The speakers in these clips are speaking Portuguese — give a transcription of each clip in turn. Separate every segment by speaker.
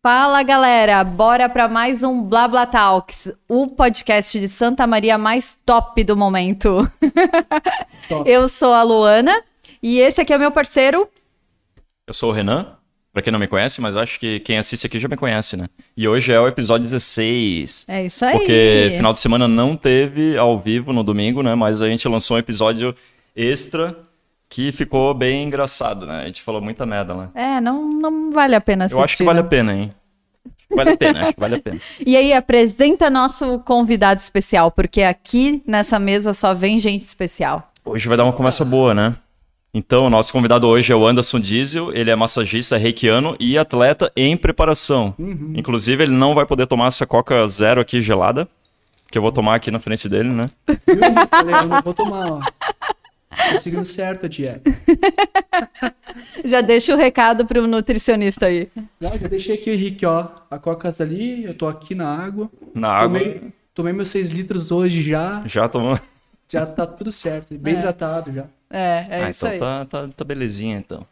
Speaker 1: Fala galera, bora para mais um Blabla Talks, o podcast de Santa Maria mais top do momento.
Speaker 2: Top.
Speaker 1: Eu sou a Luana e esse aqui é o meu parceiro.
Speaker 3: Eu sou o Renan, pra quem não me conhece, mas eu acho que quem assiste aqui já me conhece, né? E hoje é o episódio 16.
Speaker 1: É isso aí.
Speaker 3: Porque final de semana não teve ao vivo no domingo, né? Mas a gente lançou um episódio extra que ficou bem engraçado, né? A gente falou muita merda lá.
Speaker 1: É, não, não vale a pena assistir.
Speaker 3: Eu acho que vale a pena, hein? Acho que Vale a pena, acho que vale a pena.
Speaker 1: né? E aí, apresenta nosso convidado especial, porque aqui nessa mesa só vem gente especial.
Speaker 3: Hoje vai dar uma conversa boa, né? Então, o nosso convidado hoje é o Anderson Diesel, ele é massagista reikiano e atleta em preparação.
Speaker 2: Uhum.
Speaker 3: Inclusive, ele não vai poder tomar essa Coca Zero aqui gelada, que eu vou tomar aqui na frente dele, né?
Speaker 2: Viu? Eu falei, eu não vou tomar, ó. Tô seguindo certo a dieta.
Speaker 1: Já deixa o recado pro nutricionista aí.
Speaker 2: Não, já deixei aqui o Henrique, ó. A coca tá ali, eu tô aqui na água.
Speaker 3: Na água,
Speaker 2: Tomei, tomei meus 6 litros hoje já.
Speaker 3: já tomou.
Speaker 2: Já tá tudo certo. Bem hidratado já.
Speaker 1: É, é
Speaker 3: ah,
Speaker 1: isso
Speaker 3: então
Speaker 1: aí.
Speaker 3: tá, tá, tá belezinha, então.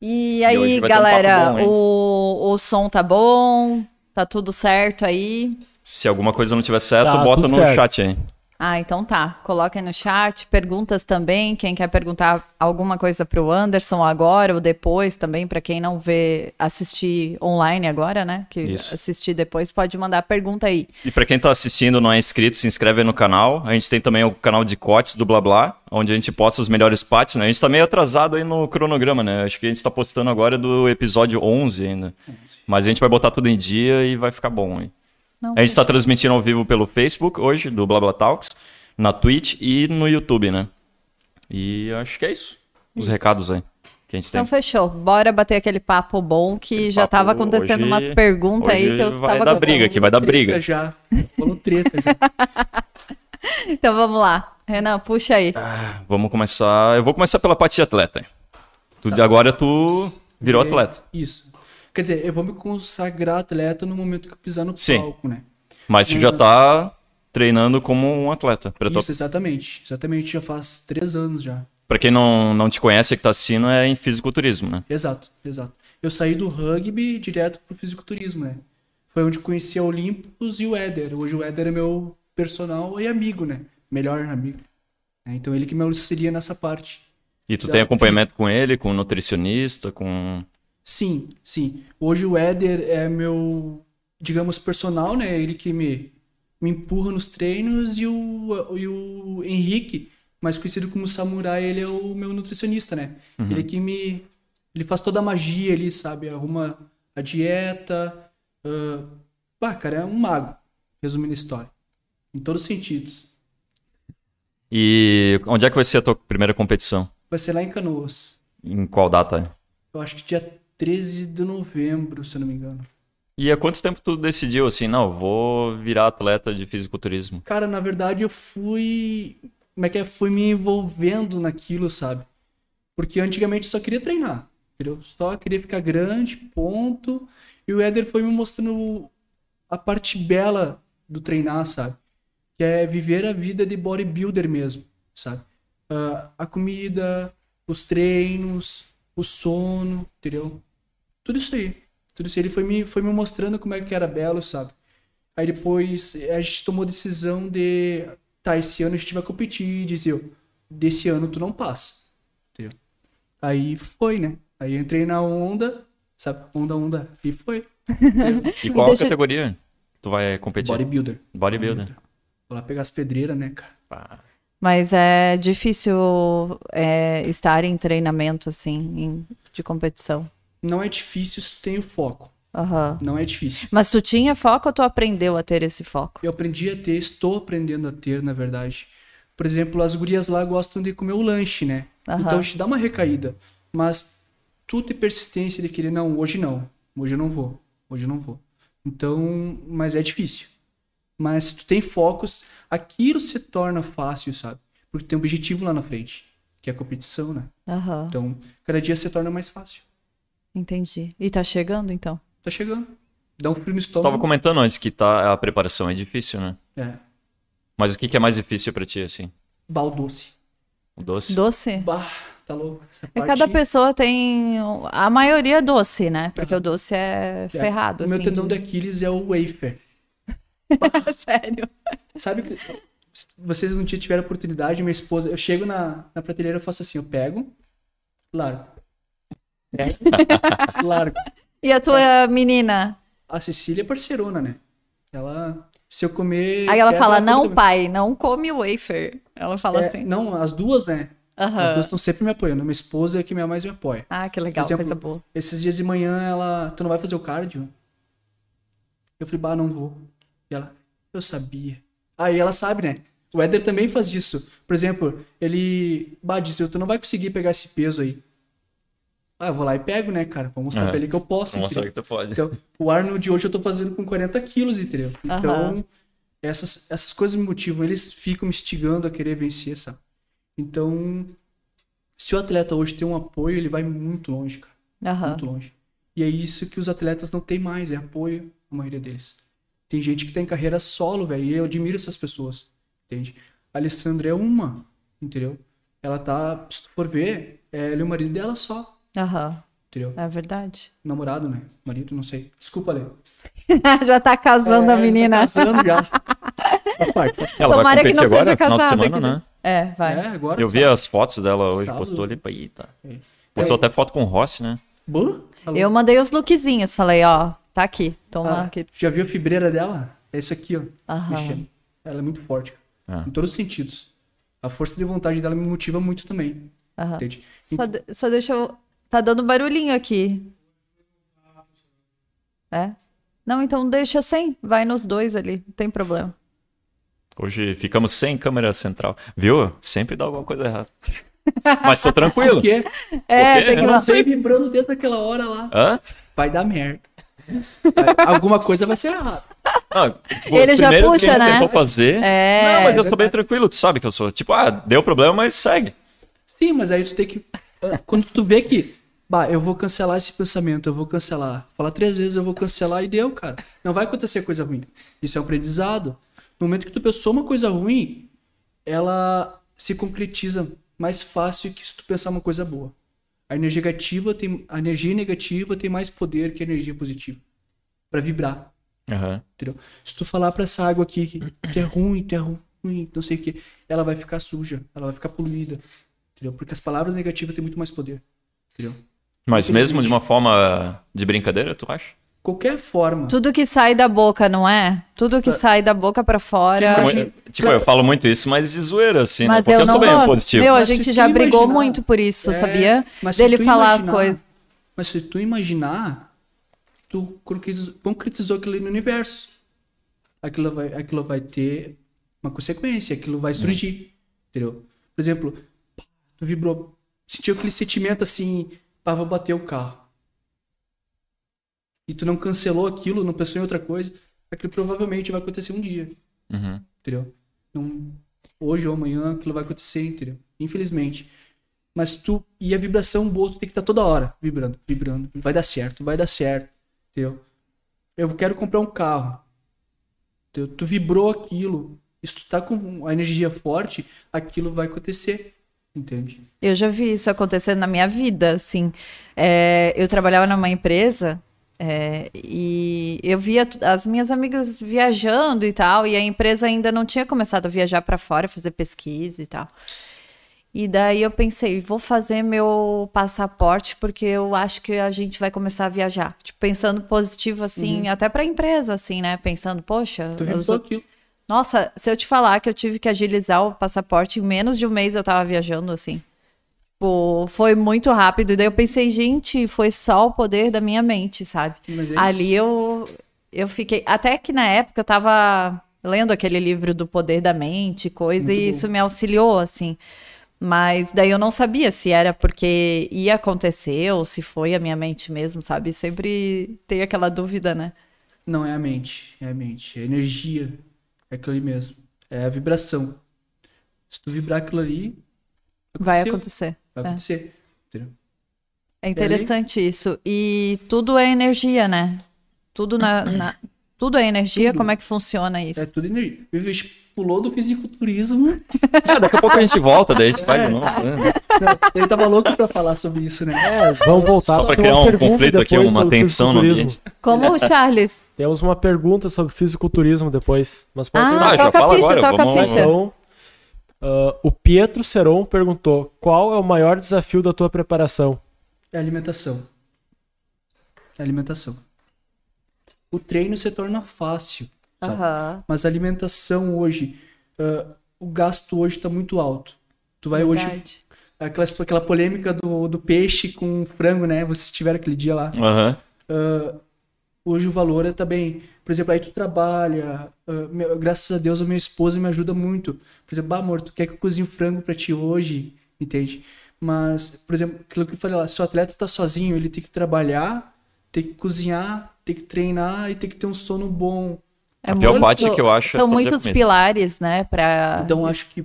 Speaker 1: E
Speaker 3: hoje
Speaker 1: aí,
Speaker 3: vai ter um
Speaker 1: galera,
Speaker 3: papo bom, hein?
Speaker 1: o, o som tá bom? Tá tudo certo aí?
Speaker 3: Se alguma coisa não tiver certo,
Speaker 2: Tá,
Speaker 3: bota
Speaker 2: tudo
Speaker 3: no
Speaker 2: certo.
Speaker 3: chat aí.
Speaker 1: Ah, então tá. Coloquem no chat, perguntas também. Quem quer perguntar alguma coisa pro Anderson agora ou depois também, pra quem não vê assistir online agora, né? Que
Speaker 3: Isso.
Speaker 1: assistir depois, pode mandar pergunta aí.
Speaker 3: E pra quem tá assistindo e não é inscrito, se inscreve aí no canal. A gente tem também o canal de cortes do Blá, onde a gente posta os melhores partes, né? A gente tá meio atrasado aí no cronograma, né? Acho que a gente tá postando agora do episódio 11 ainda. Mas a gente vai botar tudo em dia e vai ficar bom, hein?
Speaker 1: Não,
Speaker 3: A gente tá transmitindo ao vivo pelo Facebook hoje, do Blá Talks, na Twitch e no YouTube, né? E acho que é isso. Os recados aí que a gente tem.
Speaker 1: Então fechou. Bora bater aquele papo bom que já
Speaker 3: papo
Speaker 1: tava acontecendo
Speaker 3: hoje-
Speaker 1: umas perguntas aí
Speaker 3: hoje
Speaker 1: que eu
Speaker 3: vai
Speaker 1: tava
Speaker 3: dar
Speaker 1: gostando.
Speaker 3: briga aqui, vai dar
Speaker 2: Treta
Speaker 3: briga.
Speaker 2: já. Falou treta já.
Speaker 1: Então vamos lá. Renan, puxa aí.
Speaker 3: Vamos começar. Eu vou começar pela parte de atleta. Tu, Agora tu virou
Speaker 2: E-
Speaker 3: atleta.
Speaker 2: Isso. Quer dizer, eu vou me consagrar atleta no momento que eu pisar no
Speaker 3: Sim.
Speaker 2: palco, né?
Speaker 3: Mas tu já tá treinando como um atleta. Pra, tu-
Speaker 2: Isso, exatamente. Exatamente, já faz três anos já.
Speaker 3: pra quem não, não te conhece, que tá assistindo, é em fisiculturismo, né?
Speaker 2: Exato, exato. Eu saí do rugby direto pro fisiculturismo, né? Foi onde conheci a Olympus e o Éder. Hoje o Éder é meu personal e amigo, né? Melhor amigo. É, Então ele que me auxilia nessa parte.
Speaker 3: E tu
Speaker 2: Já
Speaker 3: tem acompanhamento com ele, com nutricionista, com.
Speaker 2: Sim, sim. Hoje o Éder é meu, digamos, personal, né? Ele que me, me empurra nos treinos e o, e o Henrique, mais conhecido como Samurai, ele é o meu nutricionista, né? Ele que me. Ele faz toda a magia ali, sabe? Arruma a dieta. ah, Bah, cara, é um mago, resumindo a história. Em todos os sentidos.
Speaker 3: E onde é que vai ser a tua primeira competição?
Speaker 2: Vai ser lá em Canoas.
Speaker 3: Em qual data?
Speaker 2: Eu acho que dia 13 de novembro, se eu não me engano.
Speaker 3: E há quanto tempo tu decidiu assim, não, vou virar atleta de fisiculturismo?
Speaker 2: Cara, na verdade eu fui. Como é que é? Fui me envolvendo naquilo, sabe? Porque antigamente eu só queria treinar. Eu só queria ficar grande, ponto. E o Éder foi me mostrando a parte bela do treinar, sabe? Que é viver a vida de bodybuilder mesmo, sabe? Ah, a comida, os treinos, o sono, entendeu? Tudo isso aí. Tudo isso aí. Ele foi me, foi me mostrando como é que era belo, sabe? Aí depois eh, a gente tomou a decisão de. Tá, esse ano a gente vai competir. E disse eu, desse ano tu não passa. Entendeu? Aí foi, né? Aí eu entrei na onda, sabe? Onda, onda. E foi.
Speaker 3: E qual
Speaker 1: deixa-
Speaker 3: categoria tu vai competir?
Speaker 2: Bodybuilder.
Speaker 3: Bodybuilder.
Speaker 2: Vou lá pegar as pedreiras, né, cara?
Speaker 3: Pá.
Speaker 1: Mas é difícil é, estar em treinamento, assim, em- de competição.
Speaker 2: Não é difícil se tu tem o foco.
Speaker 1: Aham.
Speaker 2: Não é difícil.
Speaker 1: Mas tu tinha foco ou tu aprendeu a ter esse foco?
Speaker 2: Eu aprendi a ter, estou aprendendo a ter, na verdade. Por exemplo, as gurias lá gostam de comer o lanche, né?
Speaker 1: Aham.
Speaker 2: Então te dá uma recaída. Mas tu ter persistência de querer, não, hoje não. Hoje eu não vou. Hoje eu não vou. Então, mas é difícil. Mas se tu tem focos, aquilo se torna fácil, sabe? Porque tem um objetivo lá na frente, que é a competição, né?
Speaker 1: Aham,
Speaker 2: Então, cada dia se torna mais fácil.
Speaker 1: entendi. E tá chegando, então?
Speaker 2: Tá chegando. Dá um frio no
Speaker 3: Tu tava
Speaker 2: estômago.
Speaker 3: comentando antes que tá, a preparação é difícil, né?
Speaker 2: É.
Speaker 3: Mas o que, que é mais difícil pra ti, assim?
Speaker 2: Baldoce.
Speaker 3: O doce?
Speaker 1: Doce?
Speaker 2: Bah, tá louco. Essa
Speaker 1: É
Speaker 2: parte-
Speaker 1: cada pessoa tem. A maioria é doce, né? Porque o doce é
Speaker 2: É,
Speaker 1: ferrado.
Speaker 2: O meu
Speaker 1: assim,
Speaker 2: tendão de Aquiles é o wafer.
Speaker 1: Sério.
Speaker 2: Sabe que se vocês um dia tiveram oportunidade, minha esposa, eu chego na, na prateleira, eu faço assim, eu pego, largo. Pego, largo.
Speaker 1: E a tua menina?
Speaker 2: A Cecília é parceirona, né? Ela, se eu comer...
Speaker 1: Aí ela
Speaker 2: pedra,
Speaker 1: fala:
Speaker 2: come
Speaker 1: não,
Speaker 2: também."
Speaker 1: pai, não come wafer. Ela fala
Speaker 2: É,
Speaker 1: assim.
Speaker 2: Não, as duas, né? As
Speaker 1: Aham.
Speaker 2: duas estão sempre me apoiando. Minha esposa é que minha mais me apoia.
Speaker 1: Ah, que
Speaker 2: Por
Speaker 1: legal,
Speaker 2: exemplo,
Speaker 1: coisa boa.
Speaker 2: Esses dias de manhã ela. Tu não vai fazer o cardio? Eu falei, bah, não vou. E ela, eu sabia. Aí ela sabe, né? O Éder também faz isso. Por exemplo, ele. Bah, disse, tu não vai conseguir pegar esse peso aí. Ah, eu vou lá e pego, né, cara? Vou mostrar
Speaker 3: É.
Speaker 2: pra ele que eu posso.
Speaker 3: Vamos mostrar
Speaker 2: entendeu?
Speaker 3: que tu pode.
Speaker 2: Então, o Arnold de hoje eu tô fazendo com 40 quilos, entendeu? Então, essas, essas coisas me motivam, eles ficam me instigando a querer vencer, sabe? Então, se o atleta hoje tem um apoio, ele vai muito longe, cara.
Speaker 1: Aham.
Speaker 2: Muito longe. E é isso que os atletas não têm mais, é apoio, a maioria deles. Tem gente que tem carreira solo, velho, e eu admiro essas pessoas, entende? A Alessandra é uma, entendeu? Ela tá, se tu for ver, é, ela e o marido dela só,
Speaker 1: Aham.
Speaker 2: entendeu?
Speaker 1: É verdade.
Speaker 2: Namorado, né? Marido, não sei. Desculpa, Lê.
Speaker 1: já tá casando a
Speaker 2: É,
Speaker 1: menina.
Speaker 2: Tá casando já. faz parte, faz parte.
Speaker 3: Ela
Speaker 1: Tomara
Speaker 3: vai
Speaker 1: que
Speaker 3: competir
Speaker 1: não
Speaker 3: agora,
Speaker 1: seja
Speaker 3: final de
Speaker 1: casada,
Speaker 3: semana,
Speaker 1: que-
Speaker 3: né?
Speaker 1: É, vai.
Speaker 2: É, agora
Speaker 3: Eu
Speaker 2: tá.
Speaker 3: vi as fotos dela hoje,
Speaker 1: Tá
Speaker 2: Sábado.
Speaker 3: postou ali. Eita.
Speaker 2: É.
Speaker 3: Postou até foto com o Rossi, né?
Speaker 2: Bã? Alô? Tá.
Speaker 1: Eu mandei os lookzinhos, falei, ó, tá aqui, toma
Speaker 2: Ah,
Speaker 1: aqui.
Speaker 2: Já viu a fibreira dela? É isso aqui, ó.
Speaker 1: Aham.
Speaker 2: mexendo. Ela é muito forte. cara.
Speaker 3: Ah.
Speaker 2: Em todos os sentidos. A força de vontade dela me motiva muito também.
Speaker 1: Aham.
Speaker 2: Entende?
Speaker 1: Só, de- só deixa eu. Tá dando barulhinho aqui. É? Não, então deixa sem. Vai nos dois ali, não tem problema.
Speaker 3: Hoje ficamos sem câmera central. Viu? Sempre dá alguma coisa errada. Mas tô tranquilo.
Speaker 2: Porque
Speaker 1: É,
Speaker 3: Porque
Speaker 1: tem que
Speaker 3: eu
Speaker 2: ela
Speaker 1: lá.
Speaker 2: sei vibrando desde aquela hora lá.
Speaker 3: Hã?
Speaker 2: Vai dar merda. Vai- Alguma coisa vai ser errada.
Speaker 3: Ah, tipo,
Speaker 1: Ele
Speaker 3: os
Speaker 1: já
Speaker 3: primeiros que
Speaker 1: puxa,
Speaker 3: a gente
Speaker 1: né?
Speaker 3: tentou fazer.
Speaker 1: É.
Speaker 3: Não, mas eu sou bem tranquilo. Tu sabe que eu sou. Tipo, ah, deu problema, mas segue.
Speaker 2: Sim, mas aí tu tem que. ah, Quando tu vê que. Bah, eu vou cancelar esse pensamento, eu vou cancelar. Falar três vezes, eu vou cancelar e deu, cara. Não vai acontecer coisa ruim. Isso é um aprendizado. No momento que tu pensou uma coisa ruim, ela se concretiza mais fácil que se tu pensar uma coisa boa. A energia negativa tem, a energia negativa tem mais poder que a energia positiva Pra vibrar
Speaker 3: Aham.
Speaker 2: entendeu? Se tu falar pra essa água aqui que tu é ruim, tu é ruim, não sei o que, ela vai ficar suja, ela vai ficar poluída, entendeu? Porque as palavras negativas têm muito mais poder, entendeu?
Speaker 3: Mas mesmo de uma forma de brincadeira, tu acha?
Speaker 2: Qualquer forma.
Speaker 1: Tudo que sai da boca, não é? Tudo que sai da boca pra fora.
Speaker 2: Tem
Speaker 3: Como-
Speaker 2: gente-
Speaker 3: Tipo, eu falo muito isso, mas de zoeira, assim, né?
Speaker 1: Mas
Speaker 3: Porque eu,
Speaker 1: eu não
Speaker 3: sou bem
Speaker 1: gosto.
Speaker 3: positivo.
Speaker 1: Meu, a
Speaker 2: Mas se
Speaker 1: gente
Speaker 2: tu
Speaker 1: já brigou
Speaker 2: imaginar-
Speaker 1: muito por isso,
Speaker 2: É,
Speaker 1: sabia?
Speaker 2: mas se
Speaker 1: Dele
Speaker 2: tu
Speaker 1: falar as
Speaker 2: imaginar-
Speaker 1: coisas.
Speaker 2: Mas se tu imaginar, tu concretizou- concretizou aquilo ali no universo. Aquilo vai, aquilo vai ter uma consequência, aquilo vai surgir, entendeu? Por exemplo, pá, tu vibrou, sentiu aquele sentimento assim, pá, vou bater o carro. E tu não cancelou aquilo, não pensou em outra coisa, aquilo provavelmente vai acontecer um dia,
Speaker 3: Uhum.
Speaker 2: entendeu? Não, hoje ou amanhã aquilo vai acontecer, entendeu? Infelizmente. Mas tu. E a vibração boa, tu tem que estar toda hora vibrando, vibrando. Vai dar certo, vai dar certo. Entendeu? Eu quero comprar um carro. Entendeu? Tu vibrou aquilo. E se tu tá com a energia forte, aquilo vai acontecer. Entende?
Speaker 1: Eu já vi isso acontecendo na minha vida, assim. É, eu trabalhava numa empresa é, e eu via t- as minhas amigas viajando e tal, e a empresa ainda não tinha começado a viajar para fora, fazer pesquisa e tal. E daí eu pensei, vou fazer meu passaporte porque eu acho que a gente vai começar a viajar. Tipo, pensando positivo assim, até para a empresa assim, né? Pensando, poxa,
Speaker 2: Tu
Speaker 1: eu
Speaker 2: vibrou
Speaker 1: sou-
Speaker 2: aquilo.
Speaker 1: nossa, se eu te falar que eu tive que agilizar o passaporte, em menos de um mês eu tava viajando, assim. Tipo, foi muito rápido. E daí eu pensei, gente, foi só o poder da minha mente, sabe?
Speaker 2: Mas é isso.
Speaker 1: Ali eu, eu fiquei. Até que na época eu tava lendo aquele livro do Poder da Mente, coisa, e isso me auxiliou, assim. Mas daí eu não sabia se era porque ia acontecer ou se foi a minha mente mesmo, sabe? Sempre tem aquela dúvida, né?
Speaker 2: Não, é a mente. É a mente. É a energia. É aquilo ali mesmo. É a vibração. Se tu vibrar aquilo ali,
Speaker 1: Vai
Speaker 2: Aconteceu.
Speaker 1: acontecer.
Speaker 2: vai
Speaker 1: É.
Speaker 2: acontecer. Entendeu?
Speaker 1: É interessante isso. E tudo é energia, né? Tudo na, na- tudo é energia.
Speaker 2: Tudo.
Speaker 1: Como é que funciona isso?
Speaker 2: É tudo energia. Viu, bicho? pulou do fisiculturismo.
Speaker 3: É, daqui a pouco a gente volta, daí a gente
Speaker 1: É.
Speaker 3: vai de novo. né?
Speaker 2: Ele tava louco pra falar sobre isso, né?
Speaker 4: É, vamos voltar.
Speaker 3: Só pra
Speaker 4: tem uma
Speaker 3: criar um
Speaker 4: pergunta
Speaker 3: conflito aqui,
Speaker 4: depois
Speaker 3: uma
Speaker 4: do
Speaker 3: tensão no
Speaker 4: fisiculturismo.
Speaker 3: ambiente.
Speaker 1: Como o Charles.
Speaker 4: Temos uma pergunta sobre fisiculturismo depois. Mas pode
Speaker 1: Ah,
Speaker 4: terminar.
Speaker 3: Tá, já
Speaker 1: toca a
Speaker 3: fala
Speaker 1: ficha,
Speaker 3: agora,
Speaker 1: toca
Speaker 3: vamos-
Speaker 1: a ficha.
Speaker 4: Então, ah, o Pietro Seron perguntou: qual é o maior desafio da tua preparação?
Speaker 2: É alimentação. É alimentação. O treino se torna fácil, sabe?
Speaker 1: Aham.
Speaker 2: Mas a alimentação hoje, ah, o gasto hoje tá muito alto. Tu vai É, hoje.
Speaker 1: Verdade.
Speaker 2: Aquela, aquela polêmica do, do peixe com frango, né? Vocês tiveram aquele dia lá.
Speaker 3: Aham.
Speaker 2: Ah, hoje o valor é também. Por exemplo, aí tu trabalha. ah, meu- graças a Deus, a minha esposa me ajuda muito. Por exemplo, bah, amor, tu quer que eu cozinhe um frango pra ti hoje? Entende? Mas, por exemplo, aquilo que eu falei lá, se o atleta tá sozinho, ele tem que trabalhar, tem que cozinhar, tem que treinar e tem que ter um sono bom.
Speaker 1: É
Speaker 3: A pior
Speaker 1: muito-
Speaker 3: parte que eu acho é
Speaker 1: São
Speaker 3: fazer
Speaker 1: muitos
Speaker 3: comida.
Speaker 1: pilares, né? Pra...
Speaker 2: Então, acho que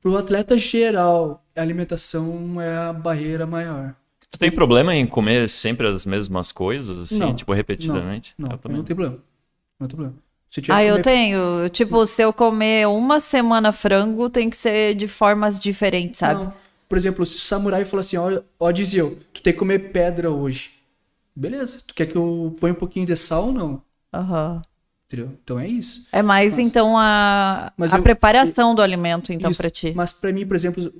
Speaker 2: pro atleta geral, a alimentação é a barreira maior.
Speaker 3: Tu tem problema em comer sempre as mesmas coisas, assim,
Speaker 2: Não,
Speaker 3: tipo, repetidamente?
Speaker 2: Não,
Speaker 3: eu
Speaker 2: eu
Speaker 3: também.
Speaker 2: não tenho problema. Não tem problema. Se tiver
Speaker 1: Ah,
Speaker 2: que
Speaker 1: eu
Speaker 2: comer
Speaker 1: tenho. Tipo, se eu comer uma semana frango, tem que ser de formas diferentes, sabe?
Speaker 2: Não. Por exemplo, se o samurai falar assim, ó, ó Dizio, tu tem que comer pedra hoje. Beleza, tu quer que eu ponha um pouquinho de sal ou não?
Speaker 1: Aham.
Speaker 2: Entendeu? Então é isso.
Speaker 1: É mais, então, a,
Speaker 2: Mas
Speaker 1: a
Speaker 2: eu-
Speaker 1: preparação do alimento, então,
Speaker 2: Isso.
Speaker 1: pra ti.
Speaker 2: Mas pra mim, por exemplo,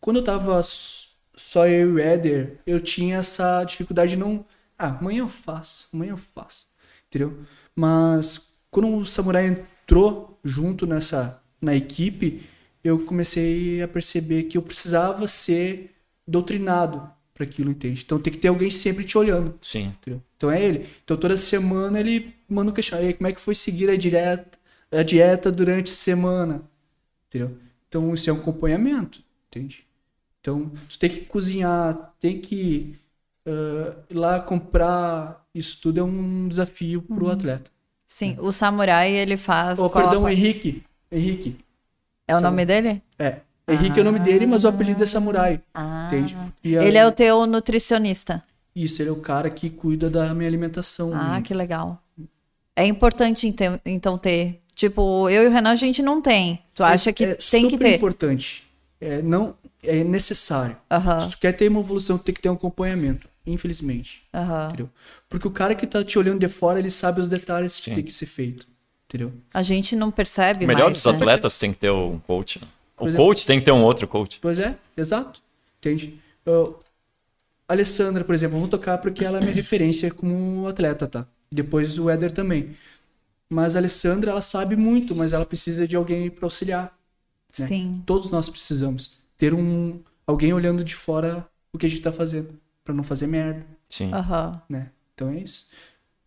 Speaker 2: quando eu tava s- só eu e o Éder, eu tinha essa dificuldade de não... Ah, amanhã eu faço, amanhã eu faço. Entendeu? Mas quando o samurai entrou junto nessa... na equipe, eu comecei a perceber que eu precisava ser doutrinado para aquilo, entende? Então tem que ter alguém sempre te olhando.
Speaker 3: Sim.
Speaker 2: Entendeu? Então é ele. Então toda semana ele manda um questionário. E aí, como é que foi seguir a dieta, a dieta durante a semana? Entendeu? Então isso é um acompanhamento, entende? Então tu tem que cozinhar, tem que ah, ir lá comprar. Isso tudo é um desafio pro
Speaker 1: Uhum.
Speaker 2: atleta.
Speaker 1: Sim, o samurai, ele faz...
Speaker 2: Oh,
Speaker 1: qual a
Speaker 2: perdão,
Speaker 1: parte?
Speaker 2: Henrique. Henrique.
Speaker 1: É o
Speaker 2: Samu-
Speaker 1: nome dele?
Speaker 2: É. Henrique é o nome dele, mas o apelido é Samurai. entende? Porque a-
Speaker 1: Ah. Ele é o teu nutricionista.
Speaker 2: Isso, ele é o cara que cuida da minha alimentação.
Speaker 1: Ah,
Speaker 2: né?
Speaker 1: que legal. É importante, ente- então, ter... Tipo, eu e o Renan, a gente não tem. Tu acha que
Speaker 2: é
Speaker 1: tem que
Speaker 2: super
Speaker 1: ter.
Speaker 2: importante. É, não, é necessário.
Speaker 1: Aham.
Speaker 2: Se tu quer ter uma evolução, tu tem que ter um acompanhamento, infelizmente.
Speaker 1: Aham.
Speaker 2: Entendeu? Porque o cara que tá te olhando de fora, ele sabe os detalhes que tem que ser feito. Entendeu?
Speaker 1: A gente não percebe
Speaker 3: O melhor
Speaker 1: mais,
Speaker 3: dos
Speaker 1: né?
Speaker 3: atletas tem que ter um coach. né? O
Speaker 2: Pois é.
Speaker 3: coach tem que ter um outro coach.
Speaker 2: Pois é, exato. Entende? Eu- Alessandra, por exemplo, eu vou tocar porque ela é minha referência como atleta, tá? Depois o Éder também. Mas a Alessandra, ela sabe muito, mas ela precisa de alguém para auxiliar. né?
Speaker 1: Sim.
Speaker 2: Todos nós precisamos ter um alguém olhando de fora o que a gente tá fazendo para não fazer merda,
Speaker 3: Sim.
Speaker 1: Aham.
Speaker 2: né? Então é isso.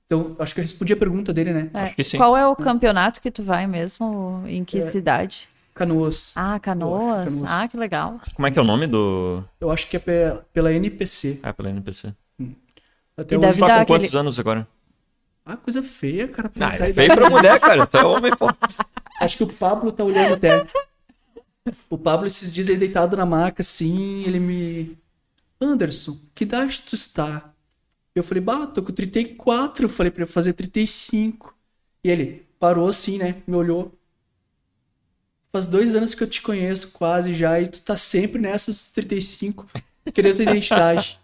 Speaker 2: Então, acho que eu respondi a pergunta dele, né?
Speaker 1: É.
Speaker 3: Acho que sim.
Speaker 1: Qual é o campeonato que tu vai mesmo? Em que cidade?
Speaker 2: Canoas.
Speaker 1: Ah, Canoas.
Speaker 2: É. Canoas.
Speaker 1: Ah, que legal.
Speaker 3: Como é que é o nome do.
Speaker 2: Eu acho que é pe- pela NPC.
Speaker 3: Ah, pela NPC.
Speaker 2: Até
Speaker 1: E
Speaker 2: hoje-
Speaker 1: deve-
Speaker 3: Tu tá
Speaker 1: dar
Speaker 3: com quantos
Speaker 1: aquele-
Speaker 3: anos agora?
Speaker 2: Ah, coisa feia, cara.
Speaker 3: Ah,
Speaker 2: Tá
Speaker 3: é feio pra mulher, cara. Tu é homem, pô.
Speaker 2: Acho que o Pablo tá olhando até. O Pablo esses dias ele deitado na maca, assim, ele me. Anderson, que idade tu está? Eu falei, bah, tô com 34. Eu falei pra ele fazer 35. E ele parou assim, né? Me olhou. Faz dois anos que eu te conheço quase já, e tu tá sempre nessa dos 35, querendo tua identidade.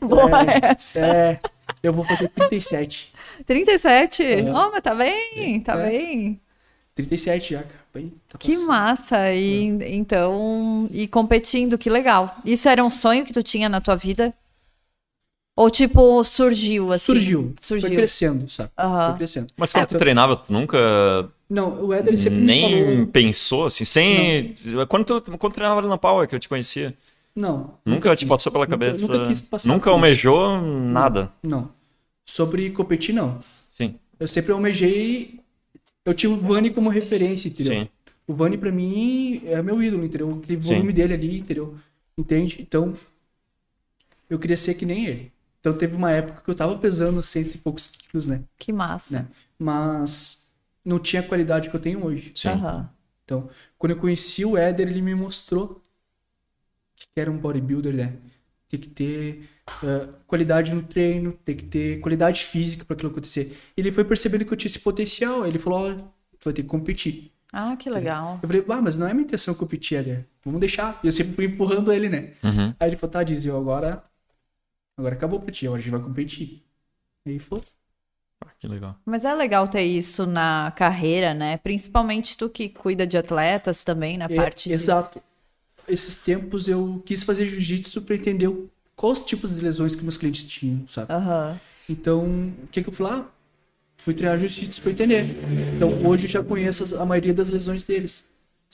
Speaker 1: Boa
Speaker 2: É.
Speaker 1: essa.
Speaker 2: É, eu vou fazer 37.
Speaker 1: 37? Oh, mas tá bem, tá
Speaker 2: É.
Speaker 1: bem.
Speaker 2: 37 já, cara. Bem, tá
Speaker 1: Que
Speaker 2: passando.
Speaker 1: massa. E
Speaker 2: É.
Speaker 1: então, e competindo, que legal. Isso era um sonho que tu tinha na tua vida? Ou tipo, surgiu assim?
Speaker 2: Surgiu. Foi
Speaker 1: Surgiu.
Speaker 2: crescendo, sabe?
Speaker 1: Aham.
Speaker 2: Foi crescendo.
Speaker 3: Mas quando tu treinava, tu nunca
Speaker 2: Não, o Éder sempre É, tá. me
Speaker 3: nem
Speaker 2: falou.
Speaker 3: pensou, assim, sem. Quando tu quando tu treinava ali na Power, que eu te conhecia,
Speaker 2: Não.
Speaker 3: nunca, te
Speaker 2: quis.
Speaker 3: passou pela
Speaker 2: Nunca-
Speaker 3: cabeça.
Speaker 2: Nunca, quis passar.
Speaker 3: Nunca
Speaker 2: por isso.
Speaker 3: almejou nada.
Speaker 2: Não. Sobre competir, não.
Speaker 3: Sim.
Speaker 2: Eu sempre almejei. Eu tinha o Vani como referência, entendeu?
Speaker 3: Sim.
Speaker 2: O Vani, pra mim, é meu ídolo, entendeu? Aquele
Speaker 3: Sim.
Speaker 2: volume dele ali, entendeu? Entende? Então, eu queria ser que nem ele. Então, teve uma época que eu tava pesando cento e poucos quilos, né?
Speaker 1: Que massa.
Speaker 2: né? Mas não tinha a qualidade que eu tenho hoje.
Speaker 3: Sim.
Speaker 1: Aham.
Speaker 2: Então, quando eu conheci o Éder, ele me mostrou que era um bodybuilder, né? Tem que ter ah, qualidade no treino, tem que ter qualidade física para aquilo acontecer. Ele foi percebendo que eu tinha esse potencial. Ele falou: ó, tu vai ter que competir.
Speaker 1: Ah, que legal.
Speaker 2: Eu falei, ah, mas não é minha intenção competir ali. Vamos deixar. E eu sempre fui empurrando ele, né? Aí ele falou, tá, Dizio, agora. Agora acabou pra ti, agora a gente vai competir. Aí ele falou,
Speaker 3: Ah, que legal.
Speaker 1: Mas é legal ter isso na carreira, né? Principalmente tu que cuida de atletas também, na
Speaker 2: É,
Speaker 1: parte de...
Speaker 2: Exato. Esses tempos eu quis fazer jiu-jitsu para entender o- quais tipos de lesões que meus clientes tinham, sabe?
Speaker 1: Aham. Ah,
Speaker 2: Então, o que que eu fui lá? Fui treinar jiu-jitsu para entender. Então, hoje eu já conheço as- a maioria das lesões deles.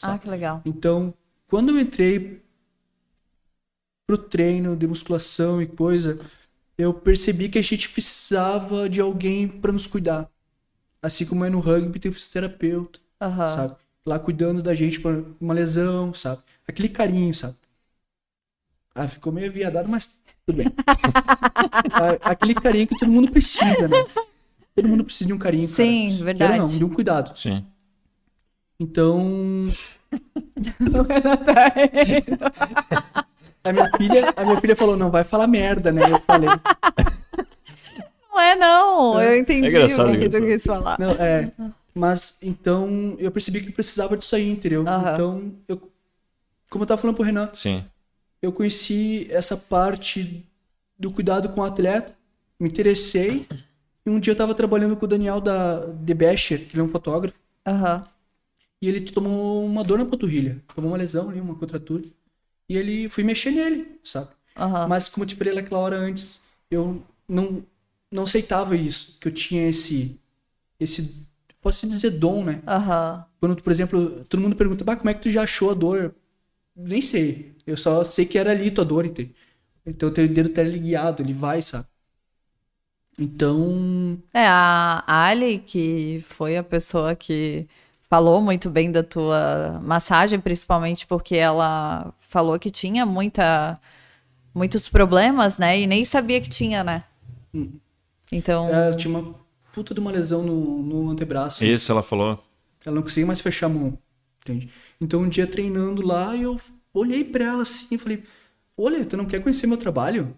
Speaker 1: Ah,
Speaker 2: Sabe?
Speaker 1: que legal.
Speaker 2: Então, quando eu entrei pro treino de musculação e coisa, eu percebi que a gente precisava de alguém para nos cuidar. Assim como é no rugby, tem o fisioterapeuta
Speaker 1: Aham.
Speaker 2: sabe? Lá cuidando da gente pra uma lesão, sabe? Aquele carinho, sabe? Ah, ficou meio viadado, mas tudo bem. A- Aquele carinho que todo mundo precisa, né? Todo mundo precisa de um carinho. cara.
Speaker 1: Sim,
Speaker 2: Quero
Speaker 1: verdade.
Speaker 2: Não, de um cuidado.
Speaker 3: Sim.
Speaker 2: Então. a, minha filha, a minha filha falou: não, vai falar merda, né? Eu falei:
Speaker 1: Não é não, eu entendi
Speaker 3: É engraçado,
Speaker 1: o que tu
Speaker 3: engraçado.
Speaker 1: quis falar.
Speaker 2: Não, é. Mas então eu percebi que precisava disso aí, entendeu?
Speaker 1: Aham.
Speaker 2: Então, eu, como eu tava falando pro Renan,
Speaker 3: Sim.
Speaker 2: eu conheci essa parte do cuidado com o atleta, me interessei. E um dia eu tava trabalhando com o Daniel da de Becher, que ele é um fotógrafo,
Speaker 1: Aham.
Speaker 2: e ele tomou uma dor na panturrilha, tomou uma lesão ali, uma contratura. E ele fui mexer nele, sabe?
Speaker 1: Aham.
Speaker 2: Mas como eu te falei naquela hora antes, eu não não aceitava isso, que eu tinha esse esse posso dizer dom, né?
Speaker 1: Aham.
Speaker 2: Quando, por exemplo, todo mundo pergunta, bah, como é que tu já achou a dor? Nem sei. Eu só sei que era ali tua dor, entende? Então teu dedo tá ligado, ele vai, sabe? Então.
Speaker 1: É, a Ali, que foi a pessoa que falou muito bem da tua massagem, principalmente porque ela falou que tinha muita, muitos problemas, né? E nem sabia que tinha, né?
Speaker 2: Hum.
Speaker 1: Então,
Speaker 2: Ela é, tinha uma puta de uma lesão no, no antebraço.
Speaker 3: Isso, ela falou.
Speaker 2: Ela não conseguia mais fechar a mão. Entende? Então um dia treinando lá, eu olhei pra ela assim e falei: Olha, tu não quer conhecer meu trabalho?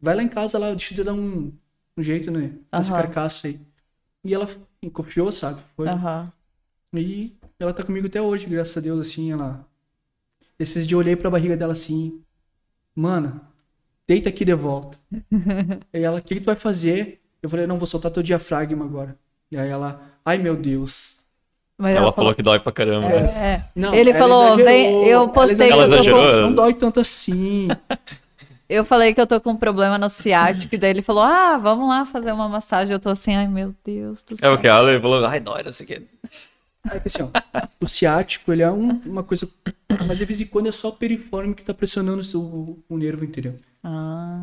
Speaker 2: Vai lá em casa lá, deixa eu te dar um, um jeito, né? Nessa
Speaker 1: Aham.
Speaker 2: carcaça aí. E ela confiou, sabe? Foi.
Speaker 1: aham.
Speaker 2: E ela tá comigo até hoje, graças a Deus, assim, ela. Esses dias eu olhei pra barriga dela assim, mano, deita aqui de volta. e ela, o que, que tu vai fazer? Eu falei, não, vou soltar teu diafragma agora. E aí ela, ai meu Deus.
Speaker 1: Mas
Speaker 3: Ela, falou que dói pra caramba. né?
Speaker 1: É.
Speaker 2: Não,
Speaker 1: Ele
Speaker 2: ela
Speaker 1: falou,
Speaker 2: exagerou,
Speaker 1: "Vem, eu postei que
Speaker 3: Ela
Speaker 1: eu tô
Speaker 3: exagerou?
Speaker 1: com
Speaker 2: Não dói tanto assim.
Speaker 1: Eu falei que eu tô com um problema no ciático, e daí ele falou: Ah, vamos lá fazer uma massagem. Eu tô assim, ai meu Deus do
Speaker 3: É
Speaker 1: céu.
Speaker 3: o que ela falou, ai, dói, não sei o quê.
Speaker 2: É que assim, ó, o ciático, ele é um- uma coisa. Mas de vez em quando é só o periforme que tá pressionando o, seu- o nervo interior.
Speaker 1: Ah,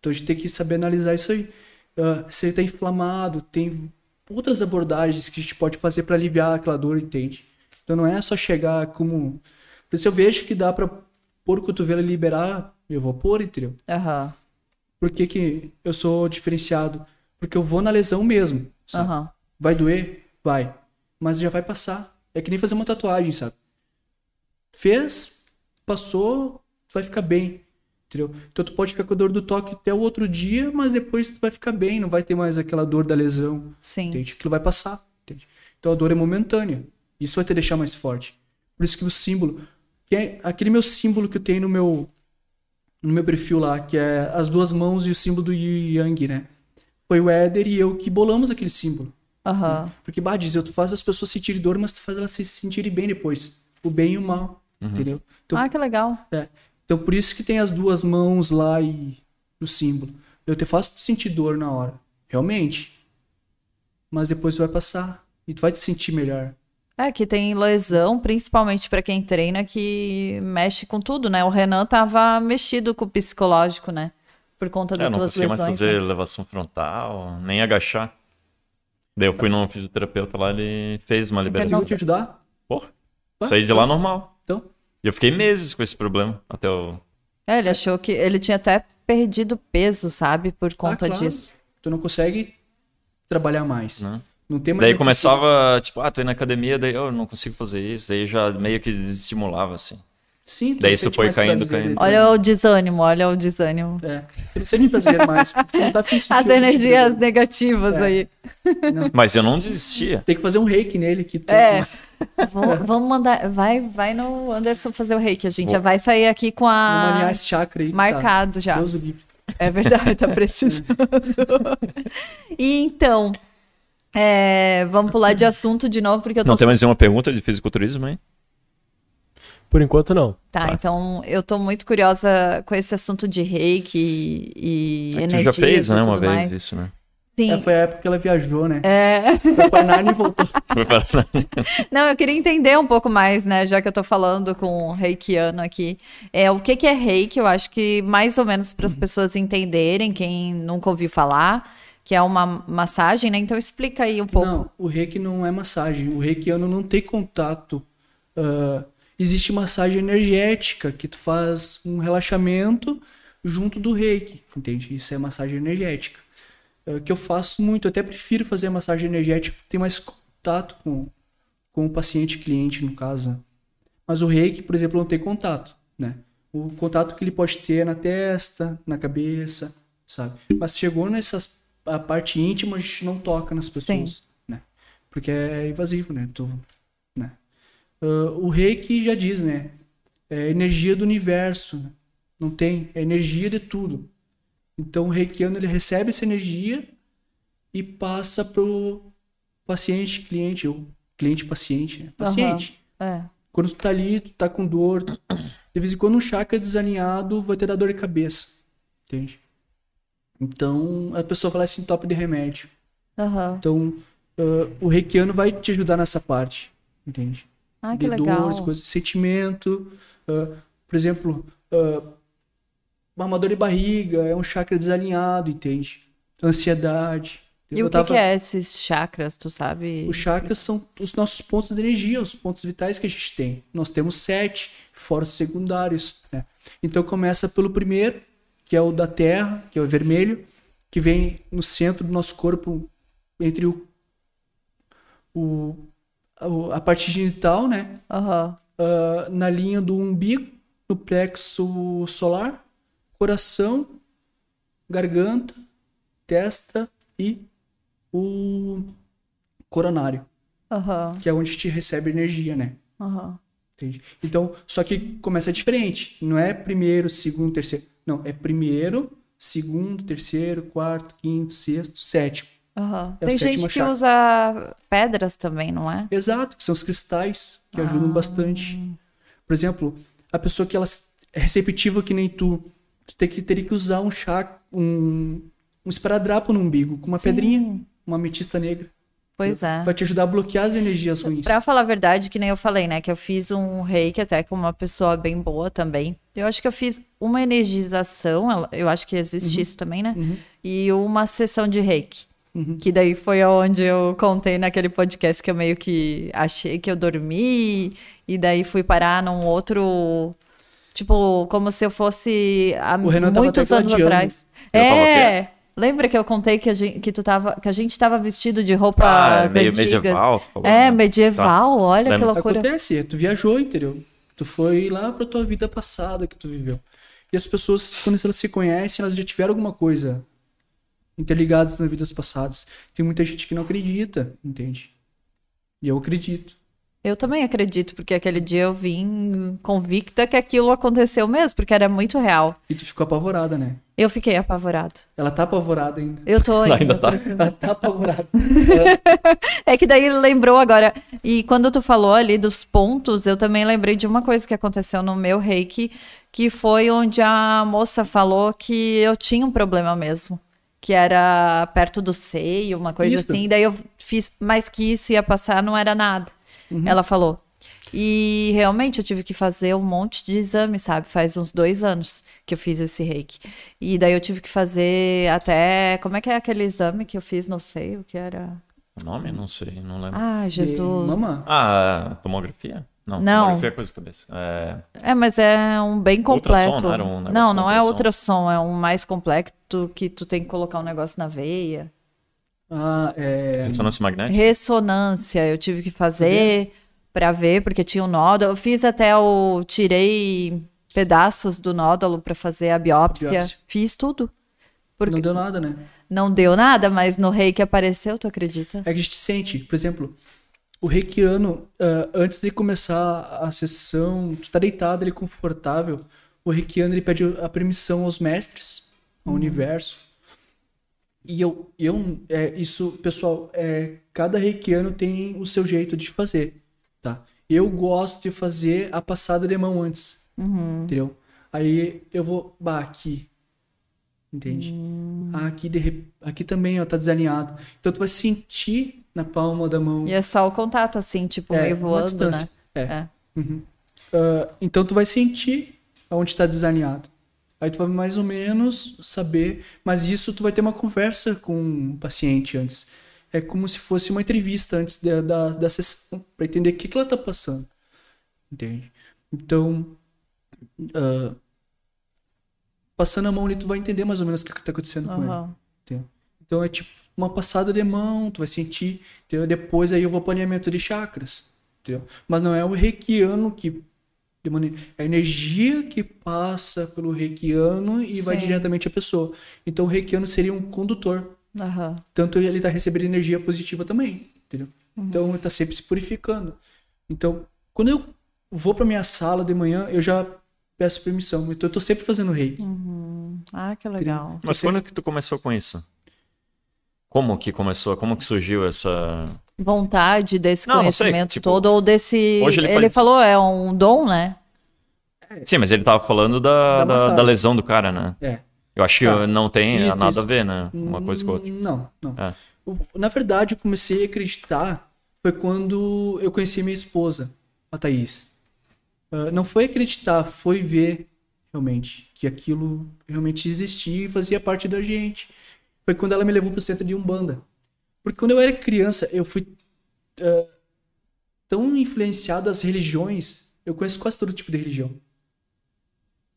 Speaker 2: Então a gente tem que saber analisar isso aí. Ah, se ele está inflamado, tem outras abordagens que a gente pode fazer para aliviar aquela dor, entende? Então não é só chegar como. Por isso eu vejo que dá para pôr o cotovelo e liberar, eu vou pôr, entendeu?
Speaker 1: aham,
Speaker 2: Por que, que eu sou diferenciado? Porque eu vou na lesão mesmo. sabe?
Speaker 1: aham.
Speaker 2: Vai doer? Vai. Mas já vai passar. É que nem fazer uma tatuagem, sabe? Fez, passou, vai ficar bem. Entendeu? Então tu pode ficar com a dor do toque até o outro dia, mas depois tu vai ficar bem, não vai ter mais aquela dor da lesão.
Speaker 1: Sim.
Speaker 2: Entende? Aquilo vai passar. Entende? Então a dor é momentânea. Isso vai te deixar mais forte. Por isso que o símbolo. Que é aquele meu símbolo que eu tenho no meu. No meu perfil lá, que é as duas mãos e o símbolo do Yin e Yang, né? Foi o Éder e eu que bolamos aquele símbolo.
Speaker 1: Aham.
Speaker 2: Porque, bah, diz, eu, tu faz as pessoas sentirem dor, mas tu faz elas se sentirem bem depois. O bem e o mal.
Speaker 3: Uhum.
Speaker 2: Entendeu? Então,
Speaker 1: Ah, que legal.
Speaker 2: é. Então, por isso que tem as duas mãos lá e o símbolo. Eu te faço sentir dor na hora. Realmente. Mas depois vai passar. E tu vai te sentir melhor.
Speaker 1: É, que tem lesão, principalmente pra quem treina, que mexe com tudo, né? O Renan tava mexido com o psicológico, né? Por conta das
Speaker 3: É, Eu não
Speaker 1: tuas
Speaker 3: conseguia mais
Speaker 1: lesões.
Speaker 3: fazer
Speaker 1: né?
Speaker 3: elevação frontal, nem agachar. Daí eu fui num fisioterapeuta lá, ele fez uma
Speaker 2: Eu vou
Speaker 3: liberação.
Speaker 2: te ajudar?
Speaker 3: Porra,
Speaker 2: Tá?
Speaker 3: saí de lá normal.
Speaker 2: Então,
Speaker 3: E eu fiquei meses com esse problema, até o...
Speaker 1: É, ele achou que ele tinha até perdido peso, sabe? Por conta
Speaker 2: ah, claro.
Speaker 1: disso.
Speaker 2: Tu não consegue trabalhar mais.
Speaker 3: Não.
Speaker 2: Não tem mais...
Speaker 3: Daí começava, tipo, ah, tô indo na academia, daí eu não consigo fazer isso, daí já meio que desestimulava, assim.
Speaker 2: Sim, tu
Speaker 3: Daí
Speaker 2: não
Speaker 3: isso
Speaker 2: sente
Speaker 3: foi
Speaker 2: mais
Speaker 3: caindo,
Speaker 2: prazer,
Speaker 3: caindo.
Speaker 2: daí tu-
Speaker 1: Olha o desânimo, olha o desânimo.
Speaker 2: É, tu não sente prazer mais. porque tu não tá afim de sentir
Speaker 1: As
Speaker 2: outro tipo de
Speaker 1: energias
Speaker 2: dor.
Speaker 1: negativas
Speaker 2: É.
Speaker 1: aí.
Speaker 3: Mas eu não desistia.
Speaker 2: Tem que fazer um reiki nele que tu...
Speaker 1: É. Vamos, vamos mandar. Vai, vai no Anderson fazer o reiki. A gente já vai sair aqui com
Speaker 2: Vamos
Speaker 1: a.
Speaker 2: alinhar esse chakra aí. que tá-
Speaker 1: Ah, Marcado já.
Speaker 2: Deus o livre.
Speaker 1: É verdade, tá precisando. e então, é, vamos pular de assunto de novo, porque eu tô.
Speaker 3: Não tem mais nenhuma pergunta de fisiculturismo, hein?
Speaker 4: Por enquanto, não.
Speaker 1: Tá, então eu tô muito curiosa com esse assunto de reiki e, e
Speaker 3: É que tu
Speaker 1: energia.
Speaker 3: já fez, né, uma vez
Speaker 1: mais.
Speaker 3: isso, né?
Speaker 1: Sim.
Speaker 2: É, foi a época que ela viajou, né?
Speaker 1: É.
Speaker 2: Foi pra Narnia e voltou.
Speaker 3: Foi para-
Speaker 1: Não, eu queria entender um pouco mais, né? Já que eu tô falando com um reikiano aqui. É, o que, que é reiki? Eu acho que mais ou menos para as pessoas entenderem, quem nunca ouviu falar, que é uma massagem, né? Então explica aí um pouco.
Speaker 2: Não, o reiki não é massagem. O reikiano não tem contato. Ah, existe massagem energética, que tu faz um relaxamento junto do reiki, entende? Isso é massagem energética. Ah, que eu faço muito, eu até prefiro fazer massagem energética, porque tem mais contato com, com o paciente, cliente, no caso. né? Mas o reiki, por exemplo, não tem contato, né? O contato que ele pode ter é na testa, na cabeça, sabe? Mas chegou nessas a parte íntima, a gente não toca nas pessoas, né? Porque é invasivo, né? Tu, né? Ah, o reiki já diz, né? É energia do universo, né? não tem, é energia de tudo. Então o reikiano ele recebe essa energia e passa pro paciente, cliente, ou cliente paciente, né?
Speaker 1: Aham.
Speaker 2: paciente.
Speaker 1: É.
Speaker 2: Quando tu tá ali, tu tá com dor. De vez em quando um chakra desalinhado vai ter dar dor de cabeça. Entende? Então, a pessoa fala assim, top de remédio.
Speaker 1: Aham.
Speaker 2: Então, ah, o reikiano vai te ajudar nessa parte. Entende?
Speaker 1: Ah, que
Speaker 2: de
Speaker 1: legal.
Speaker 2: dores, coisas, sentimento. ah, por exemplo, ah, uma dor de barriga é um chakra desalinhado, entende? Ansiedade.
Speaker 1: E
Speaker 2: Eu
Speaker 1: o que,
Speaker 2: tava-
Speaker 1: que é esses chakras, tu sabe?
Speaker 2: os chakras são os nossos pontos de energia, os pontos vitais que a gente tem. Nós temos sete, fora os secundários. né? Então começa pelo primeiro, que é o da Terra, que é o vermelho, que vem no centro do nosso corpo, entre o, o, o- a parte genital, né?
Speaker 1: Aham.
Speaker 2: Ah, na linha do umbigo, no plexo solar, coração, garganta, testa e o coronário
Speaker 1: Aham.
Speaker 2: que é onde te recebe energia, né?
Speaker 1: Aham.
Speaker 2: Entende? Então, só que começa diferente. Não é primeiro, segundo, terceiro. Não, é primeiro, segundo, terceiro, quarto, quinto, sexto, sétimo.
Speaker 1: Aham.
Speaker 2: É o
Speaker 1: Tem
Speaker 2: sétimo
Speaker 1: gente que
Speaker 2: chakra.
Speaker 1: usa pedras também, não é?
Speaker 2: Exato, que são os cristais que
Speaker 1: Ah.
Speaker 2: ajudam bastante. Por exemplo, a pessoa que ela é receptiva que nem tu, tu tem que, teria que usar um chá, um, um esparadrapo no umbigo, com uma
Speaker 1: Sim.
Speaker 2: pedrinha, uma ametista negra.
Speaker 1: Pois é.
Speaker 2: Vai te ajudar a bloquear as energias ruins.
Speaker 1: Pra falar a verdade, que nem eu falei, né? Que eu fiz um reiki até com uma pessoa bem boa também. Eu acho que eu fiz uma energização, ela- eu acho que
Speaker 2: Uhum.
Speaker 1: existe isso também, né? E uma sessão de reiki.
Speaker 2: Uhum.
Speaker 1: Que daí foi onde eu contei naquele podcast que eu meio que achei que eu dormi, e daí fui parar num outro. Tipo, como se eu fosse há
Speaker 2: O Renan tava
Speaker 1: muitos
Speaker 2: até
Speaker 1: anos
Speaker 2: gladiando.
Speaker 1: atrás.
Speaker 3: Eu tava
Speaker 1: é! Lembra que eu contei que a gente, que tu tava, que a gente tava vestido de roupas
Speaker 3: Ah, meio
Speaker 1: antigas?
Speaker 3: medieval, tu falou,
Speaker 1: é,
Speaker 3: né?
Speaker 1: medieval, olha que
Speaker 3: Lembra.
Speaker 1: loucura.
Speaker 2: Acontece, tu viajou, entendeu? Tu foi lá pra tua vida passada que tu viveu. E as pessoas, quando elas se conhecem, elas já tiveram alguma coisa interligadas nas vidas passadas. Tem muita gente que não acredita, entende? E eu acredito.
Speaker 1: Eu também acredito, porque aquele dia eu vim convicta que aquilo aconteceu mesmo, porque era muito real.
Speaker 2: E tu ficou apavorada, né?
Speaker 1: Eu fiquei apavorado.
Speaker 2: Ela tá apavorada ainda.
Speaker 1: Eu tô ainda.
Speaker 3: Ainda tá.
Speaker 2: Ela tá apavorada.
Speaker 1: É que daí ele lembrou agora. E quando tu falou ali dos pontos, eu também lembrei de uma coisa que aconteceu no meu reiki, que foi onde a moça falou que eu tinha um problema mesmo. Que era perto do seio, uma coisa
Speaker 2: Isso.
Speaker 1: assim. E daí eu fiz mais que isso, ia passar, não era nada. Ela falou. E realmente eu tive que fazer um monte de exame, sabe? Faz uns dois anos que eu fiz esse reiki. E daí eu tive que fazer até. Como é que é aquele exame que eu fiz? Não sei o que era.
Speaker 3: O nome? Não sei, não lembro.
Speaker 1: Ah, Jesus.
Speaker 2: Mamã.
Speaker 3: Ah, tomografia? Não,
Speaker 1: Não.
Speaker 3: tomografia é coisa de cabeça. É,
Speaker 1: É, mas é um bem
Speaker 3: Ultrassom,
Speaker 1: completo.
Speaker 3: não era um negócio
Speaker 1: não,
Speaker 3: de
Speaker 1: não é
Speaker 3: ultrassom?
Speaker 1: ultrassom, é um mais complexo que tu tem que colocar um negócio na veia.
Speaker 2: Ah, é.
Speaker 3: ressonância magnética?
Speaker 1: Ressonância, eu tive que fazer. pra ver, porque tinha um nódulo. Eu fiz até o. Tirei pedaços do nódulo pra fazer a biópsia.
Speaker 2: Biópsia.
Speaker 1: Fiz tudo. Porque
Speaker 2: Não deu nada, né?
Speaker 1: não deu nada, mas no rei que apareceu, tu acredita?
Speaker 2: É que a gente sente, por exemplo, o reikiano, ah, antes de começar a sessão, tu tá deitado ali confortável, o reikiano ele pede a permissão aos mestres, ao universo. E eu, eu é, isso, pessoal, é, cada reikiano tem o seu jeito de fazer, tá? Eu gosto de fazer a passada de mão antes, entendeu? Aí eu vou, bah, aqui, entende?
Speaker 1: Hum.
Speaker 2: Ah, aqui, de rep- aqui também, ó, tá desalinhado. Então tu vai sentir na palma da mão.
Speaker 1: E é só o contato, assim, tipo,
Speaker 2: É,
Speaker 1: meio
Speaker 2: uma
Speaker 1: voando,
Speaker 2: distância.
Speaker 1: né?
Speaker 2: É.
Speaker 1: É.
Speaker 2: Ah, então tu vai sentir aonde tá desalinhado. Aí tu vai mais ou menos saber, mas isso tu vai ter uma conversa com o paciente antes. É como se fosse uma entrevista antes da, da, da sessão, pra entender o que, que ela tá passando. Entende? Então, ah, passando a mão ali, tu vai entender mais ou menos o que, que tá acontecendo com ela.
Speaker 1: Aham.
Speaker 2: Entendeu? Então é tipo uma passada de mão, tu vai sentir, entendeu? Depois aí eu vou pro alinhamento de chakras, entendeu? Mas não é o reikiano que de maneira- é a energia que passa pelo reikiano e vai
Speaker 1: Sim.
Speaker 2: diretamente à pessoa. Então o reikiano seria um condutor.
Speaker 1: Aham.
Speaker 2: Tanto ele tá recebendo energia positiva também, entendeu? Então ele tá sempre se purificando. Então, quando eu vou pra minha sala de manhã, eu já peço permissão. Então eu tô sempre fazendo reiki.
Speaker 1: Ah, que legal.
Speaker 2: Uhum.
Speaker 3: Mas quando que tu começou com isso? Como que começou? Como que surgiu essa.
Speaker 1: Vontade desse
Speaker 3: Não, não sei,
Speaker 1: conhecimento
Speaker 3: tipo,
Speaker 1: todo, ou desse.
Speaker 3: hoje ele
Speaker 1: ele
Speaker 3: faz-
Speaker 1: falou, é um dom, né?
Speaker 3: Sim, mas ele tava falando da,
Speaker 2: Da
Speaker 3: da,
Speaker 2: massagem.
Speaker 3: da lesão do cara, né?
Speaker 2: É.
Speaker 3: Eu acho que
Speaker 2: Tá.
Speaker 3: não tem
Speaker 2: Isso,
Speaker 3: nada
Speaker 2: isso. Uhum.
Speaker 3: a ver, né? Uma coisa com a outra.
Speaker 2: Não, não.
Speaker 3: É.
Speaker 2: O- Na verdade, eu comecei a acreditar foi quando eu conheci minha esposa, a Thaís. Ah, não foi acreditar, foi ver realmente que aquilo realmente existia e fazia parte da gente. Foi quando ela me levou pro centro de Umbanda. Porque quando eu era criança, eu fui ah, tão influenciado às religiões, eu conheço quase todo tipo de religião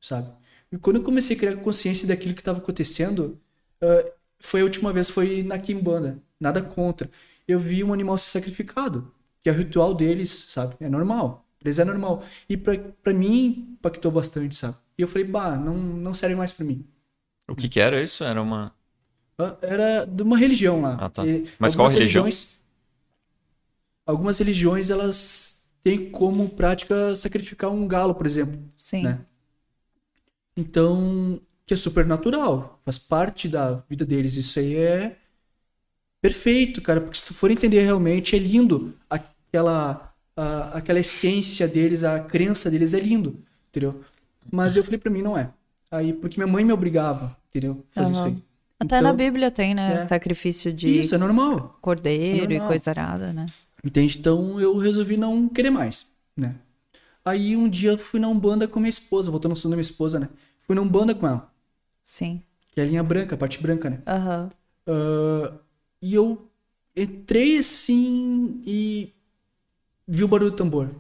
Speaker 2: sabe? E quando eu comecei a criar consciência daquilo que estava acontecendo, ah, foi a última vez, foi na Kimbanda, nada contra. Eu vi um animal ser sacrificado, que é o ritual deles, sabe? É normal, pra eles é normal. E pra, pra mim impactou bastante, sabe? E eu falei, bah, não, não serve mais pra mim.
Speaker 3: O que que era isso? Era uma.
Speaker 2: Ah, Era de uma religião lá.
Speaker 3: Ah, tá.
Speaker 2: E
Speaker 3: Mas qual
Speaker 2: algumas
Speaker 3: religião?
Speaker 2: religiões- Algumas religiões, elas têm como prática sacrificar um galo, por exemplo.
Speaker 1: Sim.
Speaker 2: Né? Então, que é super natural, faz parte da vida deles. Isso aí é perfeito, cara, porque se tu for entender realmente, é lindo. Aquela, a- aquela essência deles, a crença deles é lindo, entendeu? Mas eu falei pra mim, não é. Aí, porque minha mãe me obrigava, entendeu? Fazer isso
Speaker 1: Aham.
Speaker 2: aí.
Speaker 1: Até
Speaker 2: Então,
Speaker 1: na Bíblia tem, né?
Speaker 2: é.
Speaker 1: Sacrifício de
Speaker 2: Isso é normal.
Speaker 1: cordeiro e
Speaker 2: Normal.
Speaker 1: coisa arada, né?
Speaker 2: Entende? Então eu resolvi não querer mais, né? Aí um dia eu fui na Umbanda com minha esposa, voltando ao assunto da minha esposa, né? Fui na Umbanda com ela,
Speaker 1: Sim.
Speaker 2: que é a linha branca, a parte branca, né?
Speaker 1: Aham.
Speaker 2: Ah, e eu entrei assim e vi o barulho do tambor. O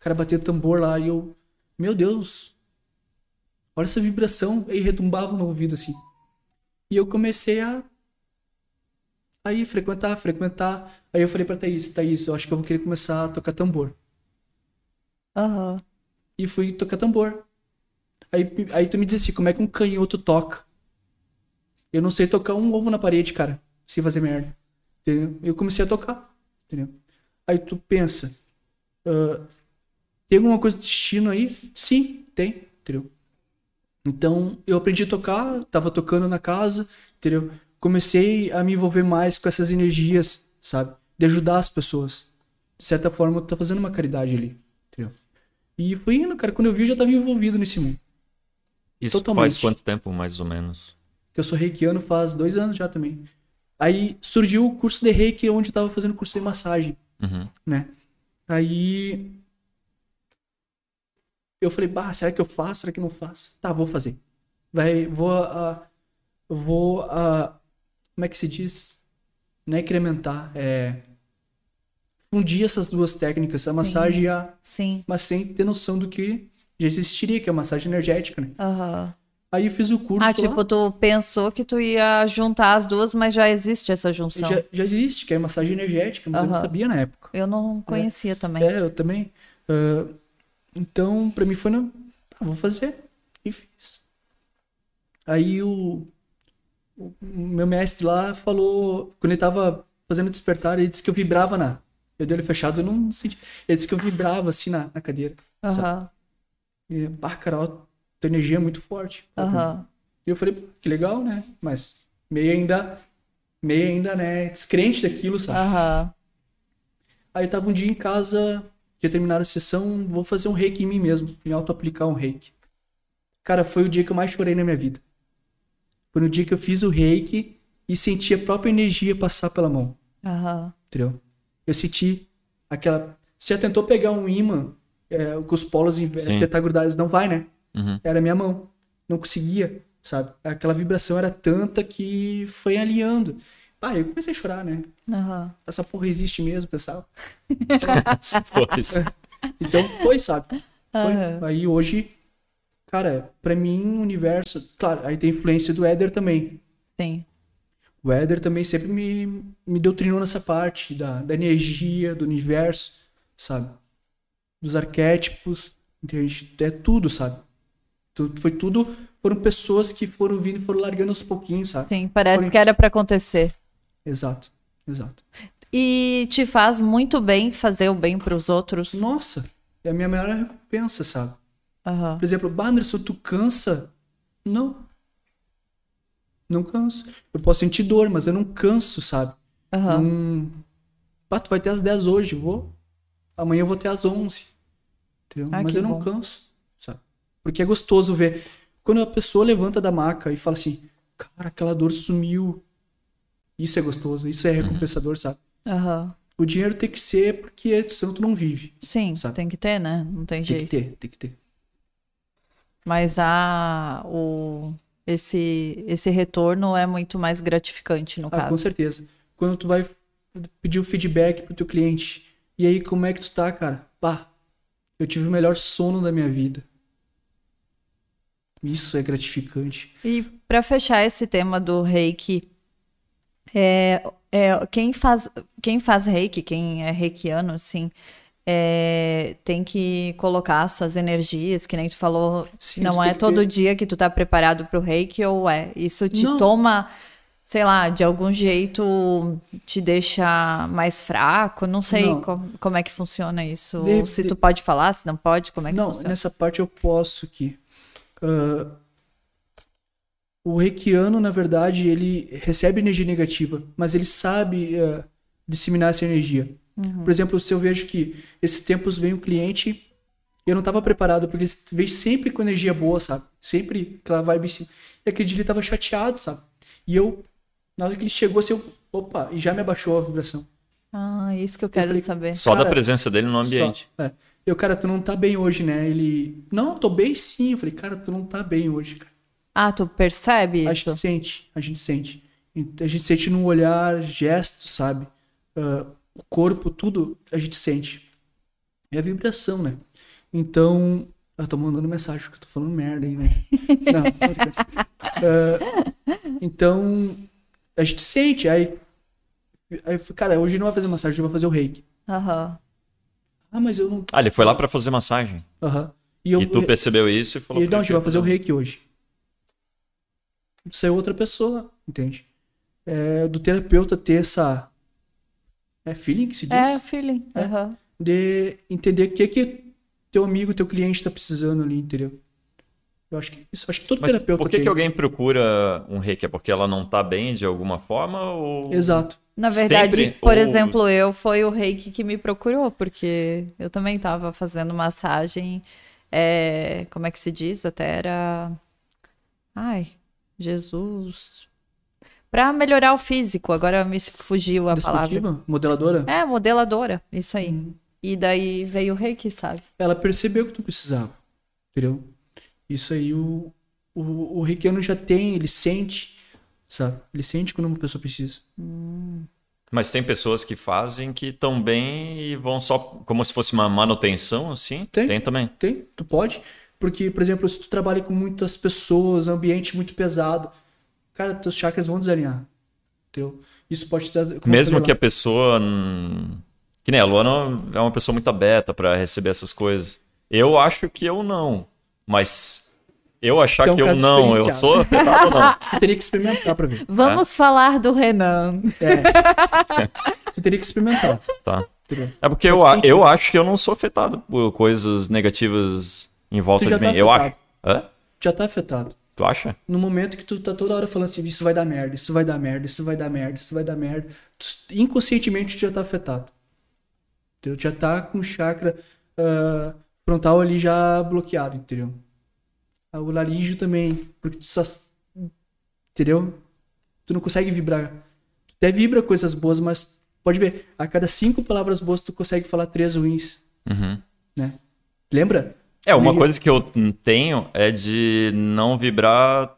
Speaker 2: cara bateu o tambor lá e eu, meu Deus, olha essa vibração. E retumbava no ouvido assim. E eu comecei a aí frequentar, frequentar. Aí eu falei pra Thaís, Thaís, eu acho que eu vou querer começar a tocar tambor
Speaker 1: Aham.
Speaker 2: e fui tocar tambor. Aí, aí tu me diz assim, como é que um canhoto toca? Eu não sei tocar um ovo na parede, cara, sem fazer merda. Entendeu? Eu comecei a tocar, entendeu? Aí tu pensa, ah, tem alguma coisa de destino aí? Sim, tem, entendeu? Então, eu aprendi a tocar, tava tocando na casa, entendeu? Comecei a me envolver mais com essas energias, sabe? De ajudar as pessoas. De certa forma, tu tá fazendo uma caridade ali, entendeu? E fui indo, cara. Quando eu vi, eu já tava envolvido nesse mundo.
Speaker 3: Isso faz
Speaker 2: Totalmente.
Speaker 3: quanto tempo, mais ou menos?
Speaker 2: Que eu sou reikiano faz dois anos já também. Aí surgiu o curso de reiki, onde eu tava fazendo curso de massagem,
Speaker 3: Uhum.
Speaker 2: né? Aí. Eu falei, bah, será que eu faço? Será que eu não faço? Tá, vou fazer. Vai, vou. ah, vou. ah, como é que se diz? Não é incrementar, é. Fundir essas duas técnicas, a
Speaker 1: Sim.
Speaker 2: massagem e a.
Speaker 1: Sim.
Speaker 2: Mas sem ter noção do que já existiria, que é a massagem energética, né?
Speaker 1: Aham.
Speaker 2: Aí eu fiz o curso.
Speaker 1: Ah,
Speaker 2: lá.
Speaker 1: tipo, tu pensou que tu ia juntar as duas, mas já existe essa junção.
Speaker 2: já, já existe, que é massagem energética, mas eu não
Speaker 1: Aham.
Speaker 2: sabia na época.
Speaker 1: Eu não conhecia também.
Speaker 2: É, eu também. Ah, então, pra mim foi, não, tá, vou fazer. E fiz. Aí o, o meu mestre lá falou, quando ele tava fazendo despertar, ele disse que eu vibrava na. Eu dei ele fechado, eu não senti. Ele disse que eu vibrava assim na, na cadeira.
Speaker 1: Aham,
Speaker 2: E, bah, cara, ó, tua energia é muito forte.
Speaker 1: aham.
Speaker 2: E eu falei, "Pô, que legal, né? Mas meio ainda, meio ainda, né, descrente daquilo,
Speaker 1: Ah.
Speaker 2: sabe?
Speaker 1: Aham.
Speaker 2: Aí eu tava um dia em casa, tinha terminado a sessão, vou fazer um reiki em mim mesmo, me auto-aplicar um reiki. Cara, foi o dia que eu mais chorei na minha vida. Foi no dia que eu fiz o reiki e senti a própria energia passar pela mão,
Speaker 1: Aham.
Speaker 2: entendeu? Eu senti aquela... Você já tentou pegar um ímã é, com os polos em-
Speaker 3: Sim.
Speaker 2: tentar grudar, eles não vai, né?
Speaker 3: Uhum.
Speaker 2: Era a minha mão. Não conseguia, sabe? Aquela vibração era tanta que foi alinhando. Pá, eu comecei a chorar, né?
Speaker 1: Aham.
Speaker 2: Essa porra existe mesmo, pensava.
Speaker 3: Pois.
Speaker 2: Então foi, sabe? Foi.
Speaker 1: Aham.
Speaker 2: Aí hoje, cara, pra mim, o universo. Claro, aí tem influência do Éder também.
Speaker 1: Sim.
Speaker 2: O Éder também sempre me, me doutrinou nessa parte da, da energia, do universo, sabe? Dos arquétipos, entende? É tudo, sabe? Tu- Foi tudo. Foram pessoas que foram vindo e foram largando aos pouquinhos, sabe?
Speaker 1: Sim, parece
Speaker 2: Foi-
Speaker 1: que era pra acontecer.
Speaker 2: Exato, exato.
Speaker 1: E te faz muito bem fazer o bem pros outros.
Speaker 2: Nossa, é a minha maior recompensa, sabe?
Speaker 1: Aham.
Speaker 2: Por exemplo, "Bah, Anderson, tu cansa? Não. Não canso. Eu posso sentir dor, mas eu não canso, sabe?
Speaker 1: Aham.
Speaker 2: Não- "Bah, tu vai ter às 10 hoje, vou. Amanhã eu vou ter às 11. Entendeu?
Speaker 1: Ah,
Speaker 2: mas
Speaker 1: que
Speaker 2: eu não
Speaker 1: bom.
Speaker 2: canso, sabe? Porque é gostoso ver. Quando a pessoa levanta da maca e fala assim, cara, aquela dor sumiu. Isso é gostoso, isso é
Speaker 1: Uhum.
Speaker 2: recompensador, sabe?
Speaker 1: Aham.
Speaker 2: O dinheiro tem que ser porque senão tu não vive.
Speaker 1: Sim,
Speaker 2: Sabe?
Speaker 1: tem que ter, né? Não tem
Speaker 2: Tem que
Speaker 1: jeito.
Speaker 2: ter, tem que ter.
Speaker 1: Mas a o esse esse retorno é muito mais gratificante no
Speaker 2: Ah, com
Speaker 1: caso.
Speaker 2: certeza. Quando tu vai pedir o feedback pro teu cliente, e aí como é que tu tá, cara? Pá, eu tive o melhor sono da minha vida. Isso é gratificante.
Speaker 1: E pra fechar esse tema do reiki, é, é, quem, faz, quem faz reiki, quem é reikiano, assim, é, tem que colocar suas energias, que nem tu falou,
Speaker 2: Sim, tu
Speaker 1: não
Speaker 2: tem
Speaker 1: é
Speaker 2: que
Speaker 1: todo
Speaker 2: ter-
Speaker 1: dia que tu tá preparado pro reiki, ou é? Isso te
Speaker 2: Não.
Speaker 1: toma, sei lá, de algum jeito te deixa mais fraco? Não sei
Speaker 2: Não.
Speaker 1: com- como é que funciona isso.
Speaker 2: De-
Speaker 1: ou se
Speaker 2: de-
Speaker 1: tu pode falar, se não pode, como é que
Speaker 2: Não, né?
Speaker 1: funciona?
Speaker 2: nessa parte eu posso que. ah, o reikiano, na verdade, ele recebe energia negativa, mas ele sabe ah, disseminar essa energia.
Speaker 1: Uhum.
Speaker 2: Por exemplo, se eu vejo que esses tempos vem um cliente eu não tava preparado, porque ele veio sempre com energia boa, sabe? Sempre aquela vibe assim. E aquele dia ele tava chateado, sabe? E eu, na hora que ele chegou, assim, eu, opa, e já me abaixou a vibração.
Speaker 1: Ah, isso que eu quero
Speaker 2: falei-
Speaker 1: saber.
Speaker 3: Só da
Speaker 2: Cara,
Speaker 3: presença dele no ambiente.
Speaker 2: Só, é. Eu, cara, tu não tá bem hoje, né? Ele, não, tô bem sim. Eu falei, cara, tu não tá bem hoje, cara.
Speaker 1: Ah, tu percebe
Speaker 2: A
Speaker 1: isso?
Speaker 2: gente sente, a gente sente. A gente sente no olhar, gesto, sabe? Ah, o corpo, tudo a gente sente. É a vibração, né? Então. Eu tô mandando mensagem que eu tô falando merda aí, né? Não. Ah, então. A gente sente. Aí, aí. eu falei, Cara, hoje não vai fazer massagem, vai fazer o reiki.
Speaker 1: Aham.
Speaker 2: Ah, mas eu não.
Speaker 3: Ah, ele foi lá pra fazer massagem.
Speaker 2: Aham.
Speaker 3: e tu percebeu isso e falou.
Speaker 2: E
Speaker 3: pra
Speaker 2: não, a gente vai
Speaker 3: que-
Speaker 2: fazer o reiki hoje. Isso é outra pessoa, entende? É, do terapeuta ter essa. É feeling que se diz?
Speaker 1: É, feeling. Aham.
Speaker 2: De entender o que, que teu amigo, teu cliente tá precisando ali, entendeu? Eu acho que isso. Acho que todo
Speaker 3: Mas
Speaker 2: terapeuta
Speaker 3: por que,
Speaker 2: tem.
Speaker 3: que alguém procura um reiki? É porque ela não tá bem de alguma forma? Ou...
Speaker 2: Exato.
Speaker 1: Na verdade,
Speaker 3: Sempre
Speaker 1: por
Speaker 3: o-
Speaker 1: exemplo, eu foi o reiki que me procurou, porque eu também estava fazendo massagem. é, como é que se diz? Até era. Ai, Jesus. Pra melhorar o físico, agora me fugiu a palavra.
Speaker 2: Desportiva, modeladora.
Speaker 1: É, modeladora, isso aí. E daí veio o reiki, sabe?
Speaker 3: Ah.
Speaker 2: Ela percebeu que tu precisava, entendeu? Isso aí o, o, o reikiano já tem, ele sente, sabe? Ele sente quando uma pessoa precisa.
Speaker 3: Mas tem pessoas que fazem que estão bem e vão só como se fosse uma manutenção, assim?
Speaker 2: Tem.
Speaker 3: também.
Speaker 2: Tem, tu pode. Porque, por exemplo, se tu trabalha com muitas pessoas, ambiente muito pesado, cara, teus chakras vão desalinhar. Entendeu? Isso pode ter. como eu
Speaker 3: Mesmo
Speaker 2: falei
Speaker 3: que a
Speaker 2: lá,
Speaker 3: pessoa. hum, Que nem a Luana é uma pessoa muito aberta pra receber essas coisas. Eu acho que eu não. Mas eu achar
Speaker 2: Então,
Speaker 3: que eu
Speaker 2: caso
Speaker 3: não, eu
Speaker 2: diferenciado.
Speaker 3: sou afetado ou não?
Speaker 2: Tu teria que experimentar pra ver.
Speaker 1: Vamos falar do Renan.
Speaker 2: É. tu teria que experimentar.
Speaker 3: Tá.
Speaker 2: Entendeu?
Speaker 3: É porque eu, a- eu acho que eu não sou afetado por coisas negativas em volta
Speaker 2: já
Speaker 3: de mim.
Speaker 2: tá
Speaker 3: eu acho.
Speaker 2: afetado.
Speaker 3: Hã?
Speaker 2: Já tá afetado.
Speaker 3: Tu acha?
Speaker 2: No momento que tu tá toda hora falando assim, isso vai dar merda, isso vai dar merda, isso vai dar merda, isso vai dar merda, tu- inconscientemente tu já tá afetado. Entendeu? Tu já tá com o chakra ah, frontal ali já bloqueado, entendeu? Ah, O laríngeo também, porque tu só. Entendeu? Tu não consegue vibrar. Tu até vibra coisas boas, mas pode ver, a cada cinco palavras boas tu consegue falar três ruins. Né? Lembra?
Speaker 3: É, uma
Speaker 2: Meio-
Speaker 3: coisa que eu tenho é de não vibrar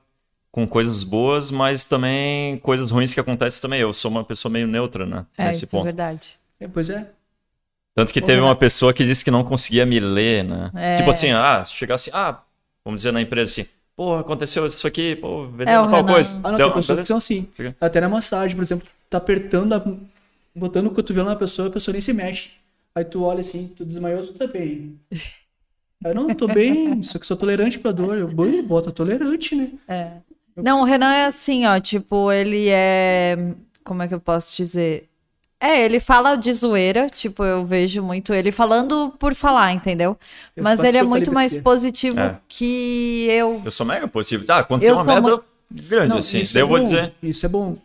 Speaker 3: com coisas boas, mas também coisas ruins que acontecem também. Eu sou uma pessoa meio neutra, né?
Speaker 1: É,
Speaker 3: nesse
Speaker 1: isso é
Speaker 3: ponto.
Speaker 1: verdade.
Speaker 2: É, pois é.
Speaker 3: Tanto que teve uma pessoa que disse que não conseguia me ler, né?
Speaker 1: É.
Speaker 3: Tipo assim, ah, chegar assim, ah, vamos dizer na empresa assim, pô, aconteceu isso aqui, pô, vendendo
Speaker 1: É, o
Speaker 3: tal
Speaker 1: Renan-
Speaker 3: coisa. Então,
Speaker 2: Ah, não,
Speaker 3: Deu-
Speaker 2: tem pessoas que são assim.
Speaker 3: Fica.
Speaker 2: Até na massagem, por exemplo, tá apertando, a- botando o cotovelo na pessoa, a pessoa nem se mexe. Aí tu olha assim, tu desmaiou, tu tá bem. Aí, não, eu tô bem, só que sou tolerante pra dor. Eu, bom, bota tolerante, né?
Speaker 1: Não, o Renan é assim, ó, tipo, ele é. Como é que eu posso dizer? É, ele fala de zoeira, tipo, eu vejo muito ele falando por falar, entendeu?
Speaker 2: Eu
Speaker 1: Mas
Speaker 2: faço
Speaker 1: ele é
Speaker 2: que eu
Speaker 1: muito
Speaker 2: falei
Speaker 1: mais
Speaker 2: besteira.
Speaker 1: positivo
Speaker 3: É.
Speaker 1: que eu.
Speaker 3: Eu sou mega positivo. Tá, quando tem
Speaker 1: Eu
Speaker 3: uma
Speaker 1: como-
Speaker 3: merda grande,
Speaker 2: Não,
Speaker 3: assim,
Speaker 2: isso
Speaker 3: daí
Speaker 2: é
Speaker 3: eu vou
Speaker 2: bom,
Speaker 3: dizer,
Speaker 2: Isso é bom.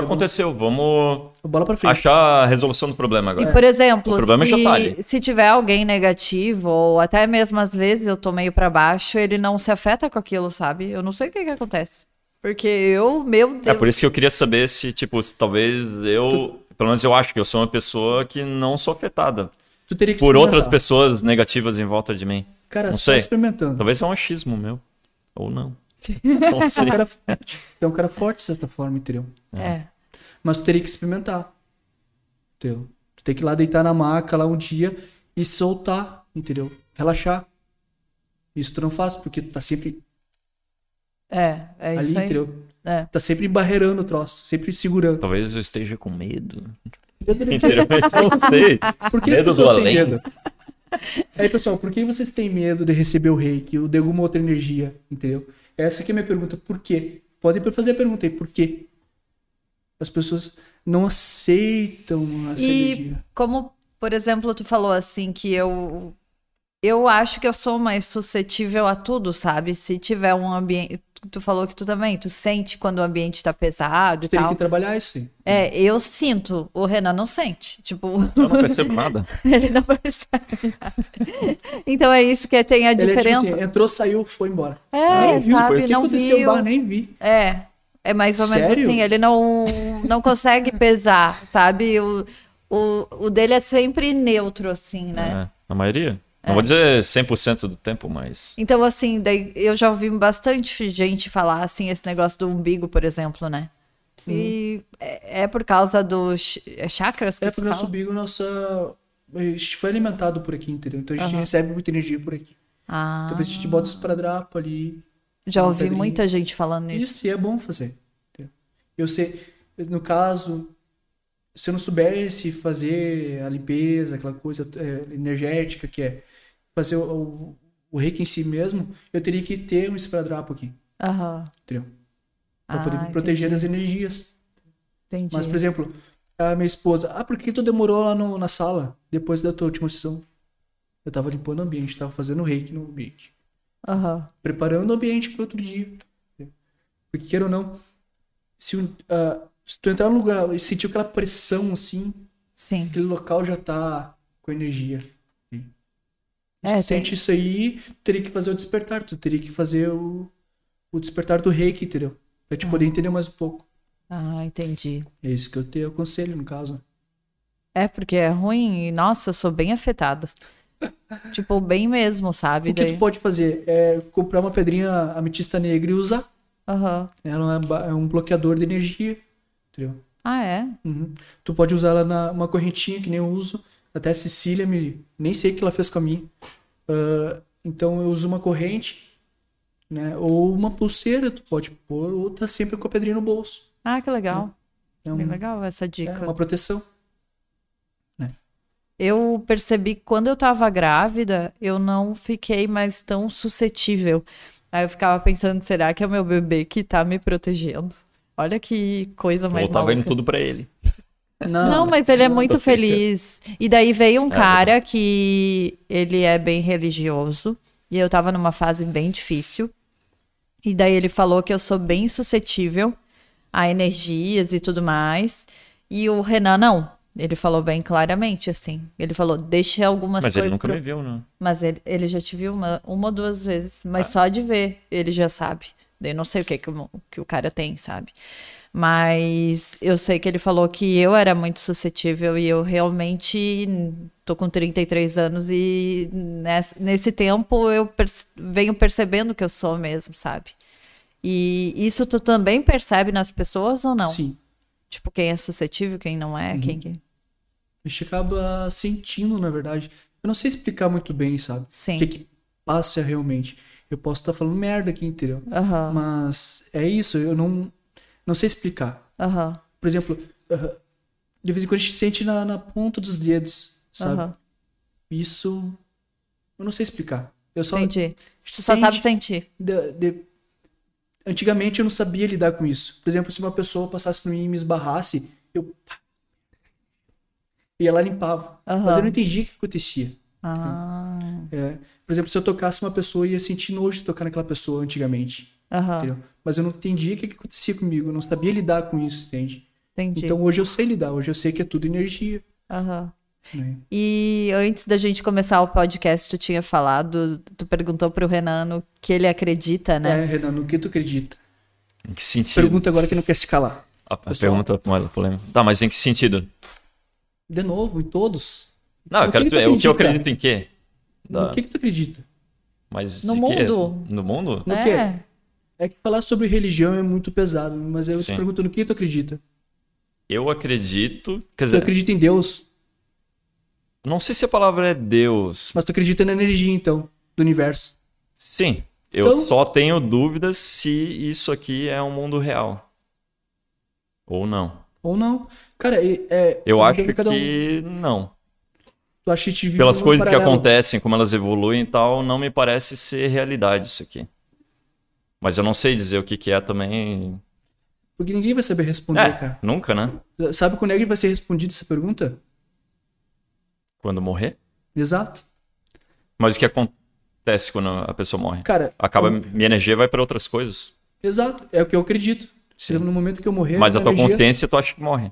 Speaker 3: já aconteceu, vamos
Speaker 2: Bola pra frente.
Speaker 3: achar a resolução do problema
Speaker 1: E,
Speaker 3: agora.
Speaker 1: por exemplo,
Speaker 3: É. O problema já
Speaker 1: se,
Speaker 3: tá ali.
Speaker 1: se tiver alguém negativo, ou até mesmo às vezes eu tô meio pra baixo, ele não se afeta com aquilo, sabe? Eu não sei o que que acontece. Porque eu, meu Deus.
Speaker 3: É por isso que eu queria saber se, tipo, se talvez eu. Pelo menos eu acho que eu sou uma pessoa que não sou afetada
Speaker 2: Tu teria que
Speaker 3: por outras
Speaker 2: experimentar.
Speaker 3: pessoas negativas em volta de mim.
Speaker 2: Cara,
Speaker 3: não
Speaker 2: só
Speaker 3: sei.
Speaker 2: experimentando.
Speaker 3: Talvez é um achismo meu. Ou não. Não sei.
Speaker 2: Tu é um cara forte. Tu é um cara forte de certa forma, entendeu?
Speaker 1: É.
Speaker 2: Mas tu teria que experimentar. Entendeu? Tu tem que ir lá deitar na maca lá um dia e soltar, entendeu? Relaxar. Isso tu não faz, porque tu tá sempre
Speaker 1: É, é
Speaker 2: ali,
Speaker 1: isso aí.
Speaker 2: entendeu?
Speaker 1: É.
Speaker 2: Tá sempre embarreirando o troço, sempre segurando.
Speaker 3: Talvez eu esteja com medo. Entendeu? Mas não sei.
Speaker 2: Por que
Speaker 3: Tá
Speaker 2: as
Speaker 3: Medo do
Speaker 2: pessoas têm
Speaker 3: além?
Speaker 2: medo? Aí, pessoal, por que vocês têm medo de receber o reiki ou de alguma outra energia, entendeu? Essa que é a minha pergunta. Por quê? Podem fazer a pergunta aí, por quê? As pessoas não aceitam essa
Speaker 1: E
Speaker 2: energia.
Speaker 1: como, por exemplo, tu falou assim que eu eu acho que eu sou mais suscetível a tudo, sabe? Se tiver um ambiente, tu falou que tu também, tu sente quando o ambiente tá pesado e
Speaker 2: Teria
Speaker 1: tal.
Speaker 2: que trabalhar isso aí.
Speaker 1: É, eu sinto, o Renan não sente. Tipo,
Speaker 3: Eu não percebo nada.
Speaker 1: ele não percebe. nada. então é isso que tem a
Speaker 2: Ele é tipo
Speaker 1: diferença.
Speaker 2: assim, entrou, saiu, foi embora.
Speaker 1: É,
Speaker 3: Não viu,
Speaker 1: sabe,
Speaker 3: parece que
Speaker 1: não
Speaker 2: aconteceu,
Speaker 1: viu.
Speaker 2: bah, nem vi.
Speaker 1: É, é mais ou menos
Speaker 2: né? Sério?
Speaker 1: assim. Ele não, não consegue pesar, sabe? O, o, o dele é sempre neutro, assim, né?
Speaker 3: É, na maioria. Não vou dizer 100% do tempo, mas.
Speaker 1: Então, assim, daí eu já ouvi bastante gente falar, assim, esse negócio do umbigo, por exemplo, né? E é, é por causa dos é chakras que
Speaker 2: Uhum. É
Speaker 1: se
Speaker 2: porque nosso
Speaker 1: fala?
Speaker 2: umbigo, nossa. A gente foi alimentado por aqui, entendeu? Então a gente recebe muita energia por aqui.
Speaker 1: Ah,
Speaker 2: Talvez a gente bota os paradrapos ali.
Speaker 1: já
Speaker 2: uma
Speaker 1: ouvi
Speaker 2: pedrinha.
Speaker 1: muita gente falando isso.
Speaker 2: Isso e é bom fazer. entendeu? Eu sei, no caso, se eu não soubesse fazer a limpeza, aquela coisa é, energética que é fazer o, o, o reiki em si mesmo, eu teria que ter um esparadrapo aqui,
Speaker 1: Aham,
Speaker 2: entendeu? Pra
Speaker 1: Ah,
Speaker 2: poder me proteger das energias.
Speaker 1: entendi.
Speaker 2: Mas, por exemplo, a minha esposa, ah, por que tu demorou lá no- na sala depois da tua última sessão? Eu tava limpando o ambiente, tava fazendo reiki no ambiente,
Speaker 1: Aham,
Speaker 2: preparando o ambiente para outro dia. Porque queira ou não, se, um- ah, se tu entrar num lugar e sentir aquela pressão assim,
Speaker 1: sim.
Speaker 2: aquele local já tá com energia.
Speaker 1: É,
Speaker 2: Se tu
Speaker 1: tem-
Speaker 2: sente isso aí, tu teria que fazer o despertar, tu teria que fazer o, o despertar do reiki, entendeu? Pra te poder entender mais um pouco.
Speaker 1: Ah, entendi.
Speaker 2: É isso que eu te aconselho, no caso.
Speaker 1: É, porque é ruim e, nossa, eu sou bem afetada. tipo, bem mesmo, sabe?
Speaker 2: O que
Speaker 1: Daí-
Speaker 2: tu pode fazer é comprar uma pedrinha ametista negra e usar.
Speaker 1: Aham.
Speaker 2: Ela é um ba- é um bloqueador de energia, entendeu?
Speaker 1: Ah, é?
Speaker 2: Uhum. Tu pode usar ela na uma correntinha que nem eu uso. Até a Cecília me nem sei o que ela fez com a minha. Ah, Então eu uso uma corrente, né? Ou uma pulseira tu pode pôr, ou tá sempre com a pedrinha no bolso.
Speaker 1: Ah, que legal.
Speaker 2: É, um-
Speaker 1: Bem legal essa
Speaker 2: é
Speaker 1: dica.
Speaker 2: uma proteção.
Speaker 1: Eu percebi que quando eu tava grávida, eu não fiquei mais tão suscetível. Aí eu ficava pensando, será que é o meu bebê que tá me protegendo? Olha que coisa mais
Speaker 3: Voltava indo
Speaker 1: maluca.
Speaker 3: tudo pra ele.
Speaker 1: Não, mas ele é muito
Speaker 3: fica.
Speaker 1: feliz. E daí veio
Speaker 3: É.
Speaker 1: um cara que ele é bem religioso e eu tava numa fase bem difícil. E daí ele falou que eu sou bem suscetível a energias e tudo mais. E o Renan não. Ele falou bem claramente assim. Ele falou: "Deixa algumas
Speaker 3: Mas
Speaker 1: coisas
Speaker 3: ele nunca
Speaker 1: pro-
Speaker 3: me viu, né?
Speaker 1: mas ele, ele já te viu uma, uma ou duas vezes, mas só de ver ele já sabe. Daí não sei o que, que, o, mo- que o cara tem, sabe? Mas eu sei que ele falou que eu era muito suscetível e eu realmente hum, tô com 33 anos e nesse, nesse tempo eu perce- venho percebendo que eu sou mesmo, sabe? E isso tu também percebe nas pessoas ou não?
Speaker 2: Sim. Uhum.
Speaker 1: Tipo, quem é suscetível, quem não é, quem que...
Speaker 2: A gente acaba sentindo, na verdade. Eu não sei explicar muito bem, sabe?
Speaker 1: Sim.
Speaker 2: O que, que passa realmente. Eu posso estar falando merda aqui, entendeu?
Speaker 1: Aham,
Speaker 2: Mas é isso, eu não, não sei explicar.
Speaker 1: aham,
Speaker 2: Por exemplo, ah, de vez em quando a gente sente na, na ponta dos dedos, sabe?
Speaker 1: aham.
Speaker 2: Isso eu não sei explicar. Eu só
Speaker 1: Entendi. Tu só sabe sentir.
Speaker 2: da- de- Antigamente eu não sabia lidar com isso. Por exemplo, se uma pessoa passasse por mim e me esbarrasse, eu ia lá e limpava.
Speaker 1: Aham.
Speaker 2: Mas eu não entendia o que acontecia.
Speaker 1: Ah,
Speaker 2: É, por exemplo, se eu tocasse uma pessoa, eu ia sentir nojo de tocar naquela pessoa antigamente.
Speaker 1: aham,
Speaker 2: entendeu? Mas eu não entendia o que que acontecia comigo, eu não sabia lidar com isso, entende?
Speaker 1: entendi.
Speaker 2: Então hoje eu sei lidar, hoje eu sei que é tudo energia.
Speaker 1: Aham.
Speaker 2: né?
Speaker 1: E antes da gente começar o podcast, tu tinha falado, tu perguntou pro Renan no que ele acredita, né?
Speaker 2: É, Renan, no que tu acredita?
Speaker 3: Em que sentido?
Speaker 2: Pergunta agora que não quer se calar.
Speaker 3: A, a pergunta mais polêmica. Tá, mas em que sentido?
Speaker 2: De novo, em todos.
Speaker 3: Não, eu
Speaker 2: No
Speaker 3: quero
Speaker 2: que tu
Speaker 3: saber, o que eu
Speaker 2: acredita?
Speaker 3: acredito em quê? Tá.
Speaker 2: No que, que tu acredita?
Speaker 3: Mas
Speaker 1: No
Speaker 3: de quê?
Speaker 1: mundo.
Speaker 3: assim? No mundo?
Speaker 2: No
Speaker 1: É.
Speaker 2: quê? É que falar sobre religião é muito pesado, mas eu te
Speaker 3: Sim.
Speaker 2: pergunto no que tu acredita?
Speaker 3: Eu acredito. Quer
Speaker 2: Tu
Speaker 3: dizer,
Speaker 2: acredita em Deus,
Speaker 3: não sei se a palavra é Deus.
Speaker 2: mas tu acredita na energia, então, do universo.
Speaker 3: Sim. Eu
Speaker 2: Então-
Speaker 3: só tenho dúvidas se isso aqui é um mundo real. Ou não.
Speaker 2: Ou não. Cara, é. é-
Speaker 3: Eu acho
Speaker 2: cada um-
Speaker 3: que não.
Speaker 2: Tu acha que te vive
Speaker 3: Pelas
Speaker 2: num
Speaker 3: coisas que
Speaker 2: paralelo.
Speaker 3: acontecem, como elas evoluem e tal, não me parece ser realidade isso aqui. Mas eu não sei dizer o que, que é também.
Speaker 2: Porque ninguém vai saber responder,
Speaker 3: É,
Speaker 2: cara.
Speaker 3: nunca, né?
Speaker 2: Sabe quando é que vai ser respondida essa pergunta?
Speaker 3: Quando morrer.
Speaker 2: Exato.
Speaker 3: Mas o que acontece quando a pessoa morre?
Speaker 2: Cara,
Speaker 3: Acaba, minha energia vai pra outras coisas.
Speaker 2: Exato, é o que eu acredito. Se
Speaker 3: Sim.
Speaker 2: No momento que eu morrer,
Speaker 3: Mas a
Speaker 2: minha
Speaker 3: tua
Speaker 2: energia-
Speaker 3: consciência, tu acha que morre.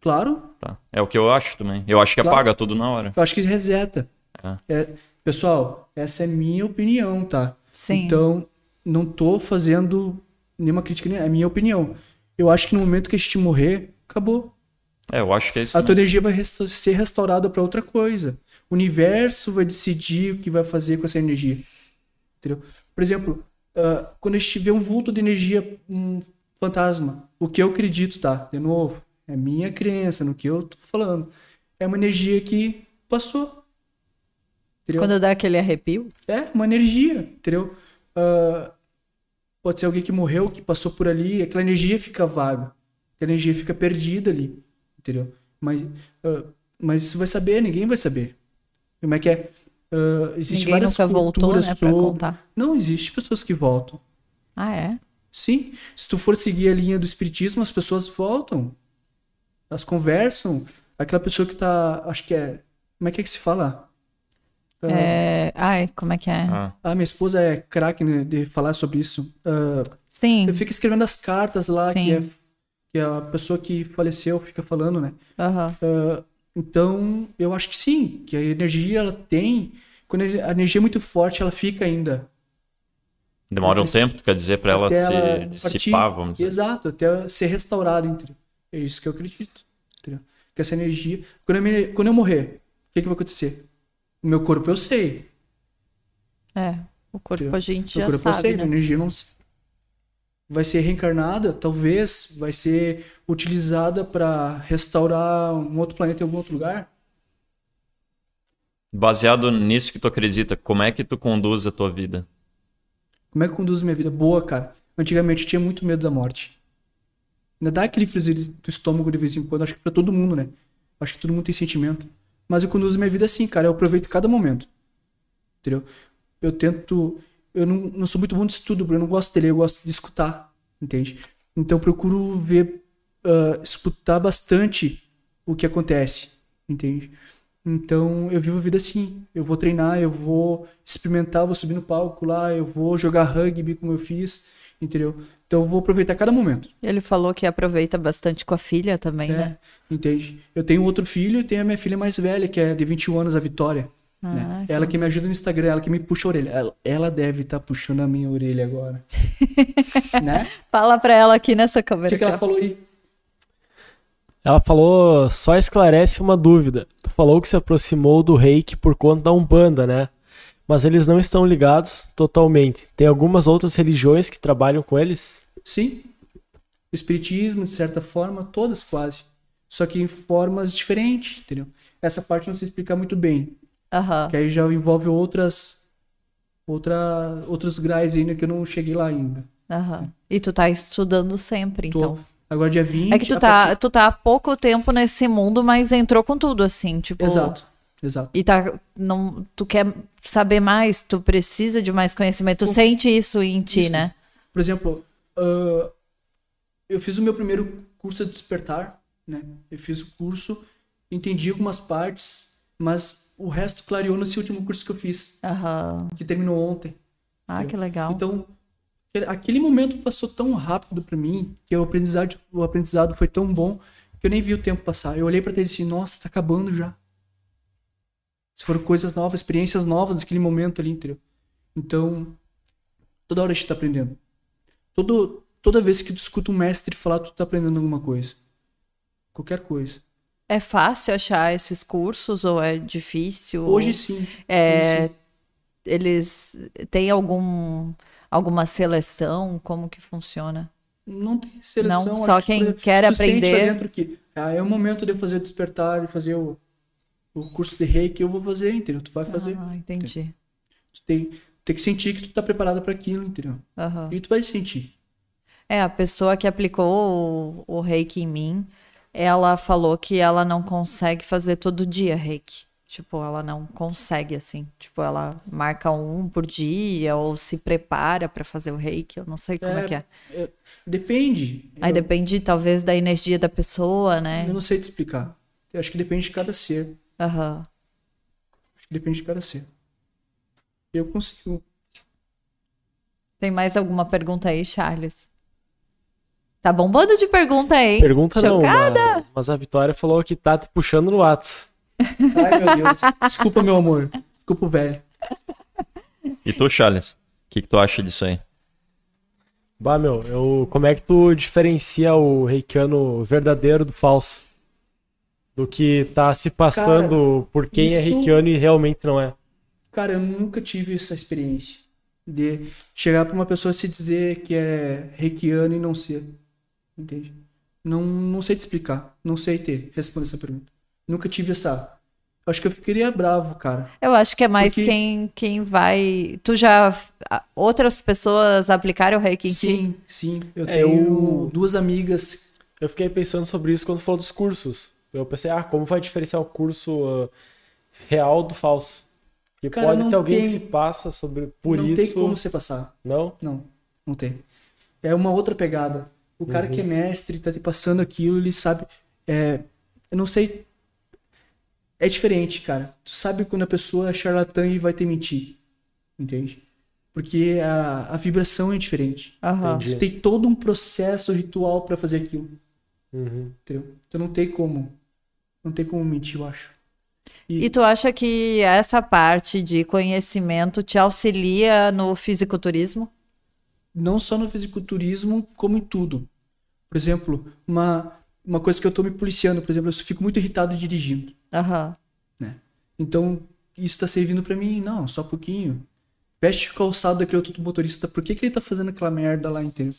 Speaker 2: Claro,
Speaker 3: Tá. É o que eu acho também. Eu acho que
Speaker 2: Claro.
Speaker 3: apaga tudo na hora.
Speaker 2: eu acho que reseta.
Speaker 3: Ah.
Speaker 2: É, pessoal, essa é minha opinião, tá?
Speaker 1: Sim.
Speaker 2: Então, não tô fazendo nenhuma crítica, nem- é minha opinião. Eu acho que no momento que a gente morrer, acabou.
Speaker 3: É, eu acho que é isso.
Speaker 2: A tua
Speaker 3: mesmo.
Speaker 2: energia vai resta- ser restaurada para outra coisa. O universo vai decidir o que vai fazer com essa energia. Entendeu? Por exemplo, ah, quando a gente vê um vulto de energia, um fantasma, o que eu acredito, tá? De novo, é minha crença no que eu tô falando. É uma energia que passou. Entendeu?
Speaker 1: Quando dá aquele arrepio?
Speaker 2: É uma energia, entendeu? Ah, pode ser alguém que morreu, que passou por ali, aquela energia fica vaga, aquela energia fica perdida ali, entendeu? Mas, ah, mas isso vai saber, ninguém vai saber. Como é que é? Ah, existe
Speaker 1: Ninguém
Speaker 2: várias
Speaker 1: nunca voltou,
Speaker 2: culturas
Speaker 1: né, pra
Speaker 2: sobre-
Speaker 1: contar.
Speaker 2: Não existe pessoas que voltam.
Speaker 1: Ah, é?
Speaker 2: Sim, se tu for seguir a linha do espiritismo, as pessoas voltam. Elas conversam. Aquela pessoa que tá, acho que é, como é que é que se fala? Ah,
Speaker 1: É, Ai, como é que é?
Speaker 3: Ah.
Speaker 2: ah, minha esposa é craque né, de falar sobre isso. Ah,
Speaker 1: Sim.
Speaker 2: eu fico escrevendo as cartas lá, que
Speaker 1: Sim.
Speaker 2: é, que a pessoa que faleceu fica falando, né?
Speaker 1: Aham.
Speaker 2: Ah, então, eu acho que sim, que a energia ela tem. Quando a energia é muito forte, ela fica ainda.
Speaker 3: Demora um tempo, tu quer dizer, pra ela se
Speaker 2: até ela
Speaker 3: dissipar,
Speaker 2: partir.
Speaker 3: vamos dizer.
Speaker 2: Exato, até ser restaurada. Entendeu? É isso que eu acredito. Entendeu? Que essa energia. Quando eu, me- quando eu morrer, o que, que vai acontecer? O meu corpo eu sei.
Speaker 1: É. O corpo
Speaker 2: Entendeu?
Speaker 1: a gente
Speaker 2: Meu
Speaker 1: já
Speaker 2: corpo é eu sei,
Speaker 1: sabe,
Speaker 2: minha
Speaker 1: né?
Speaker 2: energia eu não sei. Vai ser reencarnada, talvez, vai ser utilizada para restaurar um outro planeta em algum outro lugar.
Speaker 3: Baseado nisso que tu acredita, como é que tu conduz a tua vida?
Speaker 2: Como é que eu conduzo minha vida? Boa, cara. Antigamente eu tinha muito medo da morte. Ainda dá aquele friozinho do estômago de vez em quando, acho que pra todo mundo, né? Acho que todo mundo tem sentimento. Mas eu conduzo minha vida assim, cara. Eu aproveito cada momento. Entendeu? Eu tento. Eu não, não sou muito bom de estudo, porque eu não gosto de ler, eu gosto de escutar. Entende? Então eu procuro ver. ah, escutar bastante o que acontece. Entende? Então eu vivo a vida assim. Eu vou treinar, eu vou experimentar, vou subir no palco lá, eu vou jogar rugby como eu fiz. Entendeu? Então eu vou aproveitar cada momento.
Speaker 1: Ele falou que aproveita bastante com a filha também, né?
Speaker 2: É, entende? Eu tenho outro filho e tenho a minha filha mais velha, que é de 21 anos, a Vitória.
Speaker 1: Ah,
Speaker 2: né? Ela que me ajuda no Instagram, ela que me puxa a orelha. Ela, ela deve estar puxando a minha orelha agora. né?
Speaker 1: Fala pra ela aqui nessa
Speaker 2: O
Speaker 1: câmera.
Speaker 2: que, que ela
Speaker 1: aqui, ó.
Speaker 2: falou aí?
Speaker 4: Ela falou, só esclarece uma dúvida. Tu falou que se aproximou do reiki por conta da Umbanda, né? Mas eles não estão ligados totalmente. Tem algumas outras religiões que trabalham com eles?
Speaker 2: Sim. O espiritismo, de certa forma, todas quase. Só que em formas diferentes, entendeu? Essa parte não se explica muito bem.
Speaker 1: Aham.
Speaker 2: Que aí já envolve outras. Outra, outros graus ainda que eu não cheguei lá ainda.
Speaker 1: Aham. E tu tá estudando sempre,
Speaker 2: Tô-
Speaker 1: então.
Speaker 2: Agora dia 20.
Speaker 1: É que tu
Speaker 2: a
Speaker 1: tá,
Speaker 2: partir-
Speaker 1: tu tá há pouco tempo nesse mundo, mas entrou com tudo, assim, tipo.
Speaker 2: Exato, exato.
Speaker 1: E tá, não, tu quer saber mais, tu precisa de mais conhecimento, tu sente isso em ti,
Speaker 2: Isso.
Speaker 1: né?
Speaker 2: Por exemplo, ah, eu fiz o meu primeiro curso de despertar, né? Eu fiz o curso, entendi algumas partes, mas o resto clareou nesse último curso que eu fiz,
Speaker 1: Aham.
Speaker 2: que terminou ontem.
Speaker 1: Ah, que legal.
Speaker 2: Então, aquele- aquele momento passou tão rápido para mim, que o aprendizado, o aprendizado foi tão bom, que eu nem vi o tempo passar. Eu olhei para ele e disse, nossa, tá acabando já. Se foram coisas novas, experiências novas naquele momento ali, entendeu? Então, toda hora a gente tá aprendendo. Todo, toda vez que tu escuta um mestre falar, tu tá aprendendo alguma coisa. Qualquer coisa.
Speaker 1: É fácil achar esses cursos ou é difícil?
Speaker 2: Hoje
Speaker 1: Ou
Speaker 2: sim.
Speaker 1: É,
Speaker 2: hoje sim.
Speaker 1: Eles têm algum, alguma seleção? Como que funciona?
Speaker 2: Não tem seleção.
Speaker 1: Não,
Speaker 2: acho
Speaker 1: só
Speaker 2: que, por
Speaker 1: quem
Speaker 2: exemplo,
Speaker 1: quer
Speaker 2: se tu sente lá
Speaker 1: aprender.
Speaker 2: dentro que ah, é o momento de eu fazer o despertar, de fazer o, o curso de reiki, eu vou fazer, entendeu? Tu vai fazer.
Speaker 1: Ah, entendi.
Speaker 2: Tu tem, tem que sentir que tu tá preparado para aquilo, entendeu?
Speaker 1: Aham.
Speaker 2: E tu vai sentir.
Speaker 1: É, a pessoa que aplicou o, o reiki em mim, ela falou que ela não consegue fazer todo dia reiki. Tipo, ela não consegue, assim. Tipo, ela marca um por dia ou se prepara pra fazer o reiki. Eu não sei como é, que é.
Speaker 2: é, depende.
Speaker 1: Aí
Speaker 2: eu,
Speaker 1: depende, talvez, da energia da pessoa,
Speaker 2: eu
Speaker 1: né?
Speaker 2: não sei te explicar. Eu acho que depende de cada ser.
Speaker 1: Aham.
Speaker 2: Acho que depende de cada ser. Eu consigo.
Speaker 1: Tem mais alguma pergunta aí, Charles? Tá bombando de pergunta, hein?
Speaker 4: Pergunta não,
Speaker 1: Chocada.
Speaker 4: mas, mas a Vitória falou que tá te puxando no Whats.
Speaker 2: Ai, meu Deus. Desculpa, meu amor. Desculpa, o velho.
Speaker 3: E tu, Charles, o que, que tu acha disso aí?
Speaker 4: Bah, meu, eu, como é que tu diferencia o reikiano verdadeiro do falso? Do que tá se passando por quem é
Speaker 2: isso-
Speaker 4: reikiano e realmente não é.
Speaker 2: Cara, eu nunca tive essa experiência de chegar pra uma pessoa e se dizer que é reikiano e não ser. Entende? Não, não sei te explicar. Não sei ter. Responda essa pergunta. Nunca tive essa. Acho que eu ficaria bravo, cara.
Speaker 1: Eu acho que é mais
Speaker 2: Porque-
Speaker 1: quem, quem vai. Tu já. a- Outras pessoas aplicaram o reiki em ti?
Speaker 2: Sim, sim. Eu
Speaker 4: É,
Speaker 2: tenho
Speaker 4: eu-
Speaker 2: duas amigas.
Speaker 4: Eu fiquei pensando sobre isso quando falou dos cursos. Eu pensei, ah, como vai diferenciar o curso ah, real do falso? Porque
Speaker 2: Cara,
Speaker 4: pode
Speaker 2: não
Speaker 4: ter alguém
Speaker 2: tem-
Speaker 4: que se passa sobre por
Speaker 2: não
Speaker 4: isso.
Speaker 2: tem como você passar.
Speaker 4: Não?
Speaker 2: Não, não tem. É uma outra pegada. O cara que é mestre, tá te passando aquilo, ele sabe. É, eu não sei. É diferente, cara. Tu sabe quando a pessoa é charlatã e vai te mentir. Entende? Porque a, a vibração é diferente.
Speaker 1: Aham.
Speaker 4: Entendi.
Speaker 2: Tu tem todo um processo ritual pra fazer aquilo.
Speaker 4: Uhum.
Speaker 2: Entendeu? Então não tem como. Não tem como mentir, eu acho.
Speaker 1: E tu acha que essa parte de conhecimento te auxilia no fisiculturismo?
Speaker 2: não só no fisiculturismo, como em tudo. Por exemplo, uma, uma coisa que eu tô me policiando, por exemplo, eu fico muito irritado dirigindo,
Speaker 1: Aham.
Speaker 2: né? Então, isso tá servindo para mim, não, só um pouquinho. Veste o calçado daquele outro motorista, por que que ele tá fazendo aquela merda lá inteiro?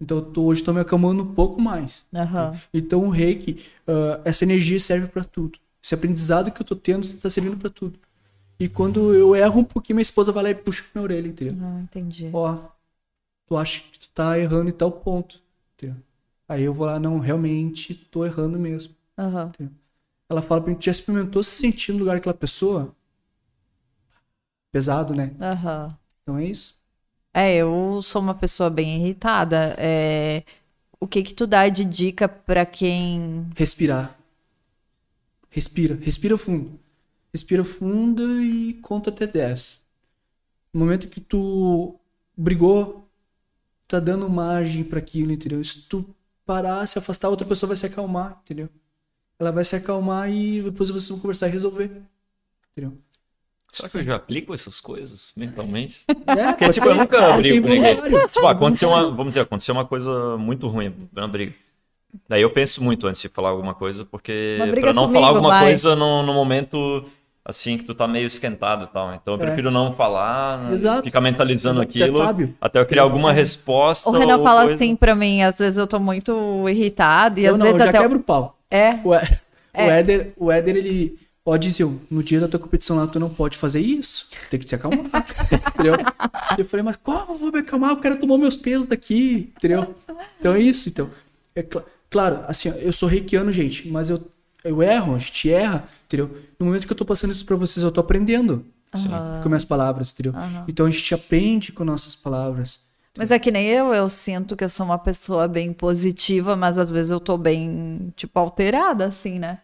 Speaker 2: Então, eu tô, hoje tô me acalmando um pouco mais.
Speaker 1: Aham.
Speaker 2: Então, o reiki, ah, essa energia serve para tudo. Esse aprendizado que eu tô tendo tá servindo para tudo. E quando eu erro um pouquinho, minha esposa vai lá e puxa minha orelha, entendeu?
Speaker 1: Não, entendi.
Speaker 2: Ó, tu acha que tu tá errando em tal ponto, entendeu? Aí eu vou lá, não, realmente tô errando mesmo.
Speaker 1: Aham.
Speaker 2: Ela fala pra mim, tu já experimentou se sentir no lugar daquela pessoa? Pesado, né?
Speaker 1: Aham.
Speaker 2: Então é isso.
Speaker 1: É, eu sou uma pessoa bem irritada. É, o que que tu dá de dica pra quem.
Speaker 2: Respirar. Respira, respira fundo. Respira fundo e conta até 10. No momento que tu brigou, tá dando margem pra aquilo, entendeu? Se tu parar, se afastar, a outra pessoa vai se acalmar, entendeu? Ela vai se acalmar e depois vocês vão conversar e resolver. Entendeu?
Speaker 3: Será que eu já aplico essas coisas mentalmente?
Speaker 2: É,
Speaker 3: Porque,
Speaker 2: pode
Speaker 3: tipo, eu
Speaker 2: ser.
Speaker 3: nunca
Speaker 2: É
Speaker 3: brigo com ninguém.
Speaker 2: involuntário.
Speaker 3: Tipo, aconteceu uma, vamos dizer, aconteceu uma coisa muito ruim na briga. Daí eu penso muito antes de falar alguma coisa, porque
Speaker 1: Uma briga
Speaker 3: pra não
Speaker 1: comigo,
Speaker 3: falar alguma
Speaker 1: vai.
Speaker 3: coisa no, no momento assim que tu tá meio esquentado e tal. Então eu
Speaker 2: É.
Speaker 3: prefiro não falar, né,
Speaker 2: Exato.
Speaker 3: ficar mentalizando
Speaker 2: Tu é
Speaker 3: aquilo
Speaker 2: sábio.
Speaker 3: até eu criar alguma resposta.
Speaker 1: O Renan
Speaker 3: ou
Speaker 1: fala
Speaker 3: coisa.
Speaker 1: assim pra mim, às vezes eu tô muito irritada e às
Speaker 2: Eu não, eu
Speaker 1: vezes
Speaker 2: já
Speaker 1: até.
Speaker 2: quebro o pau.
Speaker 1: É,
Speaker 2: O, E- o Éder, o Éder, ele. Ó, Dizil, no dia da tua competição lá, tu não pode fazer isso. Tem que te acalmar. entendeu? Eu falei, mas como eu vou me acalmar? O cara tomou meus pesos daqui, entendeu? Então é isso. Então, é cla- claro, assim, ó, eu sou reikiano, gente, mas eu, eu erro, a gente erra, entendeu? No momento que eu tô passando isso pra vocês, eu tô aprendendo assim, com minhas palavras, entendeu? Então a gente aprende com nossas palavras.
Speaker 1: Mas é que nem eu, eu sinto que eu sou uma pessoa bem positiva, mas às vezes eu tô bem, tipo, alterada, assim, né?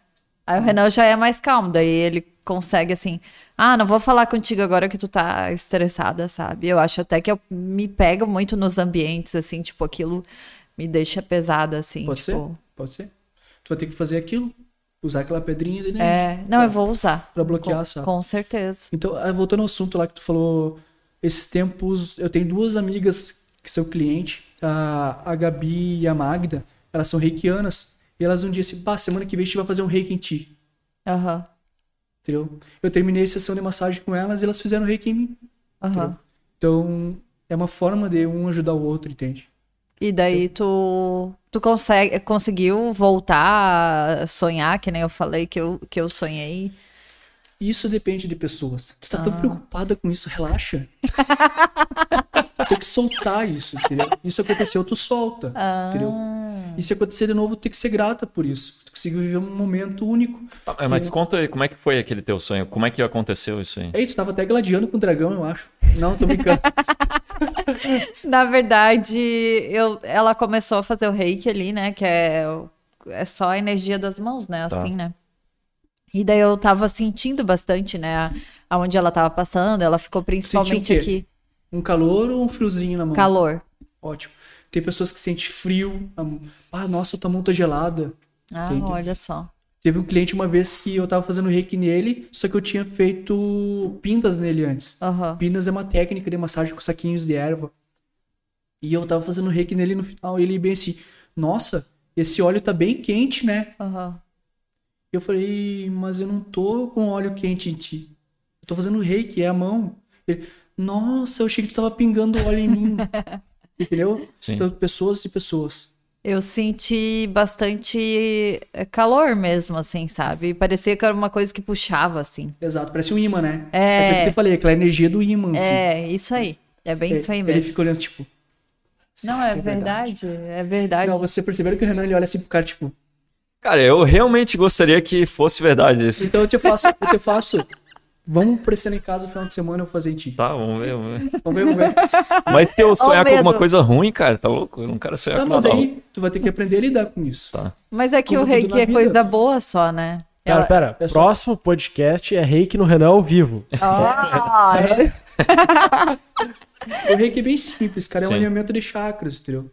Speaker 1: Aí o
Speaker 2: Uhum.
Speaker 1: Renan já é mais calmo, daí ele consegue, assim, ah, não vou falar contigo agora que tu tá estressada, sabe? Eu acho até que eu me pego muito nos ambientes, assim, tipo, aquilo me deixa pesada, assim,
Speaker 2: Pode
Speaker 1: tipo.
Speaker 2: ser? Pode ser. Tu vai ter que fazer aquilo, usar aquela pedrinha dele.
Speaker 1: É, não, eu vou usar.
Speaker 2: Tá. Pra bloquear,
Speaker 1: com,
Speaker 2: sabe?
Speaker 1: Com certeza.
Speaker 2: Então, ah, voltando ao assunto lá que tu falou, esses tempos, eu tenho duas amigas que são cliente, a, a Gabi e a Magda, elas são reikianas, e elas um dia assim, pá, semana que vem a gente vai fazer um reiki em ti,
Speaker 1: Aham,
Speaker 2: entendeu? Eu terminei a sessão de massagem com elas e elas fizeram reiki em mim.
Speaker 1: aham.
Speaker 2: Então, é uma forma de um ajudar o outro, entende?
Speaker 1: E daí tu, tu consegue, conseguiu voltar a sonhar, que nem eu falei que eu, que eu sonhei.
Speaker 2: Isso depende de pessoas. Tu tá tão preocupada com isso, relaxa. tem que soltar isso, entendeu? Isso aconteceu, tu solta, entendeu? E se acontecer de novo, tem que ser grata por isso. Tu conseguiu viver um momento único.
Speaker 3: Tá, é, mas conta aí, como é que foi aquele teu sonho? Como é que aconteceu isso aí?
Speaker 2: Ei, tu tava até gladiando com o dragão, eu acho. Não, tô brincando.
Speaker 1: Na verdade, eu, ela começou a fazer o reiki ali, né? Que é, o- é só a energia das mãos, né?
Speaker 3: Tá.
Speaker 1: Assim, né? E daí eu tava sentindo bastante, né? a- Aonde ela tava passando, ela ficou principalmente
Speaker 2: quê?
Speaker 1: aqui.
Speaker 2: Um calor ou um friozinho na mão?
Speaker 1: Calor.
Speaker 2: Ótimo. Tem pessoas que sentem frio. a mão- Ah, nossa, tua mão tá gelada.
Speaker 1: Ah,
Speaker 2: Entendi.
Speaker 1: olha só.
Speaker 2: Teve um cliente uma vez que eu tava fazendo reiki nele, só que eu tinha feito pintas nele antes.
Speaker 1: Aham.
Speaker 2: Pinas é uma técnica de massagem com saquinhos de erva. E eu tava fazendo reiki nele no final, ele bem assim, nossa, esse óleo tá bem quente, né?
Speaker 1: Aham.
Speaker 2: E eu falei, mas eu não tô com óleo quente em ti. Eu tô fazendo reiki, é a mão. Ele, nossa, eu achei que tu tava pingando óleo em mim. Entendeu?
Speaker 3: Sim.
Speaker 2: Então, pessoas e pessoas.
Speaker 1: Eu senti bastante eh, calor mesmo, assim, sabe? Parecia que era uma coisa que puxava, assim.
Speaker 2: Exato, parece um imã, né?
Speaker 1: É.
Speaker 2: Aquilo que eu te falei, aquela energia do imã. assim.
Speaker 1: É, isso aí. É bem isso aí
Speaker 2: Ele
Speaker 1: mesmo.
Speaker 2: fica olhando, tipo...
Speaker 1: Não,
Speaker 2: "Será
Speaker 1: é
Speaker 2: que
Speaker 1: verdade, é verdade.
Speaker 2: Não, vocês perceberam que o Renan, ele olha assim pro cara, tipo...
Speaker 3: Cara, eu realmente gostaria que fosse verdade isso.
Speaker 2: Então eu te faço, eu te faço. Vamos pra cena em casa no final de semana eu vou fazer em ti. Então,
Speaker 3: Tá, vamos ver, vamos ver.
Speaker 2: Vamos ver, vamos ver.
Speaker 3: Mas se eu sonhar com
Speaker 1: medo.
Speaker 3: alguma coisa ruim, cara, tá louco? Eu não quero sonhar
Speaker 2: Tá,
Speaker 3: com
Speaker 2: mas
Speaker 3: nada ruim.
Speaker 2: aí tu vai ter que aprender a lidar com isso.
Speaker 3: Tá.
Speaker 1: Mas é que
Speaker 2: Como
Speaker 1: o
Speaker 2: tudo
Speaker 1: reiki
Speaker 2: na
Speaker 1: é
Speaker 2: vida.
Speaker 1: coisa boa só, né?
Speaker 4: Cara,
Speaker 1: Ela-
Speaker 4: pera,
Speaker 2: é só-
Speaker 4: próximo podcast é reiki no Renan ao vivo.
Speaker 1: Ah, é.
Speaker 2: O reiki é bem simples, cara. É um
Speaker 3: Sim.
Speaker 2: alinhamento de chakras, entendeu?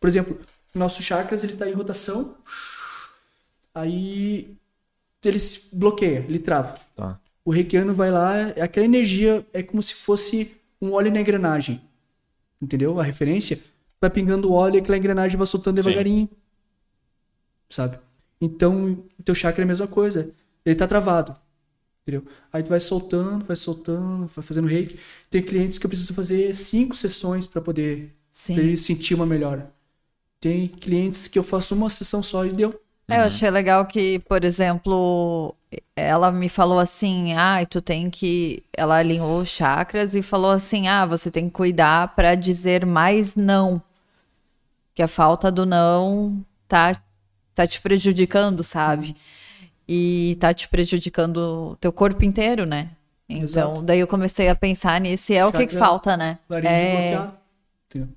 Speaker 2: Por exemplo, o nosso chakras, ele tá em rotação. Aí ele se bloqueia, ele trava.
Speaker 3: Tá.
Speaker 2: O reikiano vai lá, é aquela energia é como se fosse um óleo na engrenagem. Entendeu? A referência vai pingando o óleo e aquela engrenagem vai soltando
Speaker 3: Sim.
Speaker 2: devagarinho. Sabe? Então, o teu chakra é a mesma coisa. Ele tá travado. Entendeu? Aí tu vai soltando, vai soltando, vai fazendo reiki. Tem clientes que eu preciso fazer cinco sessões para poder pra
Speaker 1: Sim.
Speaker 2: ele sentir uma melhora. Tem clientes que eu faço uma sessão só e deu.
Speaker 1: É, eu achei legal que, por exemplo, ela me falou assim: ah, tu tem que. Ela alinhou os chakras e falou assim: ah, você tem que cuidar para dizer mais não. Que a falta do não tá, tá te prejudicando, sabe? E tá te prejudicando o teu corpo inteiro, né? Então,
Speaker 2: Exato.
Speaker 1: daí eu comecei a pensar nisso e é o que, que
Speaker 2: Chakra
Speaker 1: falta, né?
Speaker 2: Laringe
Speaker 1: É,
Speaker 2: bloqueado. Entendeu?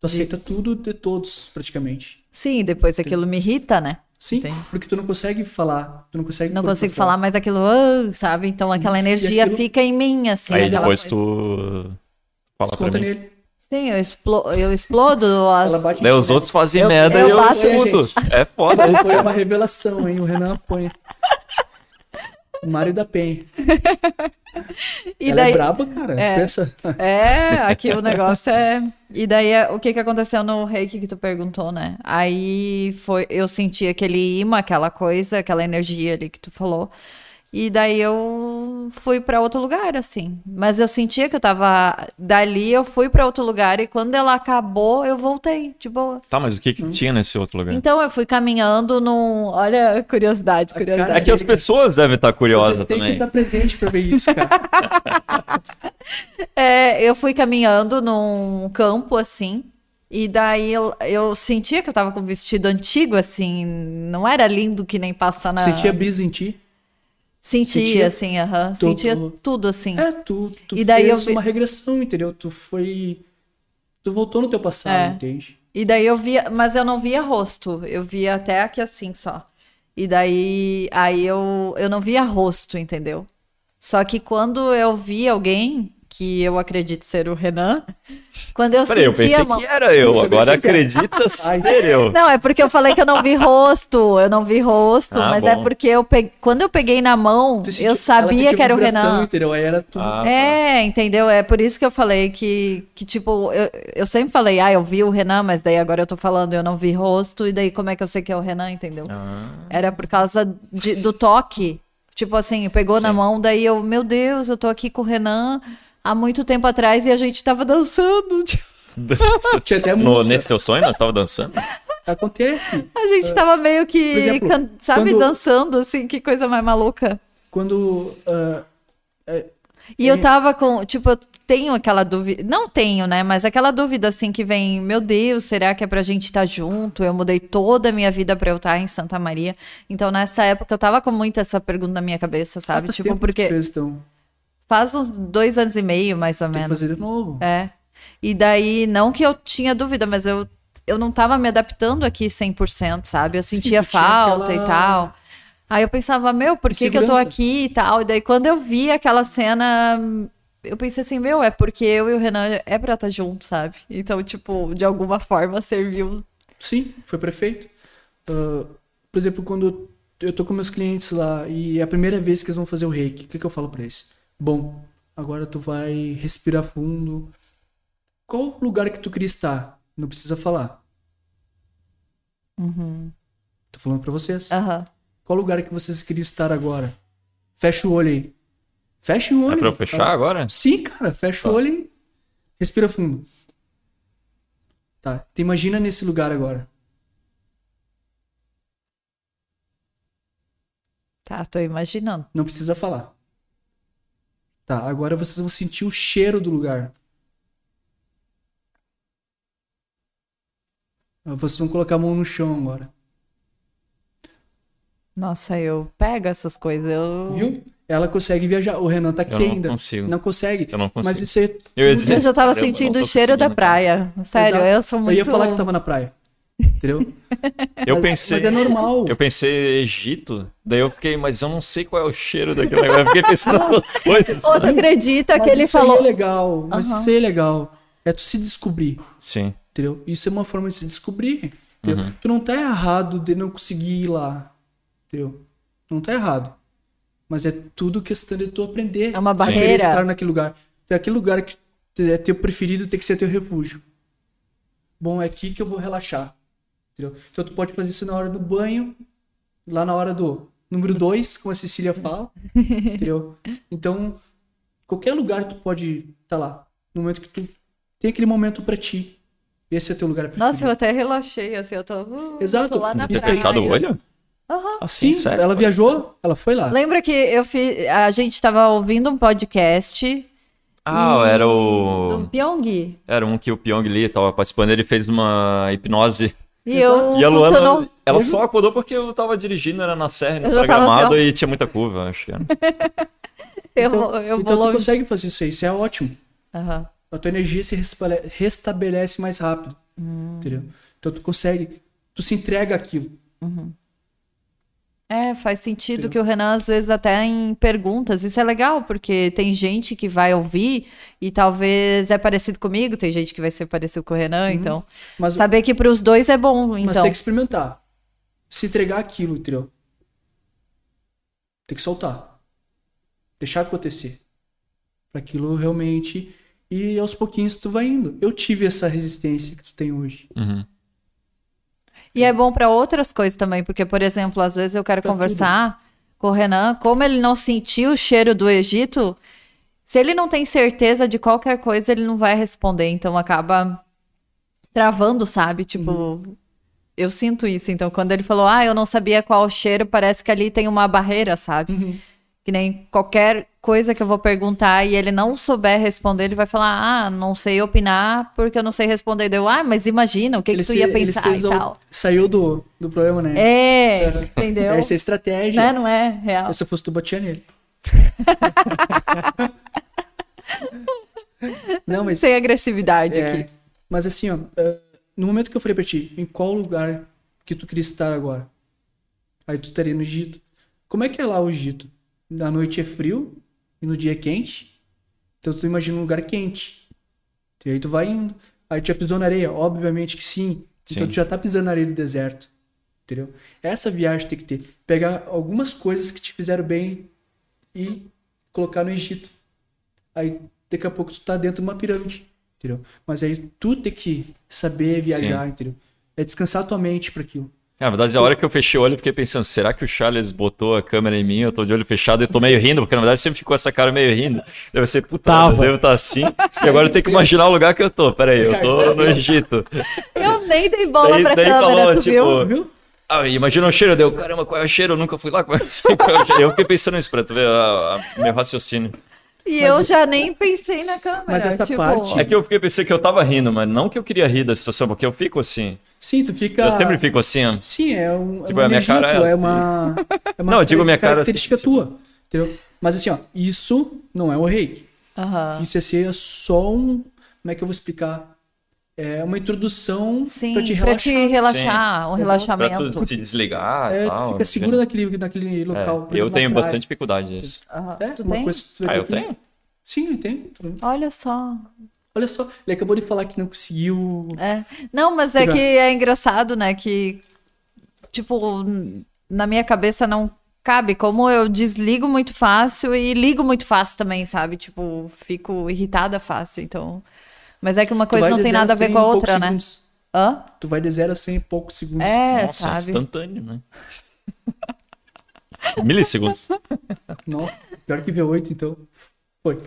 Speaker 2: Tu aceita tudo de todos, praticamente.
Speaker 1: Sim, depois aquilo me irrita, né?
Speaker 2: Sim,
Speaker 1: Entendi.
Speaker 2: porque tu não consegue falar. Tu não consegue
Speaker 1: Não
Speaker 2: pôr pra
Speaker 1: consigo
Speaker 2: fora.
Speaker 1: falar mais aquilo, "Ah", sabe? Então aquela energia
Speaker 2: aquilo-
Speaker 1: fica em mim, assim.
Speaker 3: Aí
Speaker 1: aquela
Speaker 3: depois
Speaker 1: coisa.
Speaker 3: tu fala pra
Speaker 2: Conta
Speaker 3: mim.
Speaker 2: nele.
Speaker 1: Sim, eu, explo- eu explodo
Speaker 2: Ela
Speaker 1: as.
Speaker 2: bate em
Speaker 3: Daí
Speaker 2: ti,
Speaker 3: os
Speaker 2: né?
Speaker 3: outros fazem
Speaker 1: Eu-
Speaker 3: merda
Speaker 1: eu
Speaker 3: e eu
Speaker 1: bato-
Speaker 3: escuto. É foda.
Speaker 2: Essa Foi uma revelação, hein? O Renan apanha. O Mário da Penha.
Speaker 1: E
Speaker 2: Ela
Speaker 1: daí.
Speaker 2: é braba, cara.
Speaker 1: É.
Speaker 2: Pensa.
Speaker 1: É, aqui o negócio é. E daí, é- o que que aconteceu no reiki que tu perguntou, né? Aí foi, eu senti aquele imã, aquela coisa, aquela energia ali que tu falou. E daí eu fui pra outro lugar, assim. Mas eu sentia que eu tava dali, eu fui pra outro lugar e quando ela acabou, eu voltei, de boa.
Speaker 3: Tá, mas o que que tinha nesse outro lugar?
Speaker 1: Então eu fui caminhando num, olha, curiosidade,
Speaker 2: A
Speaker 1: curiosidade.
Speaker 2: cara
Speaker 3: É que as pessoas devem estar curiosas
Speaker 2: Você tem que
Speaker 3: também.
Speaker 2: estar presente pra ver isso, cara.
Speaker 1: É, eu fui caminhando num campo assim. E daí eu, eu sentia que eu tava com um vestido antigo, assim, não era lindo que nem passa na.
Speaker 2: Sentia brisa em ti.
Speaker 1: Sentia,
Speaker 2: sentia
Speaker 1: assim, aham.
Speaker 2: tudo.
Speaker 1: Sentia tudo, assim.
Speaker 2: É, tu, tu
Speaker 1: E daí
Speaker 2: fez
Speaker 1: eu vi-
Speaker 2: uma regressão, entendeu? Tu foi. Tu voltou no teu passado,
Speaker 1: É.
Speaker 2: entende?
Speaker 1: E daí eu via, mas eu não via rosto, eu via até aqui assim só. E daí, aí eu, eu não via rosto, entendeu? Só que quando eu vi alguém, que eu acredito ser o Renan, quando eu
Speaker 3: Peraí, eu
Speaker 1: sentia
Speaker 3: pensei
Speaker 1: a mão...
Speaker 3: que era eu, agora acredita ser eu.
Speaker 1: Não, é porque eu falei que eu não vi rosto. Eu não vi rosto,
Speaker 3: Ah,
Speaker 1: mas
Speaker 3: bom.
Speaker 1: é porque eu pe- quando eu peguei na mão,
Speaker 2: Tu sentia-
Speaker 1: eu
Speaker 2: ela
Speaker 1: sabia
Speaker 2: sentia
Speaker 1: que era o
Speaker 2: vibração,
Speaker 1: Renan.
Speaker 2: Entendeu? Aí era tu.
Speaker 3: Ah,
Speaker 1: É, entendeu? É por isso que eu falei que, que tipo, eu, eu sempre falei, ah, eu vi o Renan, mas daí agora eu tô falando, eu não vi rosto, e daí como é que eu sei que é o Renan, entendeu?
Speaker 2: Ah.
Speaker 1: Era por causa de- do toque. Tipo assim, pegou na mão, daí eu, meu Deus, eu tô aqui com o Renan há muito tempo atrás e a gente tava dançando. tipo,
Speaker 2: Tinha até
Speaker 3: No,
Speaker 2: É música.
Speaker 3: nesse teu sonho, nós tava dançando? É
Speaker 2: Acontece.
Speaker 1: A gente tava meio que,
Speaker 2: É. Por exemplo,
Speaker 1: can- sabe,
Speaker 2: quando-
Speaker 1: dançando, assim, que coisa mais maluca.
Speaker 2: Quando. ah,
Speaker 1: E
Speaker 2: É.
Speaker 1: eu tava com, tipo, eu tenho aquela dúvida, não tenho, né, mas aquela dúvida assim que vem, meu Deus, será que é pra gente estar junto? Eu mudei toda a minha vida pra eu estar em Santa Maria. Então nessa época eu tava com muito essa pergunta na minha cabeça, sabe?
Speaker 2: faz
Speaker 1: tipo,
Speaker 2: tempo que tu
Speaker 1: porque
Speaker 2: Fez, então.
Speaker 1: faz uns dois anos e meio, mais ou
Speaker 2: Tem que
Speaker 1: menos.
Speaker 2: fazer de novo.
Speaker 1: É. E daí, não que eu tinha dúvida, mas eu, eu não tava me adaptando aqui 100%, sabe? Eu
Speaker 2: Sim,
Speaker 1: sentia
Speaker 2: tu tinha
Speaker 1: falta
Speaker 2: aquela-
Speaker 1: e tal. Aí eu pensava, meu, por que, que eu tô
Speaker 2: Insegurança.
Speaker 1: aqui e tal? E daí, quando eu vi aquela cena, eu pensei assim, meu, é porque eu e o Renan é pra estar junto, sabe? Então, tipo, de alguma forma serviu.
Speaker 2: Sim, foi perfeito. Ah, por exemplo, quando eu tô com meus clientes lá e é a primeira vez que eles vão fazer o reiki, o que, que eu falo pra eles? Bom, agora tu vai respirar fundo. Qual o lugar que tu queria estar? Não precisa falar.
Speaker 1: Uhum.
Speaker 2: Tô falando pra vocês.
Speaker 1: Aham.
Speaker 2: Qual o lugar que vocês queriam estar agora? Fecha o olho aí. Fecha o olho.
Speaker 3: É pra eu fechar agora?
Speaker 2: Sim, cara, fecha
Speaker 3: Tá.
Speaker 2: o olho e respira fundo. Tá, te imagina nesse lugar agora.
Speaker 1: Tá, tô imaginando.
Speaker 2: Não precisa falar. Tá, agora vocês vão sentir o cheiro do lugar. Ah, Vocês vão colocar a mão no chão agora.
Speaker 1: Nossa, eu pego essas coisas. Eu,
Speaker 2: Viu? Ela consegue viajar. O Renan tá aqui
Speaker 3: não
Speaker 2: ainda.
Speaker 3: consigo.
Speaker 2: Não consegue.
Speaker 3: Eu não
Speaker 2: Mas
Speaker 3: consigo.
Speaker 2: isso aí. é
Speaker 3: Eu ia
Speaker 2: tudo-
Speaker 3: dizer-
Speaker 1: eu já tava
Speaker 3: Caramba, não tô
Speaker 1: sentindo o cheiro da
Speaker 3: conseguindo,
Speaker 1: praia. Sério,
Speaker 2: Exato.
Speaker 1: eu sou muito.
Speaker 2: Eu ia falar que tá tava na praia. Entendeu?
Speaker 3: Eu
Speaker 2: Mas-
Speaker 3: pensei.
Speaker 2: Mas é normal.
Speaker 3: Eu pensei Egito, daí eu fiquei, mas eu não sei qual é o cheiro daquele negócio. Eu fiquei pensando nessas coisas.
Speaker 1: Ou tu acredita que
Speaker 2: Mas
Speaker 1: ele
Speaker 2: isso aí
Speaker 1: falou.
Speaker 2: é legal. Mas isso aí é legal. É tu se descobrir.
Speaker 3: Sim.
Speaker 2: Entendeu? Isso é uma forma de se descobrir. entendeu? Tu não tá errado de não conseguir ir lá. Entendeu? Não tá errado. Mas é tudo questão de tu aprender.
Speaker 1: É uma
Speaker 2: Tu querer
Speaker 1: barreira.
Speaker 2: estar naquele lugar. Então, aquele lugar que te- é teu preferido tem que ser teu refúgio. Bom, é aqui que eu vou relaxar. Entendeu? Então tu pode fazer isso na hora do banho, lá na hora do número 2, como a Cecília fala. entendeu? Então, qualquer lugar tu pode estar lá. No momento que tu tem aquele momento pra ti. Esse é teu lugar preferido.
Speaker 1: Nossa, eu até relaxei, assim, eu tô. uh,
Speaker 2: Exato.
Speaker 1: Tô lá na
Speaker 3: Ter
Speaker 1: praia.
Speaker 3: fechado o olho? Assim,
Speaker 2: Sim,
Speaker 3: sério?
Speaker 2: ela viajou, ela foi lá.
Speaker 1: Lembra que eu fiz. A gente tava ouvindo um podcast.
Speaker 3: Ah,
Speaker 1: e-
Speaker 3: era o-
Speaker 1: Do Pyong.
Speaker 3: Era um que o Pyong Lee tava participando, ele fez uma hipnose.
Speaker 1: E eu.
Speaker 3: E a Luana,
Speaker 1: eu não- Uhum.
Speaker 3: ela só acordou porque eu tava dirigindo, era na serra,
Speaker 1: Eu
Speaker 3: no
Speaker 1: já tava
Speaker 3: gramado
Speaker 1: assim,
Speaker 3: e tinha muita curva, acho que era.
Speaker 1: Eu,
Speaker 2: Então,
Speaker 1: vou- eu
Speaker 2: então
Speaker 1: vou
Speaker 2: tu
Speaker 1: longe.
Speaker 2: consegue fazer isso aí, isso é ótimo.
Speaker 1: Aham.
Speaker 2: A tua energia se respale- restabelece mais rápido.
Speaker 1: Hum.
Speaker 2: Entendeu? Então tu consegue, tu se entrega àquilo.
Speaker 1: É, faz sentido que o Renan, às vezes, até em perguntas, isso é legal, porque tem gente que vai ouvir e talvez é parecido comigo, tem gente que vai ser parecido com o Renan, então.
Speaker 2: Mas-
Speaker 1: Saber que pros dois é bom,
Speaker 2: Mas
Speaker 1: então.
Speaker 2: tem que experimentar. Se entregar àquilo, entendeu? Tem que soltar. Deixar acontecer. Pra aquilo realmente. E aos pouquinhos tu vai indo. Eu tive essa resistência que tu tem hoje.
Speaker 1: E é bom para outras coisas também, porque, por exemplo, às vezes eu quero
Speaker 2: Pra
Speaker 1: conversar com o Renan, como ele não sentiu o cheiro do Egito, se ele não tem certeza de qualquer coisa, ele não vai responder, então acaba travando, sabe? Tipo,
Speaker 2: Uhum.
Speaker 1: eu sinto isso. Então, quando ele falou, ah, eu não sabia qual o cheiro, parece que ali tem uma barreira, sabe?
Speaker 2: Uhum.
Speaker 1: Que nem qualquer coisa que eu vou perguntar e ele não souber responder, ele vai falar, ah, não sei opinar porque eu não sei responder. Deu, ah, mas imagina, o que, que tu
Speaker 2: se-
Speaker 1: ia pensar
Speaker 2: se
Speaker 1: e
Speaker 2: exal-
Speaker 1: tal.
Speaker 2: Saiu do, do problema, né?
Speaker 1: É, entendeu?
Speaker 2: Essa é a estratégia.
Speaker 1: Né? Não é real.
Speaker 2: Se eu fosse tu, batia nele. Não, mas
Speaker 1: Sem agressividade
Speaker 2: tipo. É,
Speaker 1: aqui.
Speaker 2: Mas assim, ó, eh, no momento que eu falei pra ti, em qual lugar que tu queria estar agora? Aí tu estaria no Egito. Como é que é lá o Egito? Na noite é frio e no dia é quente. Então tu imagina um lugar quente. E aí tu vai indo. Aí tu já pisou na areia? Obviamente que sim. Então
Speaker 3: Sim.
Speaker 2: tu já tá pisando na areia do deserto. Entendeu? Essa viagem tem que ter. Pegar algumas coisas que te fizeram bem e colocar no Egito. Aí daqui a pouco tu tá dentro de uma pirâmide, entendeu? Mas aí tu tem que saber viajar, entendeu? É descansar tua mente para aquilo.
Speaker 3: É, na verdade, a hora que eu fechei o olho, eu fiquei pensando, será que o Charles botou a câmera em mim? Eu tô de olho fechado e tô meio rindo, porque na verdade sempre ficou essa cara meio rindo. Deve ser, puta,
Speaker 4: Tava.
Speaker 3: eu devo estar assim. E agora eu tenho que imaginar o lugar que eu tô. Pera aí, eu tô no Egito.
Speaker 1: Eu nem dei bola
Speaker 3: Daí-
Speaker 1: pra
Speaker 3: daí
Speaker 1: câmera,
Speaker 3: falou,
Speaker 1: tu
Speaker 3: tipo,
Speaker 1: viu?
Speaker 2: Tu viu?
Speaker 3: Ah, imagina o cheiro, deu, caramba, qual é o cheiro? Eu nunca fui lá, qual é o cheiro? Qual é o cheiro? Eu fiquei pensando nisso pra tu ver a- a- meu raciocínio.
Speaker 1: E eu já nem pensei na câmera.
Speaker 2: Mas essa
Speaker 1: tipo,
Speaker 2: parte-
Speaker 3: É que eu fiquei pensando que eu tava rindo, mas não que eu queria rir da situação, porque eu fico assim.
Speaker 2: Sim, tu fica.
Speaker 3: Eu sempre fico assim, ó.
Speaker 2: Sim, é um.
Speaker 3: Tipo,
Speaker 2: é uma
Speaker 3: a minha
Speaker 2: energia
Speaker 3: cara é-
Speaker 2: tua, é uma. é uma
Speaker 3: Não, eu digo minha cara,
Speaker 2: Característica
Speaker 3: assim, tipo-
Speaker 2: tua, entendeu? Mas assim, ó, isso não é o reiki.
Speaker 1: Aham.
Speaker 2: Isso assim, é só um. Como é que eu vou explicar? É uma introdução
Speaker 1: Sim,
Speaker 2: pra te relaxar.
Speaker 1: relaxar, um
Speaker 3: pra
Speaker 1: relaxamento.
Speaker 3: tu se desligar
Speaker 2: É,
Speaker 3: e
Speaker 2: tu
Speaker 3: tal.
Speaker 2: fica seguro naquele, naquele
Speaker 3: Ah, É,
Speaker 2: local. por
Speaker 3: eu
Speaker 2: exemplo, na
Speaker 3: tenho
Speaker 2: praia.
Speaker 3: bastante dificuldade disso.
Speaker 1: Aham.
Speaker 2: É,
Speaker 1: tu
Speaker 2: uma
Speaker 1: tem?
Speaker 2: coisa que tu vai
Speaker 3: Ah,
Speaker 2: ter
Speaker 3: eu
Speaker 2: que-
Speaker 3: tenho?
Speaker 2: Sim, eu tenho. tudo bem.
Speaker 1: Olha só.
Speaker 2: Olha só, ele acabou de falar que não conseguiu.
Speaker 1: É. Não, mas é
Speaker 2: Obrigado.
Speaker 1: que é engraçado, né? Que, tipo, n- na minha cabeça não cabe. Como eu desligo muito fácil e ligo muito fácil também, sabe? Tipo, fico irritada fácil, então. Mas é que uma
Speaker 2: Tu
Speaker 1: coisa
Speaker 2: vai
Speaker 1: não
Speaker 2: de
Speaker 1: tem
Speaker 2: zero
Speaker 1: nada a ver
Speaker 2: cem
Speaker 1: com a
Speaker 2: em poucos
Speaker 1: outra, né?
Speaker 2: segundos.
Speaker 1: Hã?
Speaker 2: Tu vai de 0 a 100 em poucos segundos.
Speaker 1: É,
Speaker 3: Nossa,
Speaker 1: sabe?
Speaker 3: instantâneo, né? Milissegundos.
Speaker 2: Nossa, pior que V8, então. Foi.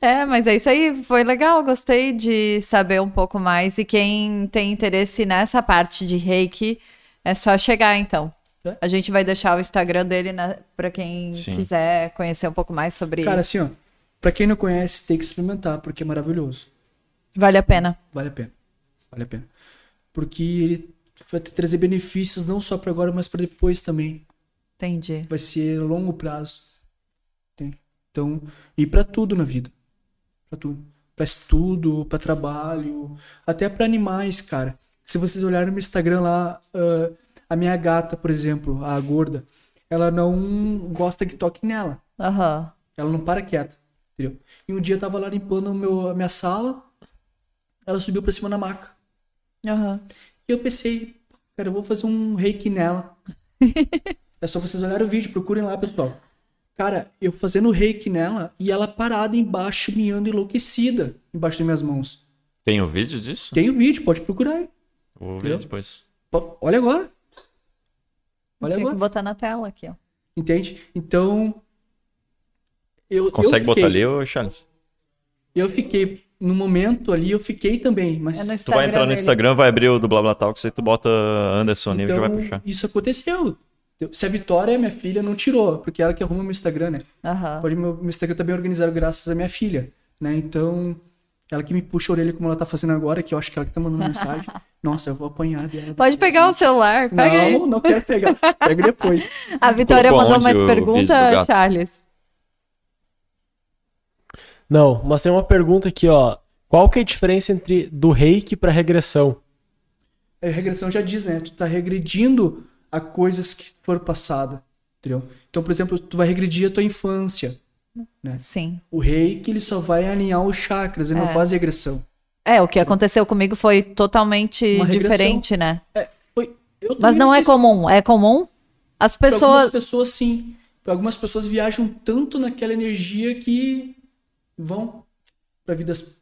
Speaker 1: É, mas é isso aí. Foi legal, gostei de saber um pouco mais. E quem tem interesse nessa parte de reiki, é só chegar então.
Speaker 2: É.
Speaker 1: A gente vai deixar o Instagram dele né, para quem
Speaker 3: Sim.
Speaker 1: quiser conhecer um pouco mais sobre.
Speaker 2: Cara, assim, ó. Pra quem não conhece, tem que experimentar, porque é maravilhoso.
Speaker 1: Vale a pena.
Speaker 2: Vale a pena. Vale a pena. Porque ele vai te trazer benefícios não só pra agora, mas pra depois também.
Speaker 1: Entendi.
Speaker 2: Vai ser longo prazo. Entende? Então, e pra tudo na vida. Pra tudo. Pra estudo, pra trabalho, até pra animais, cara. Se vocês olharem no Instagram lá, ah, a minha gata, por exemplo, a gorda, ela não gosta que toquem nela.
Speaker 1: Aham.
Speaker 2: Ela não para quieta, entendeu? E um dia eu tava lá limpando o meu, a minha sala, ela subiu pra cima da maca.
Speaker 1: Aham.
Speaker 2: E eu pensei, cara, eu vou fazer um reiki nela. é só vocês olharem o vídeo, procurem lá, pessoal. Cara, eu fazendo reiki nela e ela parada embaixo, miando enlouquecida embaixo das minhas mãos.
Speaker 3: Tem o vídeo disso?
Speaker 2: Tem o vídeo, pode procurar aí.
Speaker 3: Vou ver
Speaker 2: Entendeu?
Speaker 3: depois.
Speaker 2: Po- Olha agora. Olha
Speaker 1: Tinha que
Speaker 2: agora.
Speaker 1: botar na tela aqui, ó.
Speaker 2: Entende? Então. Eu, eu
Speaker 3: Consegue botar
Speaker 2: fiquei-
Speaker 3: ali, ô Charles?
Speaker 2: Eu fiquei, no momento ali eu fiquei também, mas
Speaker 1: É no
Speaker 3: Tu vai entrar no
Speaker 1: dele.
Speaker 3: Instagram, vai abrir o do Blá Blá Talks, aí tu bota Anderson Nível e já
Speaker 2: então,
Speaker 3: vai puxar.
Speaker 2: isso aconteceu. Eu- Se a Vitória, minha filha, não tirou, porque ela que arruma meu Instagram, né?
Speaker 1: Aham.
Speaker 2: Pode, meu, meu Instagram tá bem organizado graças à minha filha, né? Então, ela que me puxa a orelha como ela tá fazendo agora, que eu acho que ela que tá mandando mensagem. Nossa, eu vou apanhar dela.
Speaker 1: Pode pegar o celular, pega aí.
Speaker 2: Não, não quero pegar. Pego depois.
Speaker 1: A Vitória
Speaker 3: Colocou
Speaker 1: mandou
Speaker 3: onde
Speaker 1: mais
Speaker 3: o vídeo do
Speaker 1: pergunta,
Speaker 3: gato?
Speaker 1: Charles.
Speaker 4: Não, mas tem uma pergunta aqui, ó. Qual que é a diferença entre do reiki pra regressão?
Speaker 2: A É, regressão já diz, né? Tu tá regredindo a coisas que foram passadas, entendeu? Então, por exemplo, tu vai regredir a tua infância. né?
Speaker 1: Sim.
Speaker 2: O rei que ele só vai alinhar os chakras, ele não faz regressão.
Speaker 1: É, o que aconteceu comigo foi totalmente
Speaker 2: Uma regressão.
Speaker 1: diferente, né?
Speaker 2: É, foi- eu também
Speaker 1: Mas não é
Speaker 2: sei se-
Speaker 1: comum. É comum? As
Speaker 2: Pra algumas
Speaker 1: pessoas.
Speaker 2: pessoas, sim. Pra algumas pessoas viajam tanto naquela energia que vão pra vidas que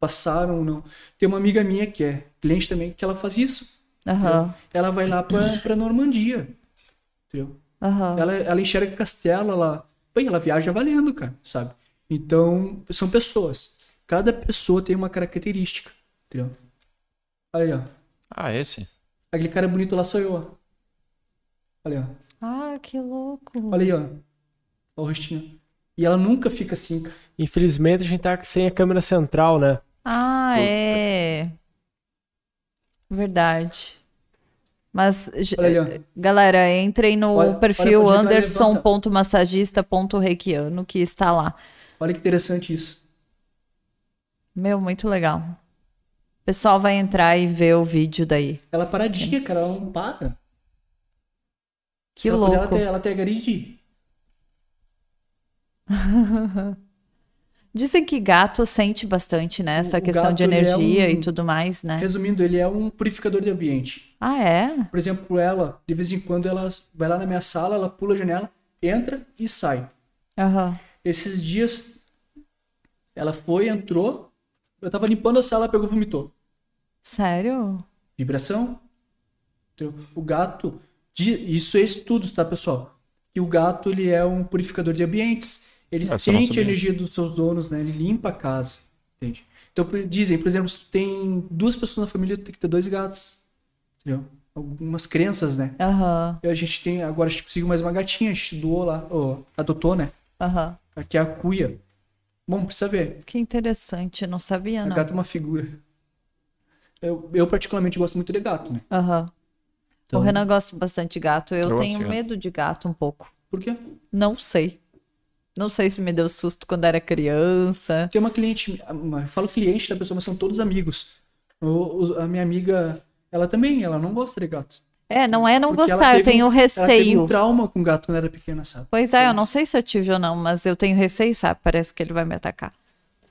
Speaker 2: passaram ou não. Tem uma amiga minha que é cliente também, que ela faz isso.
Speaker 1: Aham.
Speaker 2: Ela vai lá pra, pra Normandia. Entendeu?
Speaker 1: Aham.
Speaker 2: Ela, ela enxerga castelo, ela. Bem, ela viaja valendo, cara, sabe? Então, são pessoas. Cada pessoa tem uma característica. Entendeu? Aí, ó.
Speaker 3: Ah, esse?
Speaker 2: Aquele cara bonito lá sou eu, ó. Olha, aí, ó.
Speaker 1: Ah, que louco.
Speaker 2: Olha aí, ó. Olha o rostinho. E ela nunca fica assim, cara.
Speaker 4: Infelizmente a gente tá sem a câmera central, né?
Speaker 1: Ah, é. Verdade. Mas, j-
Speaker 2: Olha ali, ó.
Speaker 1: galera, entrem no
Speaker 2: Olha- olha
Speaker 1: perfil
Speaker 2: pra direita,
Speaker 1: anderson.massagista.reikiano que está lá.
Speaker 2: Olha que interessante isso.
Speaker 1: Meu, muito legal. O pessoal vai entrar e ver o vídeo daí.
Speaker 2: Ela é paradinha, cara. Ela não para.
Speaker 1: Que
Speaker 2: ela Ela
Speaker 1: louco.
Speaker 2: até, ela até agride.
Speaker 1: Dizem que gato sente bastante, né? Essa
Speaker 2: o
Speaker 1: questão de
Speaker 2: gato, ele é
Speaker 1: energia
Speaker 2: um-
Speaker 1: e tudo mais, né?
Speaker 2: Resumindo, ele é um purificador de ambiente.
Speaker 1: Ah, é?
Speaker 2: Por exemplo, ela, de vez em quando, ela vai lá na minha sala, ela pula a janela, entra e sai.
Speaker 1: Aham.
Speaker 2: Esses dias, ela foi, entrou. Eu tava limpando a sala, ela pegou e vomitou.
Speaker 1: Sério?
Speaker 2: vibração. Entendeu? O gato, de- isso é estudos, tá, pessoal? Que o gato ele é um purificador de ambientes. Ele
Speaker 3: Essa eu não
Speaker 2: sente
Speaker 3: sabia.
Speaker 2: a energia dos seus donos, né? Ele limpa a casa, entende? Então por- dizem, por exemplo, se tu tem duas pessoas na família, tu tem que ter dois gatos, entendeu? Algumas crenças, né?
Speaker 1: Aham,
Speaker 2: E A gente tem agora a gente conseguiu mais uma gatinha, a gente doou lá, ó, adotou, né?
Speaker 1: aham.
Speaker 2: Aqui é a cuia. Bom, precisa ver.
Speaker 1: Que interessante, eu não sabia,
Speaker 2: A
Speaker 1: não.
Speaker 2: gata é uma figura. Eu, eu particularmente gosto muito de gato, né?
Speaker 1: Aham.
Speaker 2: Então-
Speaker 1: O Renan gosta bastante de gato. Eu,
Speaker 3: Eu gosto
Speaker 1: tenho
Speaker 3: de gato.
Speaker 1: medo de gato um pouco.
Speaker 2: Por quê?
Speaker 1: Não sei. Não sei se me deu susto quando era criança.
Speaker 2: Tem uma cliente, uma- eu falo cliente da pessoa, mas são todos amigos. O- os- a minha amiga, ela também, ela não gosta de gato.
Speaker 1: É, não é não
Speaker 2: Porque ela
Speaker 1: gostar, eu
Speaker 2: teve um-
Speaker 1: tenho
Speaker 2: Ela teve
Speaker 1: receio.
Speaker 2: um trauma com gato quando era pequena, sabe?
Speaker 1: Pois é, eu não sei se eu tive ou não, mas eu tenho receio, sabe? Parece que ele vai me atacar.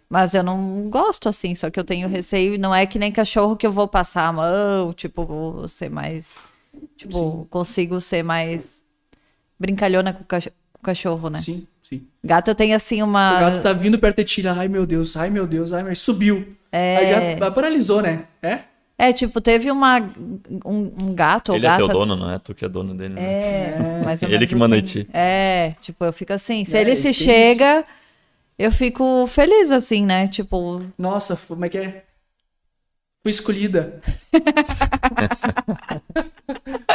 Speaker 1: Mas eu não gosto assim, só que eu tenho receio. e Não é que nem cachorro que eu vou passar a mão, tipo, vou ser mais. Tipo, consigo ser mais brincalhona com o cach- com o cachorro, né?
Speaker 2: Sim, sim.
Speaker 1: Gato eu tenho assim uma.
Speaker 2: O gato tá vindo perto de ti, lá, ai meu Deus, ai meu Deus, ai meu subiu.
Speaker 1: É.
Speaker 2: Aí já paralisou, né? É?
Speaker 1: É, tipo, teve uma, um, um gato ou
Speaker 3: Ele
Speaker 1: gata.
Speaker 3: é teu dono, não é? Tu que é dono dele, né?
Speaker 1: É, mais ou
Speaker 3: Ele
Speaker 1: menos
Speaker 3: que manda em
Speaker 1: assim.
Speaker 3: ti.
Speaker 1: É, tipo, eu fico assim. Se
Speaker 2: É,
Speaker 1: ele
Speaker 2: ele
Speaker 1: se
Speaker 2: tem isso.
Speaker 1: chega, eu fico feliz, assim, né? Tipo,
Speaker 2: Nossa, f- como é que é? Fui escolhida.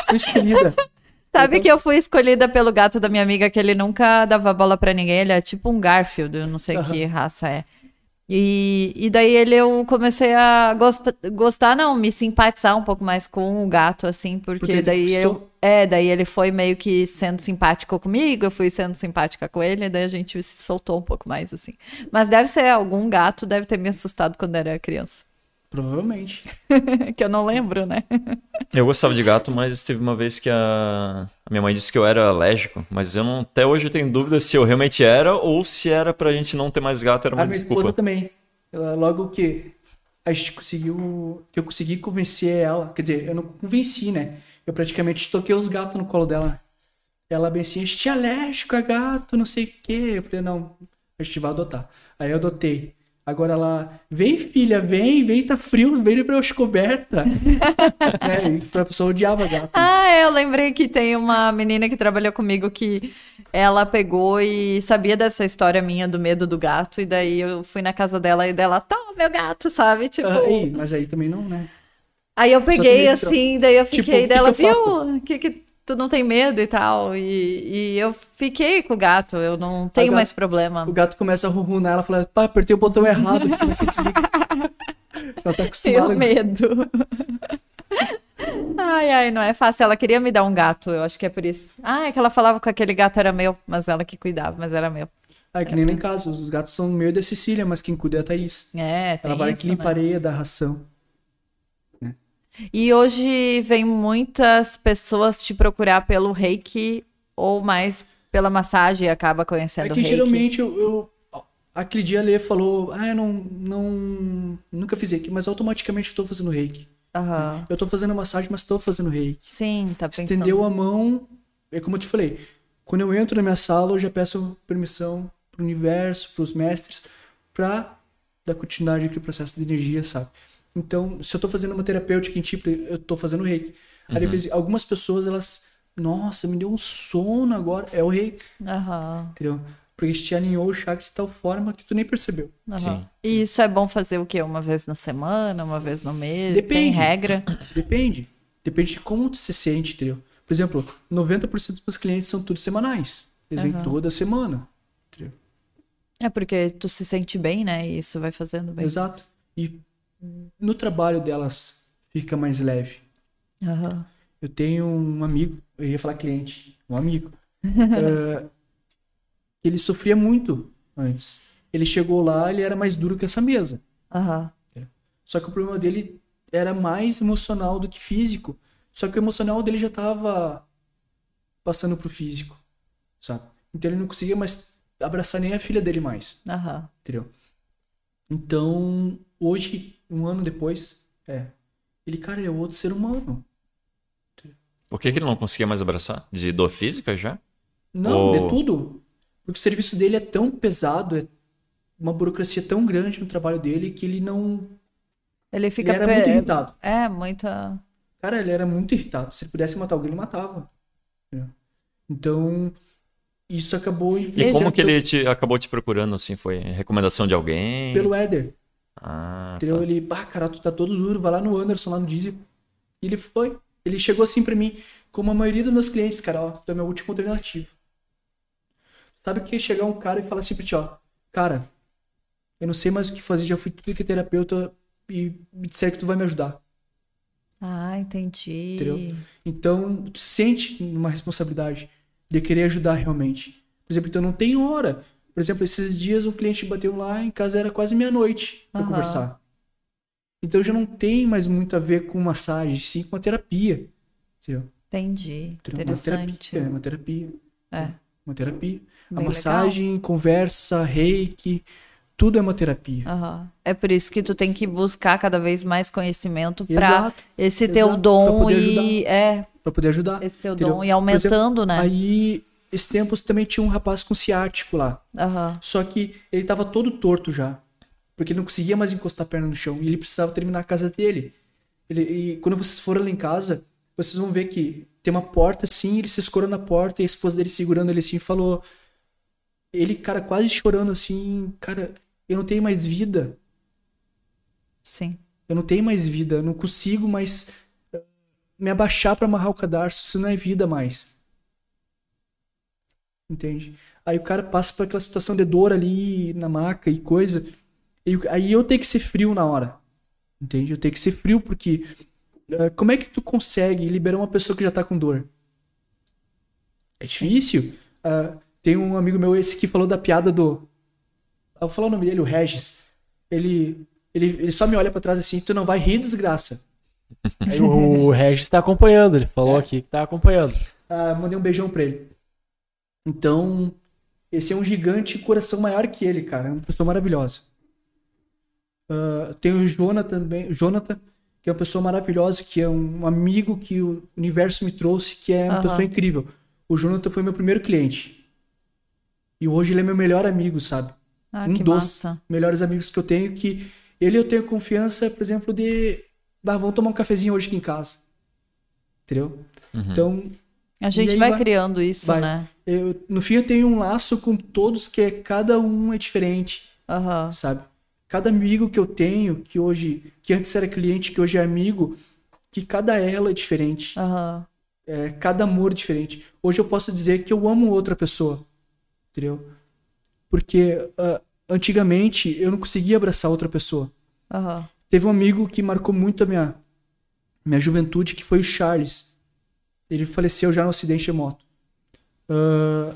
Speaker 2: Fui escolhida.
Speaker 1: sabe que eu fui escolhida pelo gato da minha amiga, que ele nunca dava bola pra ninguém. Ele é tipo um Garfield, eu não sei que raça é. E, e daí ele eu comecei a gosta- gostar, não, me simpatizar um pouco mais com o gato, assim, porque
Speaker 2: Porque ele
Speaker 1: daí eu.
Speaker 2: conquistou.
Speaker 1: É, daí ele foi meio que sendo simpático comigo, eu fui sendo simpática com ele, daí a gente se soltou um pouco mais, assim. Mas deve ser algum gato, deve ter me assustado quando era criança.
Speaker 2: Provavelmente.
Speaker 1: que eu não lembro, né?
Speaker 3: Eu gostava de gato, mas teve uma vez que a... a minha mãe disse que eu era alérgico, mas eu não... até hoje eu tenho dúvida se eu realmente era ou se era pra gente não ter mais gato, era
Speaker 2: A
Speaker 3: uma
Speaker 2: minha
Speaker 3: desculpa.
Speaker 2: esposa também. Ela, logo que a gente conseguiu. Que eu consegui convencer ela. Quer dizer, eu não convenci, né? Eu praticamente toquei os gatos no colo dela. Ela bem assim, este é alérgico a gato, não sei o quê. Eu falei, não, a gente vai adotar. Aí eu adotei. Agora lá, vem filha, vem, vem, tá frio, vem pra descoberta. né? E a pessoa odiava gato.
Speaker 1: Ah, eu lembrei que tem uma menina que trabalhou comigo que ela pegou e sabia dessa história minha do medo do gato, e daí eu fui na casa dela e dela, toma meu gato, sabe? Tipo.
Speaker 2: Ah, aí, mas aí também não, né?
Speaker 1: Aí eu peguei
Speaker 2: medo, então.
Speaker 1: assim, daí eu
Speaker 2: Tipo,
Speaker 1: fiquei
Speaker 2: o que
Speaker 1: dela,
Speaker 2: que eu faço?
Speaker 1: viu? Que, que tu não tem medo e tal. E, e eu fiquei com o gato, eu não tenho
Speaker 2: gato-
Speaker 1: mais problema.
Speaker 2: O gato começa a ronronar, ela fala, pá, apertei o botão errado aqui, mas que desliga. ela tá
Speaker 1: Tenho
Speaker 2: acostumada.
Speaker 1: medo. ai, ai, não é fácil. Ela queria me dar um gato, eu acho que é por isso. Ah, é que ela falava que aquele gato era meu, mas ela que cuidava, mas era meu.
Speaker 2: Ah, é que nem lá em casa, os gatos são meio da Cecília, mas quem cuida é a Thaís.
Speaker 1: É, tem
Speaker 2: Ela vai
Speaker 1: isso,
Speaker 2: que limpa a
Speaker 1: né?
Speaker 2: areia da ração.
Speaker 1: E hoje vem muitas pessoas te procurar pelo reiki ou mais pela massagem e acaba
Speaker 2: É
Speaker 1: conhecendo o
Speaker 2: que
Speaker 1: reiki.
Speaker 2: geralmente eu, eu- Aquele dia a Lê falou, ah, eu não, não. Nunca fiz reiki, mas automaticamente eu tô fazendo reiki.
Speaker 1: Aham.
Speaker 2: Eu tô fazendo massagem, mas tô fazendo reiki.
Speaker 1: Sim, tá pensando.
Speaker 2: Estendeu a mão, é como eu te falei. Quando eu entro na minha sala, eu já peço permissão pro universo, pros mestres, pra dar continuidade àquele processo de energia, sabe? Então, se eu tô fazendo uma terapêutica em tipo, eu tô fazendo reiki. Aí às vezes, algumas pessoas, elas, nossa, me deu um sono agora, é o reiki,
Speaker 1: Aham,
Speaker 2: entendeu? Porque te alinhou o chakra de tal forma que tu nem percebeu.
Speaker 1: aham. E isso é bom fazer o quê? Uma vez na semana, uma vez no mês? Tem
Speaker 2: Depende.
Speaker 1: regra?
Speaker 2: Depende. Depende de como tu se sente, entendeu? Por exemplo, 90% dos meus clientes são todos semanais. Eles vêm toda semana. Entendeu?
Speaker 1: É porque tu se sente bem, né? E isso vai fazendo bem.
Speaker 2: Exato. E no trabalho delas fica mais leve.
Speaker 1: Aham.
Speaker 2: Eu tenho um amigo, eu ia falar cliente, um amigo. eh, ele sofria muito antes. Ele chegou lá, ele era mais duro que essa mesa.
Speaker 1: Aham.
Speaker 2: Só que o problema dele era mais emocional do que físico. Só que o emocional dele já tava passando pro físico, sabe? Então ele não conseguia mais abraçar nem a filha dele mais,
Speaker 1: Aham.
Speaker 2: entendeu? Então, hoje, um ano depois, é. Ele, cara, ele é outro ser humano.
Speaker 3: Por que, que ele não conseguia mais abraçar? De dor física já?
Speaker 2: Não,
Speaker 3: Oh.
Speaker 2: de tudo. Porque o serviço dele é tão pesado, é uma burocracia tão grande no trabalho dele que ele não.
Speaker 1: Ele
Speaker 2: Ele
Speaker 1: fica.
Speaker 2: era
Speaker 1: pe-
Speaker 2: muito irritado.
Speaker 1: É, muita.
Speaker 2: Cara, ele era muito irritado. Se ele pudesse matar alguém, ele matava. né? Então, isso acabou
Speaker 3: E
Speaker 2: influenciando
Speaker 3: como que ele te- acabou te procurando, assim? Foi recomendação de alguém?
Speaker 2: pelo Éder.
Speaker 3: Ah,
Speaker 2: Entendeu? Ele, bah, cara, tu tá todo duro, vai lá no Anderson, lá no Dizzy. E ele foi. Ele chegou assim pra mim, como a maioria dos meus clientes, cara, ó, tu é meu último alternativo. Sabe que chegar um cara e falar assim pra ti, ó, cara, eu não sei mais o que fazer, já fui tudo que é terapeuta e me disseram que tu vai me ajudar.
Speaker 1: Ah, entendi.
Speaker 2: Entendeu? Então, tu sente uma responsabilidade de querer ajudar realmente. Por exemplo, então não tem hora. Por exemplo, esses dias um cliente bateu lá em casa era quase meia-noite pra
Speaker 1: Aham.
Speaker 2: conversar. Então já não tem mais muito a ver com massagem, sim com a terapia. Entendeu?
Speaker 1: Entendi.
Speaker 2: Entendeu? Uma
Speaker 1: Interessante.
Speaker 2: terapia, é uma terapia.
Speaker 1: É.
Speaker 2: Uma terapia. a
Speaker 1: Bem
Speaker 2: massagem, conversa, reiki, tudo é uma terapia.
Speaker 1: Aham. É por isso que tu tem que buscar cada vez mais conhecimento para
Speaker 2: Exato,
Speaker 1: esse
Speaker 2: exato,
Speaker 1: teu
Speaker 2: pra
Speaker 1: dom
Speaker 2: poder
Speaker 1: e é
Speaker 2: Pra poder ajudar.
Speaker 1: esse teu dom
Speaker 2: entendeu?
Speaker 1: e
Speaker 2: Por exemplo,
Speaker 1: aumentando, né?
Speaker 2: Aí, esses tempos também tinha um rapaz com ciático lá.
Speaker 1: Aham.
Speaker 2: Só que ele tava todo torto já. Porque ele não conseguia mais encostar a perna no chão. E ele precisava terminar a casa dele. Ele, e quando vocês forem lá em casa, vocês vão ver que tem uma porta assim, ele se escorou na porta e a esposa dele segurando ele assim falou. Ele, cara, quase chorando assim, cara, eu não tenho mais vida.
Speaker 1: Sim.
Speaker 2: Eu não tenho mais vida. Eu não consigo mais eh, me abaixar pra amarrar o cadarço. Isso não é vida mais. Entende? Aí o cara passa por aquela situação de dor ali na maca e coisa. E o- aí eu tenho que ser frio na hora. Entende? Eu tenho que ser frio porque. eh, Como é que tu consegue liberar uma pessoa que já tá com dor? É difícil. Ah, tem um amigo meu esse que falou da piada do. Eu vou falar o nome dele, o Regis. Ele, ele, ele só me olha pra trás assim, tu não vai rir, desgraça.
Speaker 4: Aí o, o Regis tá acompanhando, ele
Speaker 2: É.
Speaker 4: falou aqui que tá acompanhando.
Speaker 2: Ah, mandei um beijão pra ele. Então, esse é um gigante coração maior que ele, cara. É uma pessoa maravilhosa. Ah, tem o Jonathan também, o Jonathan, que é uma pessoa maravilhosa, que é um amigo que o universo me trouxe, que é uma
Speaker 1: Aham.
Speaker 2: pessoa incrível. O Jonathan foi meu primeiro cliente. E hoje ele é meu melhor amigo, sabe?
Speaker 1: Ah,
Speaker 2: um
Speaker 1: que
Speaker 2: dos
Speaker 1: massa.
Speaker 2: melhores amigos que eu tenho, que ele eu tenho confiança, por exemplo, de. Ah, vamos tomar um cafezinho hoje aqui em casa. Entendeu? Então,
Speaker 1: A gente
Speaker 2: aí
Speaker 1: vai,
Speaker 2: vai-
Speaker 1: criando isso,
Speaker 2: vai.
Speaker 1: né?
Speaker 2: eu- no fim eu tenho um laço com todos que é, cada um é diferente,
Speaker 1: Aham.
Speaker 2: sabe? Cada amigo que eu tenho, que hoje, que antes era cliente, que hoje é amigo, que cada ela é diferente.
Speaker 1: Aham.
Speaker 2: É, cada amor diferente. Hoje eu posso dizer que eu amo outra pessoa, entendeu? Porque ah, antigamente eu não conseguia abraçar outra pessoa.
Speaker 1: Aham.
Speaker 2: Teve um amigo que marcou muito a minha, minha juventude, que foi o Charles. Ele faleceu já no acidente de moto. Ah,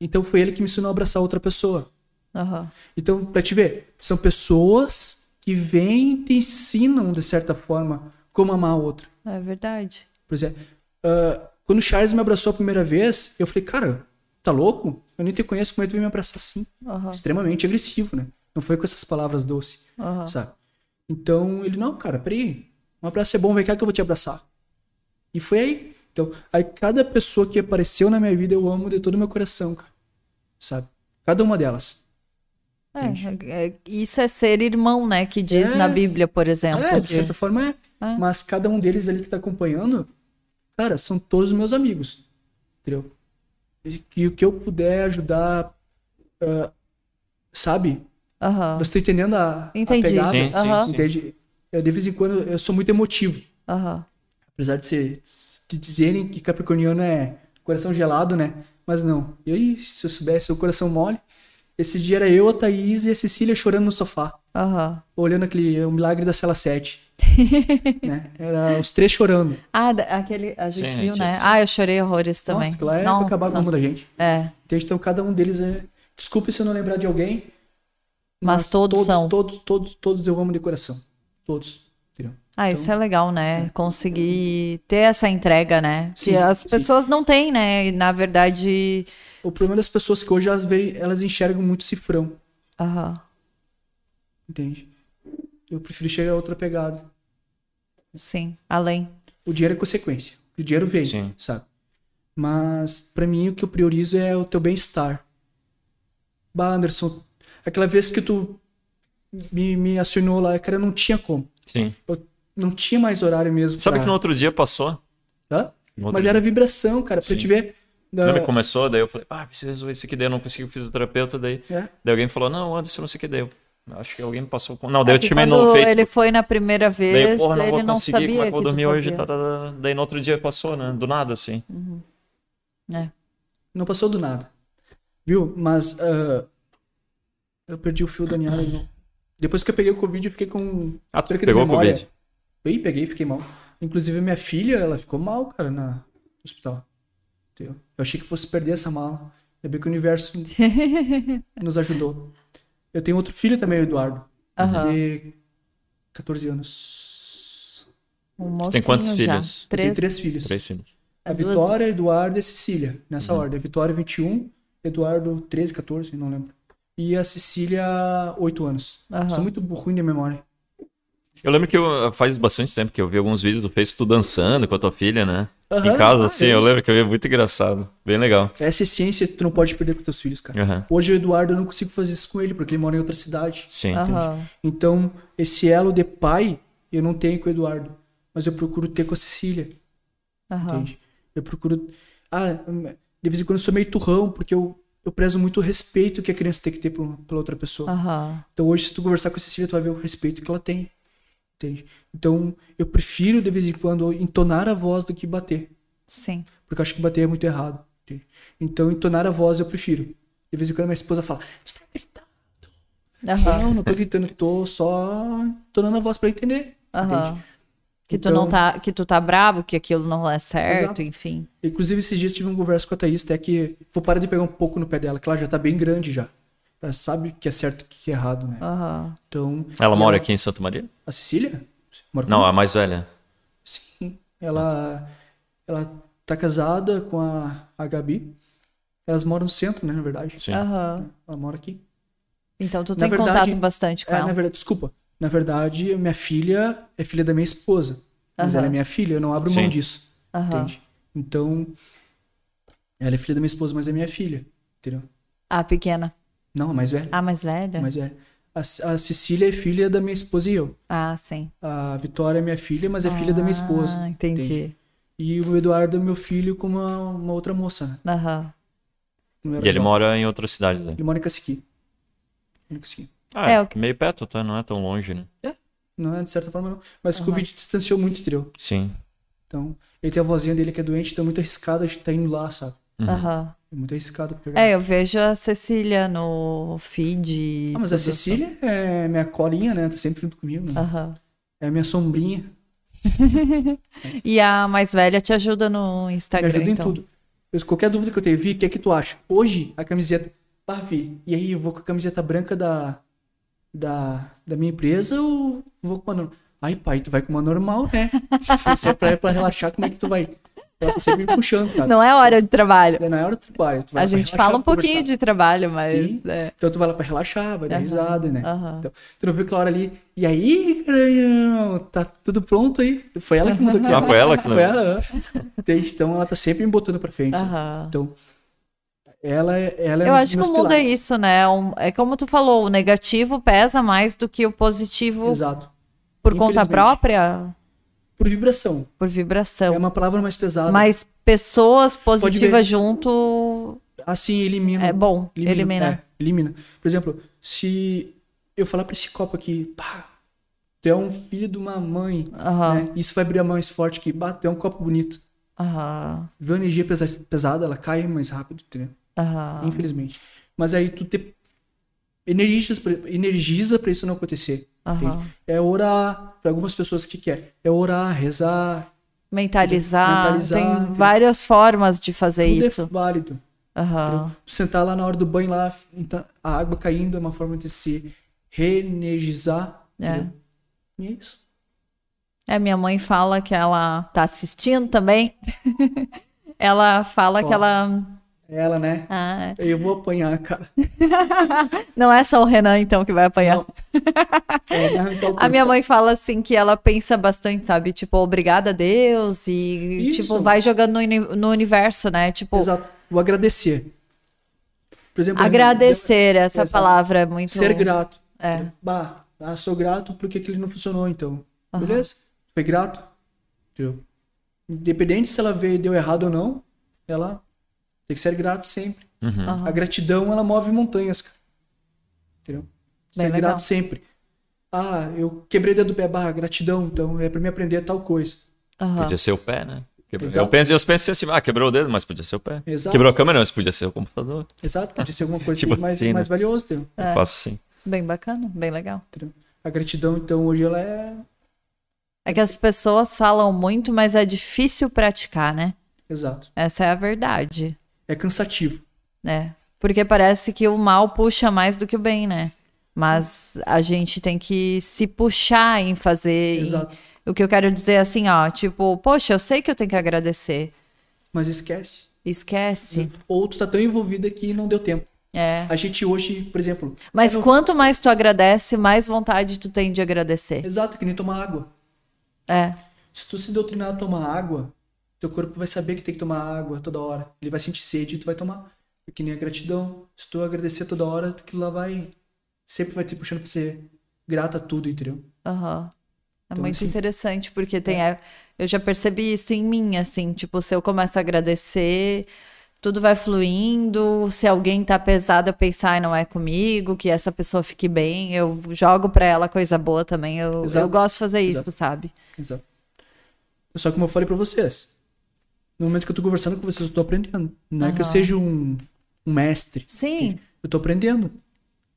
Speaker 2: então foi ele que me ensinou a abraçar outra pessoa.
Speaker 1: Aham.
Speaker 2: Então, pra te ver, são pessoas que vêm e te ensinam, de certa forma, como amar a outra.
Speaker 1: É verdade.
Speaker 2: Por exemplo, ah, quando o Charles me abraçou a primeira vez, eu falei, cara, tá louco? Eu nem te conheço, como é que tu vem me abraçar assim?
Speaker 1: Aham.
Speaker 2: Extremamente agressivo, né? Não foi com essas palavras doces,
Speaker 1: Aham.
Speaker 2: sabe? Então ele, não, cara, peraí, um abraço é bom, vem cá que eu vou te abraçar. E foi aí. Então, aí cada pessoa que apareceu na minha vida eu amo de todo o meu coração, cara. Sabe? Cada uma delas.
Speaker 1: É, é, isso é ser irmão, né? Que diz
Speaker 2: É.
Speaker 1: na Bíblia, por exemplo.
Speaker 2: É, de
Speaker 1: que-
Speaker 2: certa forma é.
Speaker 1: um É.
Speaker 2: Mas cada um deles ali que tá acompanhando, cara, são todos meus amigos. Entendeu? E que o que eu puder ajudar, ah, sabe?
Speaker 1: Aham.
Speaker 2: Você tá entendendo a, a
Speaker 1: Entendi.
Speaker 2: pegada?
Speaker 3: Sim, sim,
Speaker 1: Aham.
Speaker 3: sim.
Speaker 2: Entende? Eu, de vez em quando eu sou muito emotivo.
Speaker 1: Aham.
Speaker 2: Apesar de, ser, de dizerem que capricorniano é coração gelado, né? Mas não. E aí, se eu soubesse, o coração mole. Esse dia era eu, a Thaís e a Cecília chorando no sofá
Speaker 1: Aham.
Speaker 2: olhando aquele O Milagre da Cela 7. né? Era os três chorando.
Speaker 1: Ah, da- aquele. A gente
Speaker 3: Sim,
Speaker 1: viu,
Speaker 3: a gente
Speaker 1: né? Ah, eu chorei horrores também.
Speaker 2: Nossa, que lá é pra acabar com o mundo da gente.
Speaker 1: É.
Speaker 2: Entende? Então cada um deles é. Desculpe se eu não lembrar de alguém.
Speaker 1: Mas todos são.
Speaker 2: Todos, todos, todos eu amo de coração. Todos. Entendeu?
Speaker 1: Ah, isso é
Speaker 2: Então,
Speaker 1: legal, né? Conseguir ter essa entrega, né?
Speaker 2: é. Sim,
Speaker 1: que as
Speaker 2: sim.
Speaker 1: pessoas não têm, né? E, na verdade.
Speaker 2: O problema das pessoas é que hoje elas, veem, elas enxergam muito cifrão.
Speaker 1: Aham.
Speaker 2: Entende? Eu prefiro chegar a outra pegada.
Speaker 1: Sim. Além.
Speaker 2: O dinheiro é consequência. O dinheiro vem,
Speaker 3: Sim.
Speaker 2: sabe? Mas pra mim o que eu priorizo é o teu bem-estar. Bah, Anderson, aquela vez que tu me, me acionou lá, cara, eu não tinha como.
Speaker 3: Sim.
Speaker 2: Eu não tinha mais horário mesmo.
Speaker 3: Sabe
Speaker 2: pra-
Speaker 3: que no outro dia passou?
Speaker 2: Hã?
Speaker 3: no outro
Speaker 2: Mas
Speaker 3: dia.
Speaker 2: era vibração, cara, pra
Speaker 3: Sim.
Speaker 2: te ver. Não,
Speaker 3: Lembra que começou? Daí eu falei, ah, preciso resolver isso aqui. Daí eu não consegui o fisioterapeuta. Daí,
Speaker 2: É.
Speaker 3: daí alguém falou, não, Anderson, não sei o que. Daí eu, acho que alguém me passou. com- Não, daí eu
Speaker 1: É que
Speaker 3: te mandei um no
Speaker 1: quando
Speaker 3: Facebook.
Speaker 1: ele foi na primeira
Speaker 3: Daí,
Speaker 1: vez,
Speaker 3: porra, não
Speaker 1: ele
Speaker 3: vou
Speaker 1: não
Speaker 3: conseguir,
Speaker 1: sabia
Speaker 3: como é que eu vou
Speaker 1: tu
Speaker 3: dormir hoje?
Speaker 1: fazia.
Speaker 3: Tá, tá, tá. Daí no outro dia passou, né? Do nada, assim.
Speaker 1: É.
Speaker 2: não passou do nada. Viu? Mas ah, eu perdi o fio da meada. viu? Depois que eu peguei o Covid, eu fiquei com.
Speaker 3: Ah, tu
Speaker 2: perca de
Speaker 3: pegou o
Speaker 2: memória.
Speaker 3: Covid.
Speaker 2: Bem, peguei, fiquei mal. Inclusive, minha filha, ela ficou mal, cara, na, no hospital. Entendeu? Eu achei que fosse perder essa mala. Ainda bem que o universo nos ajudou. Eu tenho outro filho também, o Eduardo.
Speaker 1: Aham.
Speaker 2: De 14 anos.
Speaker 1: Um mocinho
Speaker 3: tem quantos
Speaker 1: já.
Speaker 3: filhos?
Speaker 2: Eu tenho
Speaker 1: Três.
Speaker 2: três filhos.
Speaker 3: Três filhos.
Speaker 2: A
Speaker 1: Duas-
Speaker 2: Vitória, Eduardo e a Cecília. Nessa ordem. A Vitória, 21. Eduardo, 13, 14, não lembro. E a Cecília, 8 anos.
Speaker 1: Aham.
Speaker 2: Sou muito ruim de memória.
Speaker 3: Eu lembro que eu- faz bastante tempo que eu vi alguns vídeos do Face, tu dançando com a tua filha, né?
Speaker 2: Aham.
Speaker 3: Em casa,
Speaker 2: Ah,
Speaker 3: assim,
Speaker 2: é.
Speaker 3: eu lembro que eu vi muito engraçado. Bem legal.
Speaker 2: Essa essência tu não pode perder com teus filhos, cara.
Speaker 3: Aham.
Speaker 2: Hoje o Eduardo eu não consigo fazer isso com ele, porque ele mora em outra cidade.
Speaker 3: Sim.
Speaker 1: Aham.
Speaker 2: Então, esse elo de pai eu não tenho com o Eduardo. Mas eu procuro ter com a Cecília,
Speaker 1: Aham.
Speaker 2: entende? Eu procuro. Ah, de vez em quando eu sou meio turrão, porque eu, eu prezo muito o respeito que a criança tem que ter por- pela outra pessoa.
Speaker 1: Aham.
Speaker 2: Então hoje, se tu conversar com a Cecília, tu vai ver o respeito que ela tem. Entende? Então, eu prefiro, de vez em quando, entonar a voz do que bater.
Speaker 1: Sim.
Speaker 2: Porque eu acho que bater é muito errado. entende? Então, entonar a voz eu prefiro. De vez em quando, minha esposa fala: Você tá gritando?
Speaker 1: Aham.
Speaker 2: Não, não tô gritando, tô só entonando a voz pra entender.
Speaker 1: Aham.
Speaker 2: Entende?
Speaker 1: Que tu não
Speaker 2: Então-
Speaker 1: tá, que tu tá bravo, que aquilo não é certo,
Speaker 2: Exato.
Speaker 1: enfim.
Speaker 2: Inclusive, esses dias tive uma conversa com a Thaís, até que vou parar de pegar um pouco no pé dela, que ela já tá bem grande já. Ela sabe o que é certo e o que é errado, né?
Speaker 1: Aham.
Speaker 2: Então.
Speaker 3: Ela
Speaker 2: e
Speaker 3: mora aqui em Santa Maria?
Speaker 2: A Cecília? Mora
Speaker 3: Não,
Speaker 2: comigo?
Speaker 3: a mais velha.
Speaker 2: Sim, ela ela tá casada com a, a Gabi. Elas moram no centro, né, na verdade.
Speaker 3: Sim.
Speaker 1: Aham.
Speaker 2: Ela mora aqui.
Speaker 1: Então tu
Speaker 2: Na
Speaker 1: tem
Speaker 2: verdade-
Speaker 1: contato bastante com
Speaker 2: É, na
Speaker 1: ela.
Speaker 2: verdade, desculpa. Na verdade, minha filha é filha da minha esposa. Mas
Speaker 1: Aham.
Speaker 2: ela é minha filha, eu não abro mão
Speaker 3: Sim.
Speaker 2: disso.
Speaker 1: Aham.
Speaker 2: Entende? Então, ela é filha da minha esposa, mas é minha filha. Entendeu?
Speaker 1: A Ah, pequena.
Speaker 2: Não, a mais velha.
Speaker 1: Ah, mais velha?
Speaker 2: a mais velha. A, a Cecília é filha da minha esposa e eu.
Speaker 1: Ah, sim.
Speaker 2: A Vitória é minha filha, mas é filha da minha esposa.
Speaker 1: Ah, entendi.
Speaker 2: entende? E o Eduardo é meu filho com uma, uma outra moça, né?
Speaker 1: Aham.
Speaker 2: Não era
Speaker 3: E ele
Speaker 2: só-
Speaker 3: mora em outra cidade, né?
Speaker 2: Ele mora em Caciqui. Em Caciqui.
Speaker 3: Ah,
Speaker 1: É, o que-
Speaker 3: meio perto, tá? Não é tão longe, né?
Speaker 2: Não é, de certa forma, não. Mas o Covid distanciou muito, entendeu?
Speaker 3: Sim.
Speaker 2: Então, ele tem a vozinha dele que é doente, então é muito arriscado a gente tá indo lá, sabe?
Speaker 1: Aham.
Speaker 2: É muito arriscado pegar.
Speaker 1: É, eu vejo a Cecília no feed. e
Speaker 2: Ah, mas a
Speaker 1: tudo.
Speaker 2: Cecília
Speaker 1: então.
Speaker 2: é minha colinha, né? Tá sempre junto comigo, né?
Speaker 1: Aham.
Speaker 2: É a minha sombrinha.
Speaker 1: E a mais velha te ajuda no
Speaker 2: Me
Speaker 1: Instagram,
Speaker 2: ajuda em
Speaker 1: então.
Speaker 2: tudo. Eu- qualquer dúvida que eu tenha, Vi, o que é que tu acha? Hoje, a camiseta. Pá, Vi, e aí, eu vou com a camiseta branca da. Da, da minha empresa ou vou com uma normal? Ai, pai, tu vai com uma normal, né? Isso é pra, pra relaxar, como é que tu vai? Ela tá sempre me puxando, sabe?
Speaker 1: Não é hora de trabalho.
Speaker 2: É na hora do trabalho. Tu vai
Speaker 1: A
Speaker 2: lá pra
Speaker 1: gente
Speaker 2: relaxar,
Speaker 1: fala um
Speaker 2: pra
Speaker 1: pouquinho
Speaker 2: conversar.
Speaker 1: de trabalho, mas.
Speaker 2: Sim.
Speaker 1: é.
Speaker 2: Então tu vai lá pra relaxar, vai dar
Speaker 1: Aham,
Speaker 2: risada, né?
Speaker 1: aham.
Speaker 2: Então, tu não viu aquela hora ali, e aí, garanhão, tá tudo pronto aí? Foi ela que mudou aqui.
Speaker 3: Ah, foi ela que
Speaker 2: Foi ela, né? Entende? Então ela tá sempre me botando pra frente. sabe?
Speaker 1: Aham.
Speaker 2: Então, ela, é- ela é
Speaker 1: Eu
Speaker 2: um
Speaker 1: acho que
Speaker 2: dos
Speaker 1: o
Speaker 2: meus
Speaker 1: mundo é
Speaker 2: pilares.
Speaker 1: isso, né? Um- é como tu falou, o negativo pesa mais do que o positivo
Speaker 2: Exato.
Speaker 1: por conta
Speaker 2: infelizmente.
Speaker 1: própria,
Speaker 2: Por vibração.
Speaker 1: por
Speaker 2: É
Speaker 1: vibração.
Speaker 2: uma palavra mais pesada.
Speaker 1: Então, Mas pessoas
Speaker 2: ver.
Speaker 1: positivas junto
Speaker 2: Assim, elimina.
Speaker 1: é bom,
Speaker 2: Elimina.
Speaker 1: elimina.
Speaker 2: é, elimina. Por exemplo, se eu falar pra esse copo aqui, pá, tu é um filho de uma mãe,
Speaker 1: Aham.
Speaker 2: né? Isso vai brilhar mais forte que, bah, tu é um copo bonito.
Speaker 1: Aham,
Speaker 2: Viu a energia pesa- pesada, ela cai mais rápido, entendeu?
Speaker 1: aham.
Speaker 2: Infelizmente. Mas aí tu te energiza pra, energiza pra isso não acontecer.
Speaker 1: Aham.
Speaker 2: entende? É orar, pra algumas pessoas o que que é? É orar, rezar,
Speaker 1: Mentalizar.
Speaker 2: Mentalizar,
Speaker 1: Tem
Speaker 2: entendeu?
Speaker 1: várias formas de fazer
Speaker 2: tudo é
Speaker 1: isso.
Speaker 2: válido.
Speaker 1: Aham.
Speaker 2: Tu sentar lá na hora do banho lá, então, a água caindo é uma forma de se reenergizar.
Speaker 1: É.
Speaker 2: entendeu? E é isso.
Speaker 1: É, minha mãe fala que ela tá assistindo também. ela fala que ela.
Speaker 2: Ela, né?
Speaker 1: Ah,
Speaker 2: Eu vou apanhar, cara.
Speaker 1: não é só o Renan, então, que vai apanhar.
Speaker 2: Eu vou arrancar o
Speaker 1: A minha mãe fala assim que ela pensa bastante, sabe? Tipo, obrigada a Deus e,
Speaker 2: Isso.
Speaker 1: tipo, vai jogando no, uni- no universo, né? Tipo,
Speaker 2: Exato. O agradecer. Por exemplo,
Speaker 1: agradecer, essa
Speaker 2: Exato.
Speaker 1: palavra é muito...
Speaker 2: Ser grato.
Speaker 1: É.
Speaker 2: Bah, ah, sou grato porque aquilo não funcionou, então. Beleza? Foi grato. Entendeu? Independente se ela vê deu errado ou não, ela tem que ser grato sempre.
Speaker 3: Uhum.
Speaker 2: A gratidão, ela move montanhas, cara. Entendeu?
Speaker 1: Bem
Speaker 2: ser
Speaker 1: legal.
Speaker 2: grato sempre. Ah, eu quebrei o dedo do pé, bah, gratidão, então é pra me aprender tal coisa.
Speaker 1: Aham.
Speaker 3: Podia ser o pé, né? Quebrou.
Speaker 2: Exato.
Speaker 3: Eu penso, eu pensei assim, ah, quebrou o dedo, mas podia ser o pé.
Speaker 2: Exato.
Speaker 3: Quebrou a câmera, mas podia ser o computador.
Speaker 2: Exato, podia ser alguma coisa
Speaker 3: Tipo
Speaker 2: mais,
Speaker 3: assim, né?
Speaker 2: mais valiosa, entendeu?
Speaker 1: É.
Speaker 3: Eu faço assim.
Speaker 1: Bem bacana, bem legal.
Speaker 2: Entendeu? A gratidão, então, hoje ela é.
Speaker 1: É que as pessoas falam muito, mas é difícil praticar, né?
Speaker 2: Exato.
Speaker 1: Essa é a verdade,
Speaker 2: É cansativo.
Speaker 1: né? Porque parece que o mal puxa mais do que o bem, né? Mas a gente tem que se puxar em fazer. em-
Speaker 2: Exato.
Speaker 1: O que eu quero dizer é assim, ó, tipo, poxa, eu sei que eu tenho que agradecer.
Speaker 2: Mas esquece.
Speaker 1: Esquece.
Speaker 2: Ou tu tá tão envolvida que não deu tempo.
Speaker 1: É.
Speaker 2: A gente hoje, por exemplo.
Speaker 1: Mas
Speaker 2: eu não-
Speaker 1: quanto mais tu agradece, mais vontade tu tem de agradecer.
Speaker 2: Exato, que nem tomar água.
Speaker 1: É.
Speaker 2: Se tu se doutrinar a tomar água, teu corpo vai saber que tem que tomar água toda hora. Ele vai sentir sede e tu vai tomar. É Que nem a gratidão. Se tu agradecer toda hora, aquilo lá vai. Sempre vai te puxando pra ser grata a tudo, entendeu?
Speaker 1: Aham. É
Speaker 2: Então,
Speaker 1: muito
Speaker 2: assim,
Speaker 1: interessante, porque tem. é, eu já percebi isso em mim, assim, tipo, se eu começo a agradecer, tudo vai fluindo. Se alguém tá pesado, eu pensar, "Ai, não é comigo, que essa pessoa fique bem. Eu jogo pra ela coisa boa também. Eu,
Speaker 2: Exato.
Speaker 1: eu gosto de fazer isso,
Speaker 2: Exato.
Speaker 1: sabe?
Speaker 2: Exato. É Só que como eu falei pra vocês, no momento que eu tô conversando com vocês, eu tô aprendendo. Não é que eu seja um, um mestre.
Speaker 1: Sim.
Speaker 2: Eu tô aprendendo.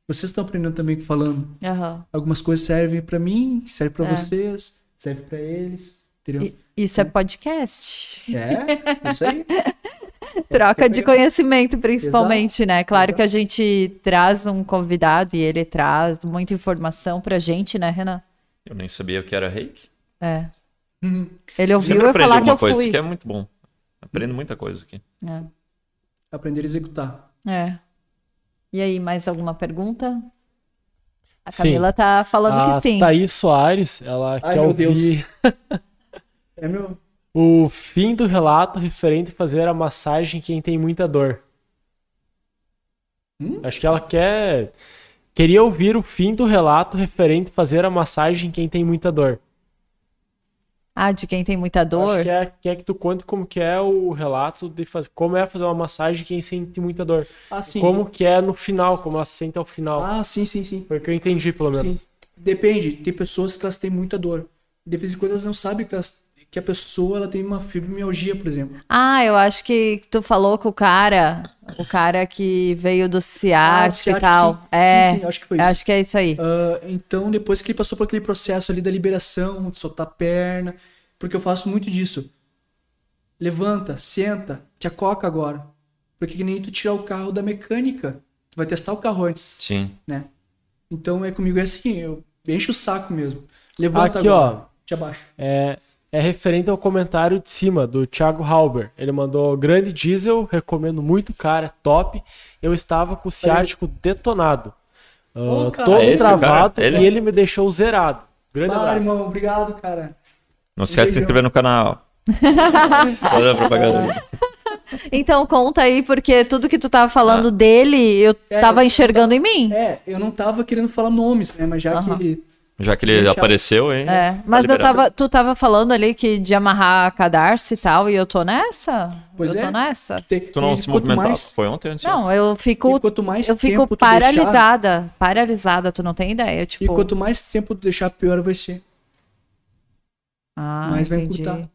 Speaker 2: Vocês estão aprendendo também falando.
Speaker 1: Aham.
Speaker 2: Algumas coisas servem pra mim, servem pra vocês, servem pra eles, entendeu?
Speaker 1: I- Isso é podcast.
Speaker 2: É, isso aí.
Speaker 1: Troca de
Speaker 2: pegar.
Speaker 1: conhecimento, principalmente, né? Claro que a gente traz um convidado e ele traz muita informação pra gente, né, Renan?
Speaker 3: Eu nem sabia o que era reiki.
Speaker 1: É. Ele ouviu
Speaker 3: Sempre
Speaker 1: eu
Speaker 3: aprendi
Speaker 1: falar que
Speaker 3: alguma
Speaker 1: eu
Speaker 3: coisa, isso
Speaker 1: fui.
Speaker 3: aqui é muito bom. Aprendo muita coisa aqui.
Speaker 1: É.
Speaker 2: Aprender a executar.
Speaker 1: É. E aí, mais alguma pergunta? A
Speaker 4: Sim.
Speaker 1: Camila tá falando
Speaker 4: a
Speaker 2: Ah,
Speaker 1: que sim.
Speaker 4: Thaís Soares, ela
Speaker 2: Ai,
Speaker 4: quer
Speaker 2: meu
Speaker 4: ouvir
Speaker 2: É meu.
Speaker 4: o fim do relato referente a fazer a massagem em quem tem muita dor.
Speaker 2: Hum?
Speaker 4: Acho que ela quer. Queria ouvir o fim do relato referente a fazer a massagem em quem tem muita dor.
Speaker 1: Ah, de quem tem muita
Speaker 4: Acho
Speaker 1: dor?
Speaker 4: que é, quer que tu conte como que é o relato de fazer, como é fazer uma massagem em quem sente muita dor.
Speaker 2: Ah, sim.
Speaker 4: Como que é no final, como ela se sente ao final.
Speaker 2: Ah, sim, sim, sim.
Speaker 4: Foi o que eu entendi, pelo menos.
Speaker 2: Sim. Depende, tem pessoas que elas têm muita dor. De vez em quando elas não sabem que, elas- que a pessoa ela tem uma fibromialgia, por exemplo.
Speaker 1: Ah, eu acho que tu falou com o cara, o cara que veio do
Speaker 2: Ah,
Speaker 1: ciático,
Speaker 2: do ciático,
Speaker 1: e tal.
Speaker 2: sim.
Speaker 1: É,
Speaker 2: Sim, sim, acho que foi isso.
Speaker 1: Acho que é isso aí.
Speaker 2: Ah, então, depois que ele passou por aquele processo ali da liberação, de soltar a perna, porque eu faço muito disso. Levanta, senta, te acoca agora. Porque que nem tu tirar o carro da mecânica. Tu vai testar o carro antes,
Speaker 3: Sim.
Speaker 2: né? Então é comigo é assim, eu encho o saco mesmo. Levanta
Speaker 4: Aqui,
Speaker 2: agora. Te abaixo.
Speaker 4: É, é referente ao comentário de cima do Thiago Halber. Ele mandou grande diesel, recomendo muito, cara, é top. Eu estava com o ciático detonado.
Speaker 2: Ô,
Speaker 4: Ah,
Speaker 2: cara,
Speaker 4: todo
Speaker 3: é esse o cara?
Speaker 4: travado
Speaker 3: Ele-
Speaker 4: e ele me deixou zerado. Grande
Speaker 2: Para,
Speaker 4: abraço.
Speaker 2: irmão, obrigado, cara.
Speaker 3: Não se esquece de se inscrever no canal. Olha a propaganda.
Speaker 1: Então conta aí, porque tudo que tu tava falando
Speaker 3: Ah.
Speaker 1: dele, eu tava enxergando em mim.
Speaker 2: É, eu não tava querendo falar nomes, né? Mas já que ele.
Speaker 3: Já que ele
Speaker 2: Tchau.
Speaker 3: apareceu, hein?
Speaker 1: É,
Speaker 3: tá
Speaker 1: mas eu
Speaker 3: liberado.
Speaker 1: tava, tu tava falando ali que de amarrar cadarço e tal, e eu tô nessa?
Speaker 2: Pois
Speaker 1: eu
Speaker 2: é.
Speaker 1: tô nessa?
Speaker 2: Tem,
Speaker 3: Tu não
Speaker 2: ele-
Speaker 3: se
Speaker 2: quanto
Speaker 3: movimentava.
Speaker 2: mais-
Speaker 3: Foi ontem antes?
Speaker 1: Não, eu fico.
Speaker 2: E quanto mais
Speaker 1: eu fico
Speaker 2: tempo tu
Speaker 1: paralisada. Paralisada, tu não tem ideia. Tipo,
Speaker 2: E quanto mais tempo tu deixar, pior vai ser.
Speaker 1: ah,
Speaker 2: mais vai
Speaker 1: entendi.
Speaker 2: encurtar.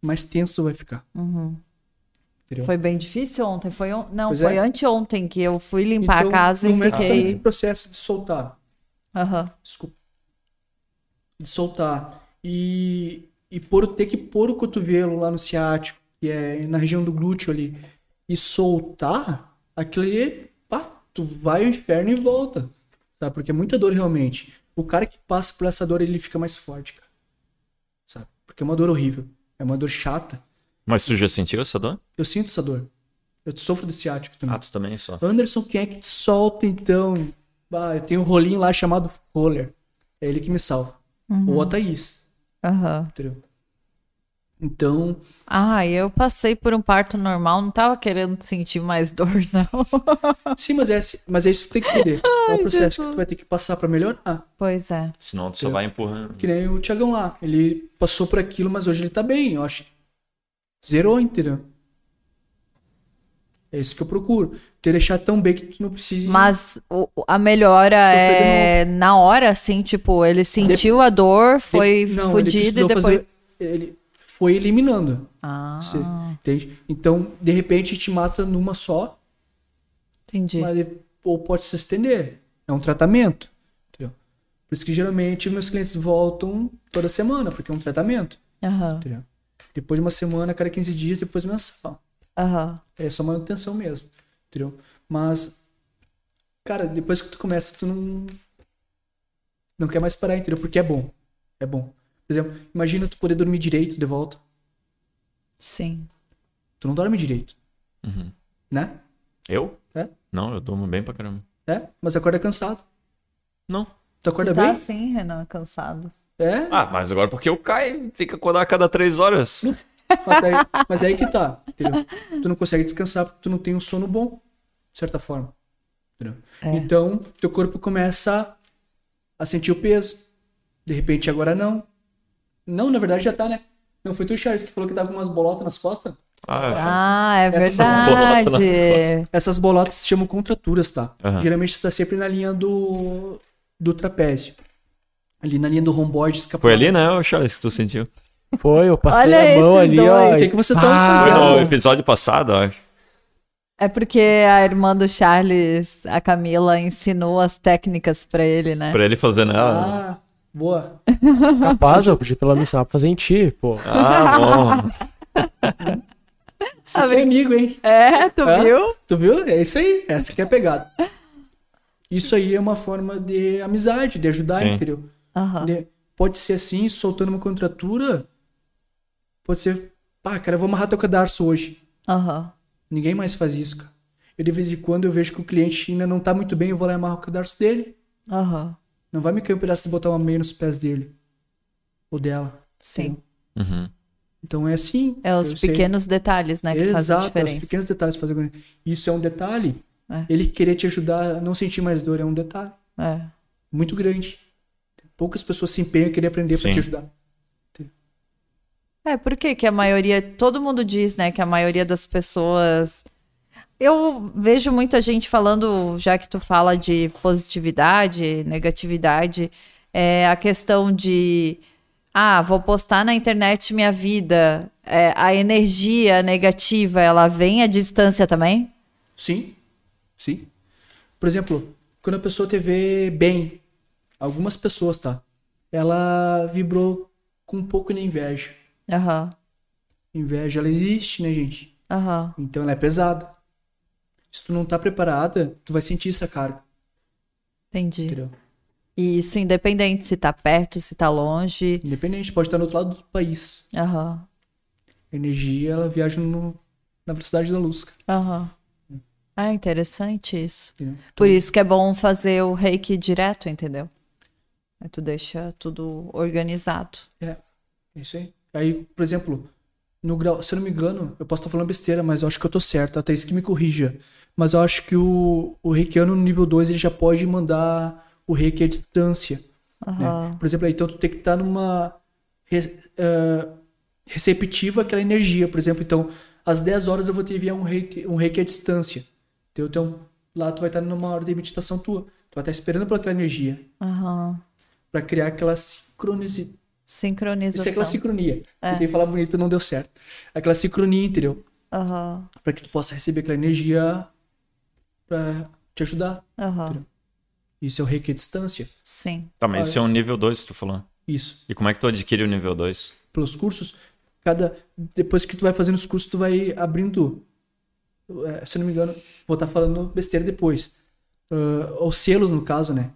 Speaker 2: Mais tenso vai ficar. Entendeu?
Speaker 1: Foi bem difícil ontem. Foi on- Não,
Speaker 2: Pois
Speaker 1: foi
Speaker 2: é.
Speaker 1: anteontem que eu fui limpar
Speaker 2: Então,
Speaker 1: a casa
Speaker 2: no
Speaker 1: e
Speaker 2: momento tá
Speaker 1: fiquei.
Speaker 2: nesse processo de soltar.
Speaker 1: Aham.
Speaker 2: Desculpa. De soltar. E, e pôr, ter que pôr o cotovelo lá no ciático, que é na região do glúteo ali, e soltar, aquilo ali, pá, tu vai ao inferno e volta. Sabe? Porque é muita dor realmente. O cara que passa por essa dor, ele fica mais forte, cara. Sabe? Porque é uma dor horrível. É uma dor chata.
Speaker 3: Mas tu já sentiu essa dor?
Speaker 2: Eu sinto essa dor. Eu sofro do ciático também.
Speaker 3: Ah, tu também só.
Speaker 2: Anderson, quem é que te solta então? Ah, eu tenho um rolinho lá chamado roller. É ele que me salva.
Speaker 1: Uhum.
Speaker 2: Ou a Thaís,
Speaker 1: Aham.
Speaker 2: entendeu? Então,
Speaker 1: Ah, eu passei por um parto normal, não tava querendo sentir mais dor, não.
Speaker 2: sim, mas é, mas é isso que tu tem que entender. É um processo que tu vai ter que passar pra melhorar.
Speaker 1: pois é.
Speaker 3: Senão tu só vai empurrando.
Speaker 2: Que nem o Thiagão lá. Ele passou por aquilo, mas hoje ele tá bem. Eu acho. Zerou, entendeu? É isso que eu procuro. Te deixar tão bem que tu não precise.
Speaker 1: Mas o- o- a melhora
Speaker 2: Sofreu de
Speaker 1: é na hora, assim, tipo, ele sentiu a dor, foi
Speaker 2: Ele- não, ele
Speaker 1: fudido e
Speaker 2: precisou
Speaker 1: depois.
Speaker 2: fazer- ele foi eliminando.
Speaker 1: Ah,
Speaker 2: Você- entende? Então, de repente, te mata numa só,
Speaker 1: entendi.
Speaker 2: mas ele- ou pode se estender. É um tratamento. Entendeu? Por isso que geralmente meus clientes voltam toda semana, porque é um tratamento.
Speaker 1: Aham,
Speaker 2: Entendeu? Depois de uma semana, a cada 15 dias, depois mensal.
Speaker 1: aham.
Speaker 2: É só manutenção mesmo. Entendeu? Mas, cara, depois que tu começa, tu não. Não quer mais parar, entendeu? Porque é bom. É bom. Por exemplo, imagina tu poder dormir direito de volta.
Speaker 1: Sim.
Speaker 2: Tu não dorme direito. Né?
Speaker 3: Eu?
Speaker 2: É?
Speaker 3: Não, eu durmo bem pra caramba.
Speaker 2: É, mas acorda cansado.
Speaker 3: Não.
Speaker 2: Tu acorda
Speaker 1: tu tá
Speaker 2: bem?
Speaker 1: assim, Renan, cansado.
Speaker 2: É,
Speaker 3: Ah, mas agora porque eu caio, tem que acordar a cada três horas.
Speaker 2: mas aí, mas aí que tá, entendeu? Tu não consegue descansar porque tu não tem um sono bom, de certa forma. entendeu?
Speaker 1: É.
Speaker 2: Então, teu corpo começa a sentir o peso. De repente, agora não. Não, na verdade já tá, né? Não foi tu, Charles, que falou que tava com umas bolotas nas costas?
Speaker 3: Ah,
Speaker 1: Ah, é
Speaker 2: Essas são as
Speaker 3: bolotas nas
Speaker 1: verdade.
Speaker 2: Essas bolotas se chamam contraturas, tá?
Speaker 3: Aham.
Speaker 2: Geralmente está sempre na linha do, do trapézio. Ali na linha do romboide escapular.
Speaker 3: foi ali, né, ô Charles, que tu sentiu?
Speaker 4: Foi, eu passei
Speaker 1: Olha
Speaker 4: a mão
Speaker 1: esses
Speaker 4: ali, ó.
Speaker 1: dois,
Speaker 4: e-
Speaker 2: o que que vocês tavam
Speaker 4: Ah,
Speaker 3: Foi no
Speaker 2: Ah.
Speaker 3: episódio passado, acho.
Speaker 1: É porque a irmã do Charles, a Camila, ensinou as técnicas pra ele, né?
Speaker 3: Pra ele fazer nela.
Speaker 2: Ah, boa.
Speaker 4: Capaz, eu pedi pela missão pra fazer em ti, pô.
Speaker 3: Ah, bom.
Speaker 1: Tá
Speaker 2: Você é amigo, hein?
Speaker 1: É, tu
Speaker 2: Hã?
Speaker 1: viu?
Speaker 2: Tu viu? É isso aí. Essa que é a pegada. Isso aí é uma forma de amizade, de ajudar,
Speaker 3: Sim.
Speaker 2: entendeu?
Speaker 1: Aham.
Speaker 2: De- Pode ser assim, soltando uma contratura. Pode ser, pá, cara, eu vou amarrar teu cadarço hoje.
Speaker 1: Aham.
Speaker 2: Ninguém mais faz isso, cara. Eu de vez em quando eu vejo que o cliente ainda não tá muito bem, eu vou lá e amarro o cadarço dele.
Speaker 1: Aham.
Speaker 2: Não vai me cair um pedaço de botar uma meia nos pés dele. Ou dela.
Speaker 1: Sim.
Speaker 3: Uhum.
Speaker 2: Então é assim.
Speaker 1: É os
Speaker 2: eu sei.
Speaker 1: pequenos detalhes, né, que fazem a
Speaker 2: Exato, os
Speaker 1: diferença.
Speaker 2: pequenos detalhes fazem a grande- Isso é um detalhe
Speaker 1: É.
Speaker 2: Ele querer te ajudar a não sentir mais dor é um detalhe
Speaker 1: É.
Speaker 2: muito grande. Poucas pessoas se empenham em querer aprender
Speaker 3: Sim.
Speaker 2: para te ajudar.
Speaker 1: É, por que que a maioria, todo mundo diz, né, que a maioria das pessoas. Eu vejo muita gente falando, já que tu fala de positividade, negatividade, é, a questão de, ah, vou postar na internet minha vida. É, a energia negativa, ela vem à distância também?
Speaker 2: Sim. Sim. Por exemplo, quando a pessoa te vê bem, algumas pessoas, tá? Ela vibrou com um pouco de inveja.
Speaker 1: Aham,
Speaker 2: Inveja, ela existe, né, gente?
Speaker 1: aham,
Speaker 2: Então ela é pesada. Se tu não tá preparada, tu vai sentir essa carga,
Speaker 1: entendi.
Speaker 2: entendeu?
Speaker 1: E isso independente se tá perto, se tá longe.
Speaker 2: Independente, pode estar no outro lado do país.
Speaker 1: Aham,
Speaker 2: A energia, ela viaja no- na velocidade da luz, cara.
Speaker 1: aham. Ah, interessante isso.
Speaker 2: entendeu?
Speaker 1: Por isso que é bom fazer o reiki direto, entendeu? Aí tu deixa tudo organizado.
Speaker 2: É, é isso aí. Aí, por exemplo, no grau, se eu não me engano, eu posso estar falando besteira, mas eu acho que eu tô certo, até isso que me corrija. Mas eu acho que o, o reikiano no nível 2, ele já pode mandar o reiki à distância, né?
Speaker 1: Aham.
Speaker 2: Por exemplo, aí, então tu tem que estar numa re- eh, receptiva àquela energia, por exemplo, então às 10 horas eu vou te enviar um reiki, um reiki à distância. Então, então lá tu vai estar numa hora de meditação tua, tu vai estar esperando por aquela energia,
Speaker 1: Aham.
Speaker 2: para criar aquela sincronicidade isso é
Speaker 1: Sincronização.
Speaker 2: aquela sincronia. Tentei falar bonito, não deu certo. Aquela sincronia, entendeu?
Speaker 1: Aham.
Speaker 2: Pra que tu possa receber aquela energia pra te ajudar.
Speaker 1: Aham.
Speaker 2: Isso é o reiki à distância.
Speaker 1: Sim.
Speaker 3: Tá, mas isso é um nível 2, tu falou.
Speaker 2: Isso.
Speaker 3: E como é que tu adquire o nível 2?
Speaker 2: Pelos cursos, cada. Depois que tu vai fazendo os cursos, tu vai abrindo. eh, Se eu não me engano, vou estar falando besteira depois. Ah, os selos, no caso, né?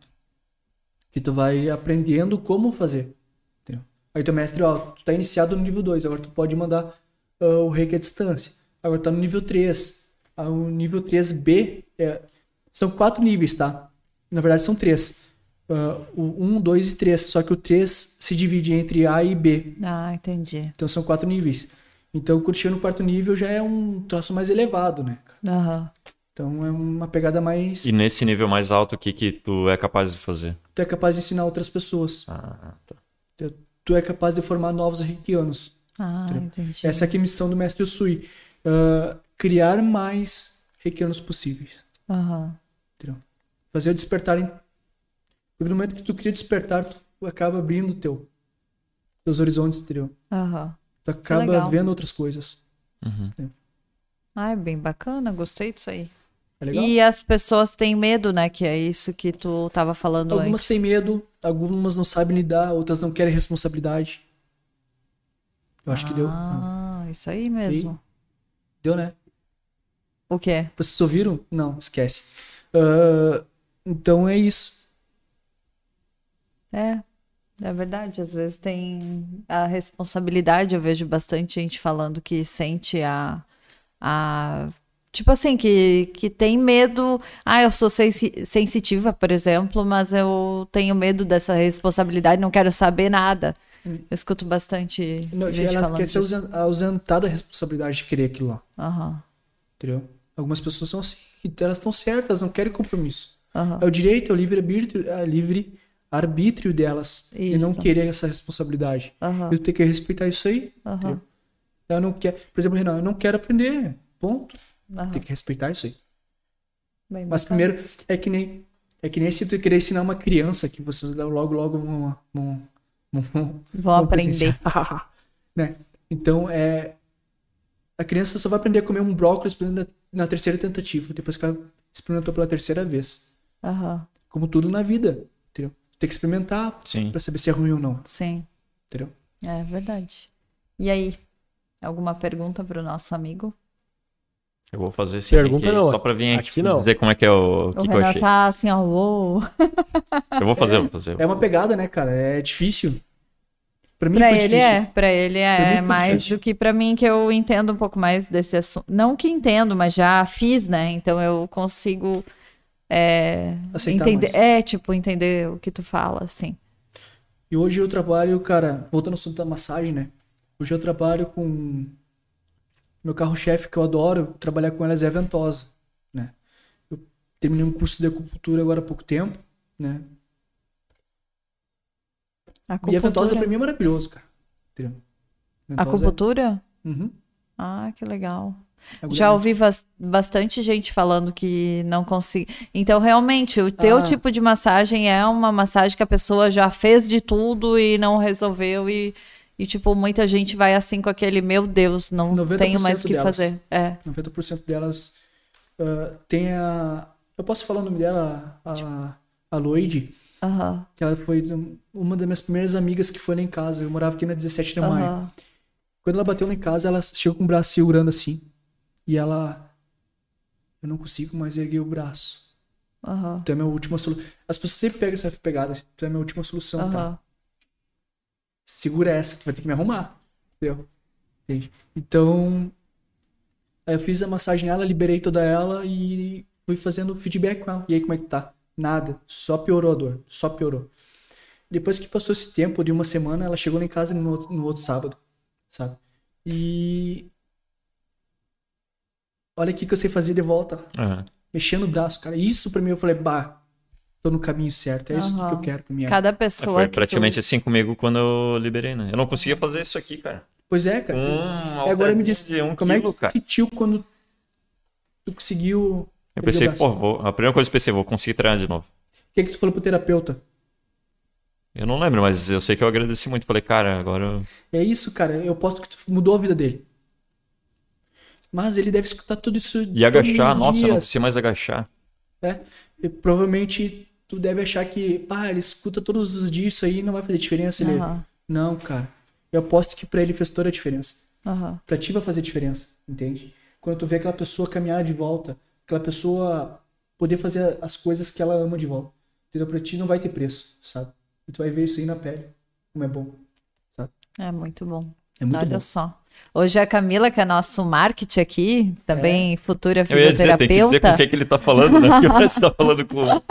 Speaker 2: Que tu vai aprendendo como fazer. Entendeu? Aí teu mestre, ó, tu tá iniciado no nível 2, agora tu pode mandar ah, o reiki à distância. Agora tá no nível 3. Ah, o nível 3B é- são quatro níveis, tá? Na verdade são três. Ah, o 1, 2 e 3. Só que o 3 se divide entre A e B.
Speaker 1: Ah, entendi.
Speaker 2: Então são quatro níveis. Então quando chega no quarto nível já é um troço mais elevado, né? cara?
Speaker 1: Aham.
Speaker 2: Então é uma pegada mais.
Speaker 3: E nesse nível mais alto, o que, que tu é capaz de fazer?
Speaker 2: Tu é capaz de ensinar outras pessoas.
Speaker 3: Ah, tá.
Speaker 2: Entendeu? Tu é capaz de formar novos reikianos.
Speaker 1: Ah, entendi.
Speaker 2: Essa aqui é a missão do mestre Usui. Ah, criar mais reikianos possíveis.
Speaker 1: Aham.
Speaker 2: Entendeu? Fazer o despertar. Em... Porque no momento que tu cria despertar, tu acaba abrindo teu, teus horizontes, entendeu?
Speaker 1: Aham.
Speaker 2: Tu acaba
Speaker 1: legal.
Speaker 2: vendo outras coisas.
Speaker 1: Ai, Ah, é bem bacana, gostei disso aí.
Speaker 2: É legal?
Speaker 1: E as pessoas têm medo, né? Que é isso que tu tava falando
Speaker 2: Algumas
Speaker 1: antes.
Speaker 2: têm medo, algumas não sabem lidar, outras não querem responsabilidade. Eu acho que deu.
Speaker 1: Ah, isso aí mesmo.
Speaker 2: Deu, né?
Speaker 1: O quê?
Speaker 2: Vocês ouviram? Não, esquece. Ah, então é isso.
Speaker 1: É, é verdade. Às vezes tem a responsabilidade. Eu vejo bastante gente falando que sente a. a tipo assim, que, que tem medo. Ah, eu sou sensi- sensitiva, por exemplo, mas eu tenho medo dessa responsabilidade, não quero saber nada. Eu escuto bastante
Speaker 2: Não,
Speaker 1: gente
Speaker 2: ela
Speaker 1: falando
Speaker 2: quer se
Speaker 1: disso.
Speaker 2: ausen- ausentar da responsabilidade de querer aquilo lá.
Speaker 1: Aham,
Speaker 2: Entendeu? Algumas pessoas são assim. Então elas estão certas, não querem compromisso.
Speaker 1: aham.
Speaker 2: É o direito, é o livre arbítrio, é livre arbítrio delas. E não
Speaker 1: Isso.
Speaker 2: querer essa responsabilidade.
Speaker 1: Aham.
Speaker 2: Eu tenho que respeitar isso aí. entendeu? Então, Eu não quero, por exemplo, Renan, eu não quero aprender. Ponto.
Speaker 1: Aham.
Speaker 2: Tem que respeitar isso aí.
Speaker 1: Bem
Speaker 2: Mas
Speaker 1: bacana.
Speaker 2: primeiro, é que nem é que nem se tu querer ensinar uma criança que vocês logo logo vão vão, vão, vão
Speaker 1: Vão aprender.
Speaker 2: presenciar. né? Então, é a criança só vai aprender a comer um brócolis por exemplo, na, na terceira tentativa, depois que ela experimentou pela terceira vez.
Speaker 1: Aham,
Speaker 2: Como tudo na vida, entendeu? Tem que experimentar
Speaker 3: Sim.
Speaker 2: pra saber se é ruim ou não,
Speaker 1: sim,
Speaker 2: entendeu?
Speaker 1: é verdade. E aí, alguma pergunta para o nosso amigo?
Speaker 3: Eu vou fazer esse
Speaker 4: Pergunta
Speaker 3: link aí,
Speaker 4: não,
Speaker 3: só pra vir aqui,
Speaker 4: aqui não.
Speaker 3: dizer como é que é o, o que,
Speaker 1: O
Speaker 3: que eu
Speaker 1: Renan
Speaker 3: achei.
Speaker 1: tá assim, ó, uou.
Speaker 3: Eu vou fazer, eu vou fazer.
Speaker 2: É uma pegada, né, cara? É difícil. Pra mim
Speaker 1: Pra
Speaker 2: foi
Speaker 1: ele
Speaker 2: difícil.
Speaker 1: é, pra ele
Speaker 2: Pra mim
Speaker 1: é
Speaker 2: foi
Speaker 1: mais
Speaker 2: diferente.
Speaker 1: do que pra mim, que eu entendo um pouco mais desse assunto. Não que entendo, mas já fiz, né? Então eu consigo é,
Speaker 2: Aceitar
Speaker 1: entender.
Speaker 2: mais.
Speaker 1: É, tipo, entender o que tu fala, assim.
Speaker 2: E hoje eu trabalho, cara, voltando ao assunto da massagem, né? Hoje eu trabalho com meu carro-chefe que eu adoro, trabalhar com elas é a ventosa, né? Eu Terminei um curso de acupuntura agora há pouco tempo, né? E a ventosa pra
Speaker 1: Acupuntura?
Speaker 2: mim é maravilhoso, cara. Entendeu? Ventosa
Speaker 1: Acupuntura?
Speaker 2: é- Uhum. É
Speaker 1: Ah, que legal.
Speaker 2: Agulha
Speaker 1: Já
Speaker 2: mesmo.
Speaker 1: ouvi vas- bastante gente falando que não consigo. Então, realmente, o teu
Speaker 2: Ah.
Speaker 1: tipo de massagem é uma massagem que a pessoa já fez de tudo e não resolveu. E, e, tipo, muita gente vai assim com aquele: Meu Deus, não
Speaker 2: 90%
Speaker 1: tenho mais o que
Speaker 2: delas.
Speaker 1: fazer. É.
Speaker 2: 90% delas ah, tem a. Eu posso falar o nome dela?
Speaker 1: Tipo-
Speaker 2: A, a Loide,
Speaker 1: Aham.
Speaker 2: que ela foi uma das minhas primeiras amigas que foi lá em casa. Eu morava aqui na 17 de maio.
Speaker 1: aham.
Speaker 2: Quando ela bateu lá em casa, ela chegou com o braço segurando assim. E ela. Eu não consigo mais erguer o braço.
Speaker 1: Aham.
Speaker 2: Tu é a minha última solução. As pessoas sempre pegam essa pegada. assim, Tu é a minha última solução, tá?
Speaker 1: Aham.
Speaker 2: segura essa, tu vai ter que me arrumar. Entendeu? Entende? Então, aí eu fiz a massagem nela, liberei toda ela e fui fazendo feedback com ela. E aí, como é que tá? Nada, só piorou a dor, só piorou. Depois que passou esse tempo de uma semana, ela chegou lá em casa no outro, no outro sábado, sabe? E. Olha o que que eu sei fazer de volta
Speaker 3: Aham.
Speaker 2: mexendo o braço, cara. Isso pra mim eu falei, bah, tô no caminho certo. É isso que
Speaker 1: Aham.
Speaker 2: eu quero pra minha vida.
Speaker 1: Cada pessoa.
Speaker 3: Foi
Speaker 1: que
Speaker 3: praticamente
Speaker 1: tu-
Speaker 3: assim comigo quando eu liberei, né? Eu não conseguia fazer isso aqui, cara.
Speaker 2: Pois é, cara.
Speaker 3: Um
Speaker 2: E agora me diz,
Speaker 3: halterzinho de um
Speaker 2: como é que
Speaker 3: quilo,
Speaker 2: tu
Speaker 3: cara.
Speaker 2: sentiu quando tu conseguiu
Speaker 3: Eu
Speaker 2: erguer
Speaker 3: pensei,
Speaker 2: o braço?
Speaker 3: pô, vou... a primeira coisa que eu pensei, vou conseguir treinar de novo.
Speaker 2: O que é que tu falou pro terapeuta?
Speaker 3: Eu não lembro, mas eu sei que eu agradeci muito. Falei, cara, agora. eu-
Speaker 2: É isso, cara. Eu posso que tu mudou a vida dele. Mas ele deve escutar tudo isso
Speaker 3: E agachar, nossa, eu não
Speaker 2: dias,
Speaker 3: conseguia mais agachar.
Speaker 2: né? E provavelmente tu deve achar que, pá, ele escuta todos os dias isso aí, não vai fazer diferença ele.
Speaker 1: Aham.
Speaker 2: Não, cara. Eu aposto que pra ele fez toda a diferença.
Speaker 1: Aham.
Speaker 2: pra ti vai fazer diferença, entende? Quando tu vê aquela pessoa caminhar de volta, aquela pessoa poder fazer as coisas que ela ama de volta, entendeu? Pra ti não vai ter preço, sabe? E tu vai ver isso aí na pele, como é bom.
Speaker 1: É muito bom.
Speaker 2: É muito
Speaker 1: Olha
Speaker 2: bom.
Speaker 1: só. Hoje a Camila, que é nosso marketing aqui, também
Speaker 2: É.
Speaker 1: futura
Speaker 3: Eu ia dizer, tem que
Speaker 1: fisioterapeuta.
Speaker 3: dizer com o que, que ele tá falando, né? Porque parece que tá falando com. As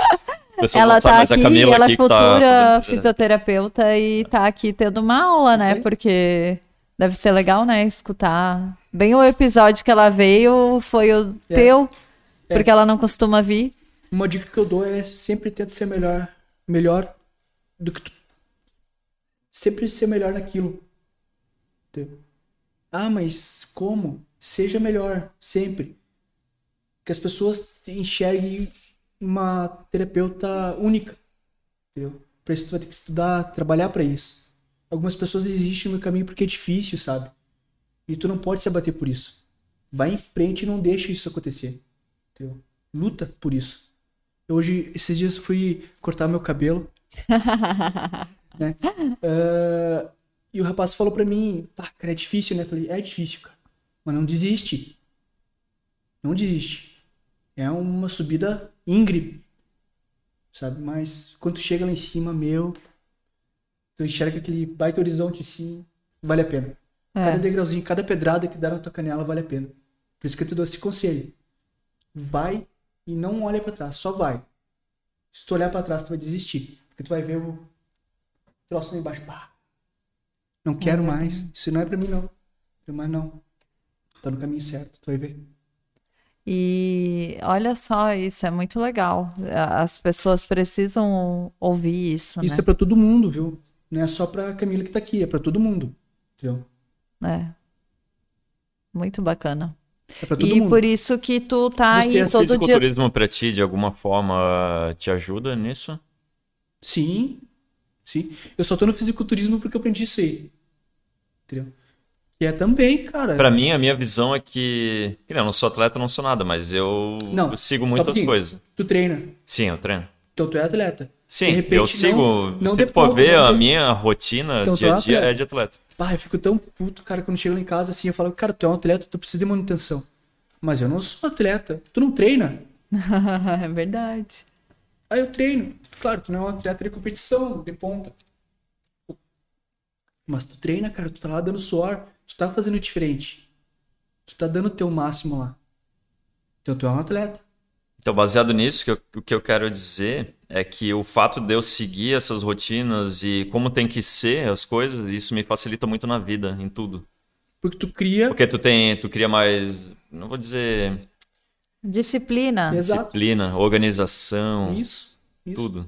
Speaker 3: pessoas
Speaker 1: Ela
Speaker 3: não sabem,
Speaker 1: tá
Speaker 3: mas
Speaker 1: aqui,
Speaker 3: a Camila
Speaker 1: ela é
Speaker 3: aqui que tá.
Speaker 1: futura
Speaker 3: fazendo-
Speaker 1: fisioterapeuta e tá aqui tendo uma aula, né? Porque deve ser legal, né? Escutar. Bem o episódio que ela veio foi o
Speaker 2: É.
Speaker 1: teu,
Speaker 2: É.
Speaker 1: porque ela não costuma vir.
Speaker 2: Uma dica que eu dou é sempre tenta ser melhor, melhor do que tu. Sempre ser melhor naquilo. Entendeu? Ah, mas como? Seja melhor, sempre. Que as pessoas te enxerguem uma terapeuta única. Entendeu? Pra isso tu vai ter que estudar, trabalhar pra isso. Algumas pessoas existem no caminho porque é difícil, sabe? E tu não pode se abater por isso. Vai em frente e não deixa isso acontecer. Entendeu? Luta por isso. Eu Hoje, esses dias, eu fui cortar meu cabelo. né? Ah, e o rapaz falou pra mim, pá, cara, é difícil, né? Eu falei, é difícil, cara. Mas não desiste. Não desiste. É uma subida íngreme. Sabe? Mas quando tu chega lá em cima, meu, tu enxerga aquele baita horizonte assim, vale a pena. Cada degrauzinho, cada pedrada que dá na tua canela vale a pena. Por isso que eu te dou esse conselho. Vai e não olha pra trás, só vai. Se tu olhar pra trás, tu vai desistir. Porque tu vai ver o troço lá embaixo. Pá. Não quero mais. Isso não é pra mim, não. Mas não. Tá no caminho certo, tu vai ver.
Speaker 1: E olha só isso, é muito legal. As pessoas precisam ouvir isso,
Speaker 2: Isso é pra todo mundo, viu? Não é só pra Camila que tá aqui, é pra todo mundo. Entendeu?
Speaker 1: né? É. Muito bacana.
Speaker 2: É pra todo
Speaker 1: E
Speaker 2: mundo.
Speaker 1: por isso que tu tá
Speaker 2: Você
Speaker 1: aí
Speaker 2: assiste
Speaker 1: todo dia.
Speaker 3: Fisiculturismo pra ti, de alguma forma, te ajuda nisso?
Speaker 2: Sim, sim. Eu só tô no fisiculturismo porque eu aprendi isso aí. Entendeu? E é também, cara.
Speaker 3: Pra mim, a minha visão é que. que nem, Eu não sou atleta, não sou nada, mas eu
Speaker 2: Não,
Speaker 3: eu sigo
Speaker 2: só um
Speaker 3: muitas
Speaker 2: pouquinho.
Speaker 3: coisas.
Speaker 2: Tu treina.
Speaker 3: Sim, eu treino.
Speaker 2: Então tu é atleta.
Speaker 3: Sim,
Speaker 2: De repente,
Speaker 3: eu sigo.
Speaker 2: não- não
Speaker 3: se
Speaker 2: dê
Speaker 3: tu for
Speaker 2: ponto,
Speaker 3: ver,
Speaker 2: não
Speaker 3: a
Speaker 2: dê-
Speaker 3: minha rotina
Speaker 2: Então, tu
Speaker 3: dia
Speaker 2: é
Speaker 3: a dia
Speaker 2: atleta.
Speaker 3: é de atleta.
Speaker 2: Bah, eu fico tão puto, cara, quando chego lá em casa assim, eu falo, cara, tu é um atleta, tu precisa de manutenção. Mas eu não sou atleta. Tu não treina.
Speaker 1: é verdade.
Speaker 2: Aí eu treino. Claro, tu não é um atleta de competição, de ponta. Mas tu treina, cara, tu tá lá dando suor, tu tá fazendo diferente. Tu tá dando o teu máximo lá. Então tu é um atleta.
Speaker 3: Então, baseado nisso, que eu- o que eu quero dizer é que o fato de eu seguir essas rotinas e como tem que ser as coisas, isso me facilita muito na vida, em tudo.
Speaker 2: Porque tu cria
Speaker 3: Porque tu tem, tu cria mais, não vou dizer
Speaker 1: Disciplina.
Speaker 2: Exato.
Speaker 3: Disciplina, organização,
Speaker 2: Isso. Isso.
Speaker 3: tudo.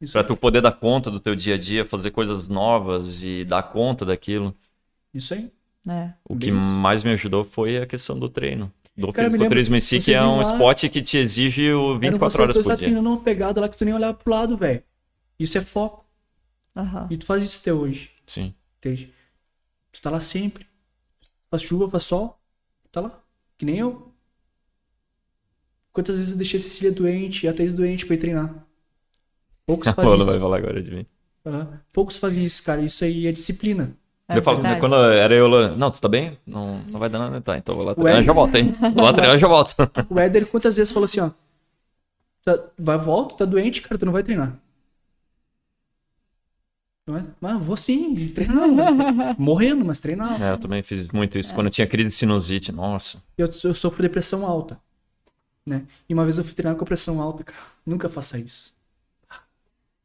Speaker 2: Isso.
Speaker 3: Pra tu poder dar conta do teu dia a dia, fazer coisas novas e dar conta daquilo.
Speaker 2: Isso aí.
Speaker 1: né?
Speaker 3: O
Speaker 2: Bem
Speaker 3: que
Speaker 2: isso.
Speaker 3: mais me ajudou foi a questão do treino. Do
Speaker 2: Cara, me
Speaker 3: fisiculturismo em si,
Speaker 2: lembro,
Speaker 3: que é
Speaker 2: vocês iam
Speaker 3: um
Speaker 2: lá-
Speaker 3: esporte que te exige o
Speaker 2: Eram
Speaker 3: 24
Speaker 2: vocês
Speaker 3: horas
Speaker 2: dois
Speaker 3: por
Speaker 2: lá
Speaker 3: dia.
Speaker 2: treinando uma assim, pegada lá que tu nem olhava pro lado, velho. Isso é foco.
Speaker 1: Aham.
Speaker 2: E tu faz isso até hoje.
Speaker 3: Sim.
Speaker 2: Entende? Tu tá lá sempre. Faz chuva, faz sol. Tá lá. Que nem eu. Quantas vezes eu deixei a Cecília doente e a Thaís doente pra ir treinar? Poucos
Speaker 3: A
Speaker 2: fazem
Speaker 3: Paula vai
Speaker 2: isso.
Speaker 3: falar agora de mim.
Speaker 2: Aham. Poucos fazem isso, cara. Isso aí é disciplina.
Speaker 1: É
Speaker 3: eu falo, né,
Speaker 1: verdade.
Speaker 3: quando era eu, ela, não, tu tá bem? Não, não vai dar nada, tá, então vou lá treinar,
Speaker 2: Ué.
Speaker 3: já volto, hein? Vou lá treinar, já volto.
Speaker 2: O Éder quantas vezes falou assim, ó. Tá- vai, volta, tá doente, cara, tu não vai treinar. Não é? Mas eu vou sim, e treinava. Morrendo, mas treinava.
Speaker 3: É, eu também fiz muito isso quando eu tinha crise de sinusite, nossa.
Speaker 2: eu, eu sofro depressão alta. Né? E uma vez eu fui treinar com a pressão alta, cara. Nunca faça isso.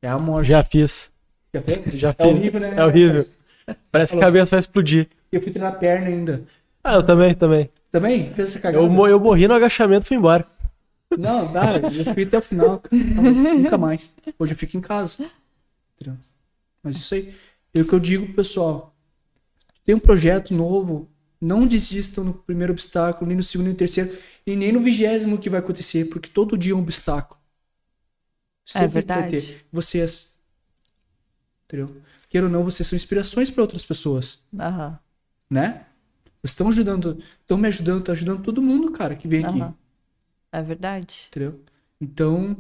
Speaker 2: É a morte.
Speaker 4: Já fiz.
Speaker 2: Já fez?
Speaker 4: Já
Speaker 2: é
Speaker 4: fiz.
Speaker 2: horrível, né?
Speaker 4: É horrível. Parece que a cabeça vai explodir.
Speaker 2: Eu fui treinar perna ainda.
Speaker 4: Ah, eu também, também.
Speaker 2: Também? Fez essa cagada?
Speaker 4: Eu, mo- eu morri no agachamento e fui embora.
Speaker 2: Não, dá. Eu fui até o final. cara. Tá Nunca mais. Hoje eu fico em casa. Entendeu? Mas isso aí. É o que eu digo, pro pessoal. Tem um projeto novo. Não desistam no primeiro obstáculo, nem no segundo, nem no terceiro, e nem no vigésimo que vai acontecer, porque todo dia é um obstáculo.
Speaker 1: É verdade.
Speaker 2: Vocês. Entendeu? Queira ou não, vocês são inspirações para outras pessoas,
Speaker 1: Aham.
Speaker 2: né? Vocês estão ajudando, estão me ajudando, estão ajudando todo mundo, cara, que vem aqui.
Speaker 1: Aham. É verdade.
Speaker 2: Entendeu? Então,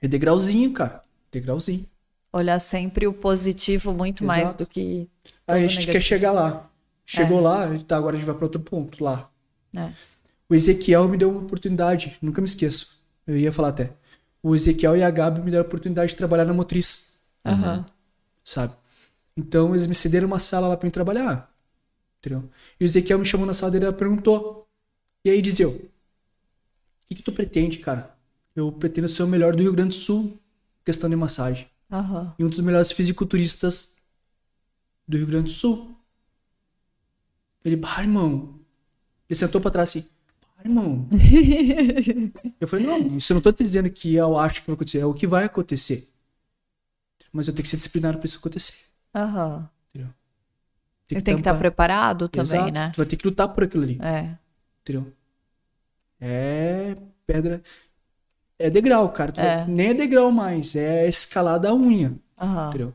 Speaker 2: é degrauzinho, cara. Degrauzinho.
Speaker 1: Olhar sempre o positivo muito mais
Speaker 2: Exato.
Speaker 1: do que.
Speaker 2: Aí a gente
Speaker 1: negativo.
Speaker 2: quer chegar lá. Chegou lá, tá, agora a gente vai para outro ponto, lá.
Speaker 1: né?
Speaker 2: O Ezequiel me deu uma oportunidade, nunca me esqueço. Eu ia falar até. O Ezequiel e a Gabi me deram a oportunidade de trabalhar na motriz,
Speaker 1: Aham.
Speaker 2: sabe? Então, eles me cederam uma sala lá para eu trabalhar. Entendeu? E o Ezequiel me chamou na sala dele e perguntou. E aí, dizia eu, o que, que tu pretende, cara? Eu pretendo ser o melhor do Rio Grande do Sul, questão de massagem.
Speaker 1: Aham.
Speaker 2: e um dos melhores fisiculturistas do Rio Grande do Sul. Ele, bah, irmão. Ele sentou pra trás assim, bah, irmão. eu falei, não, isso eu não tô te dizendo que eu acho que vai acontecer, é o que vai acontecer. Mas eu tenho que ser disciplinado pra isso acontecer.
Speaker 1: Aham.
Speaker 2: Entendeu?
Speaker 1: E Tem que estar
Speaker 2: tampar.
Speaker 1: preparado também,
Speaker 2: Exato,
Speaker 1: né?
Speaker 2: Tu vai ter que lutar por aquilo ali.
Speaker 1: É.
Speaker 2: Entendeu? É pedra. É degrau, cara. Tu
Speaker 1: É.
Speaker 2: vai- Nem é degrau mais, é escalada a unha.
Speaker 1: Aham.
Speaker 2: Entendeu?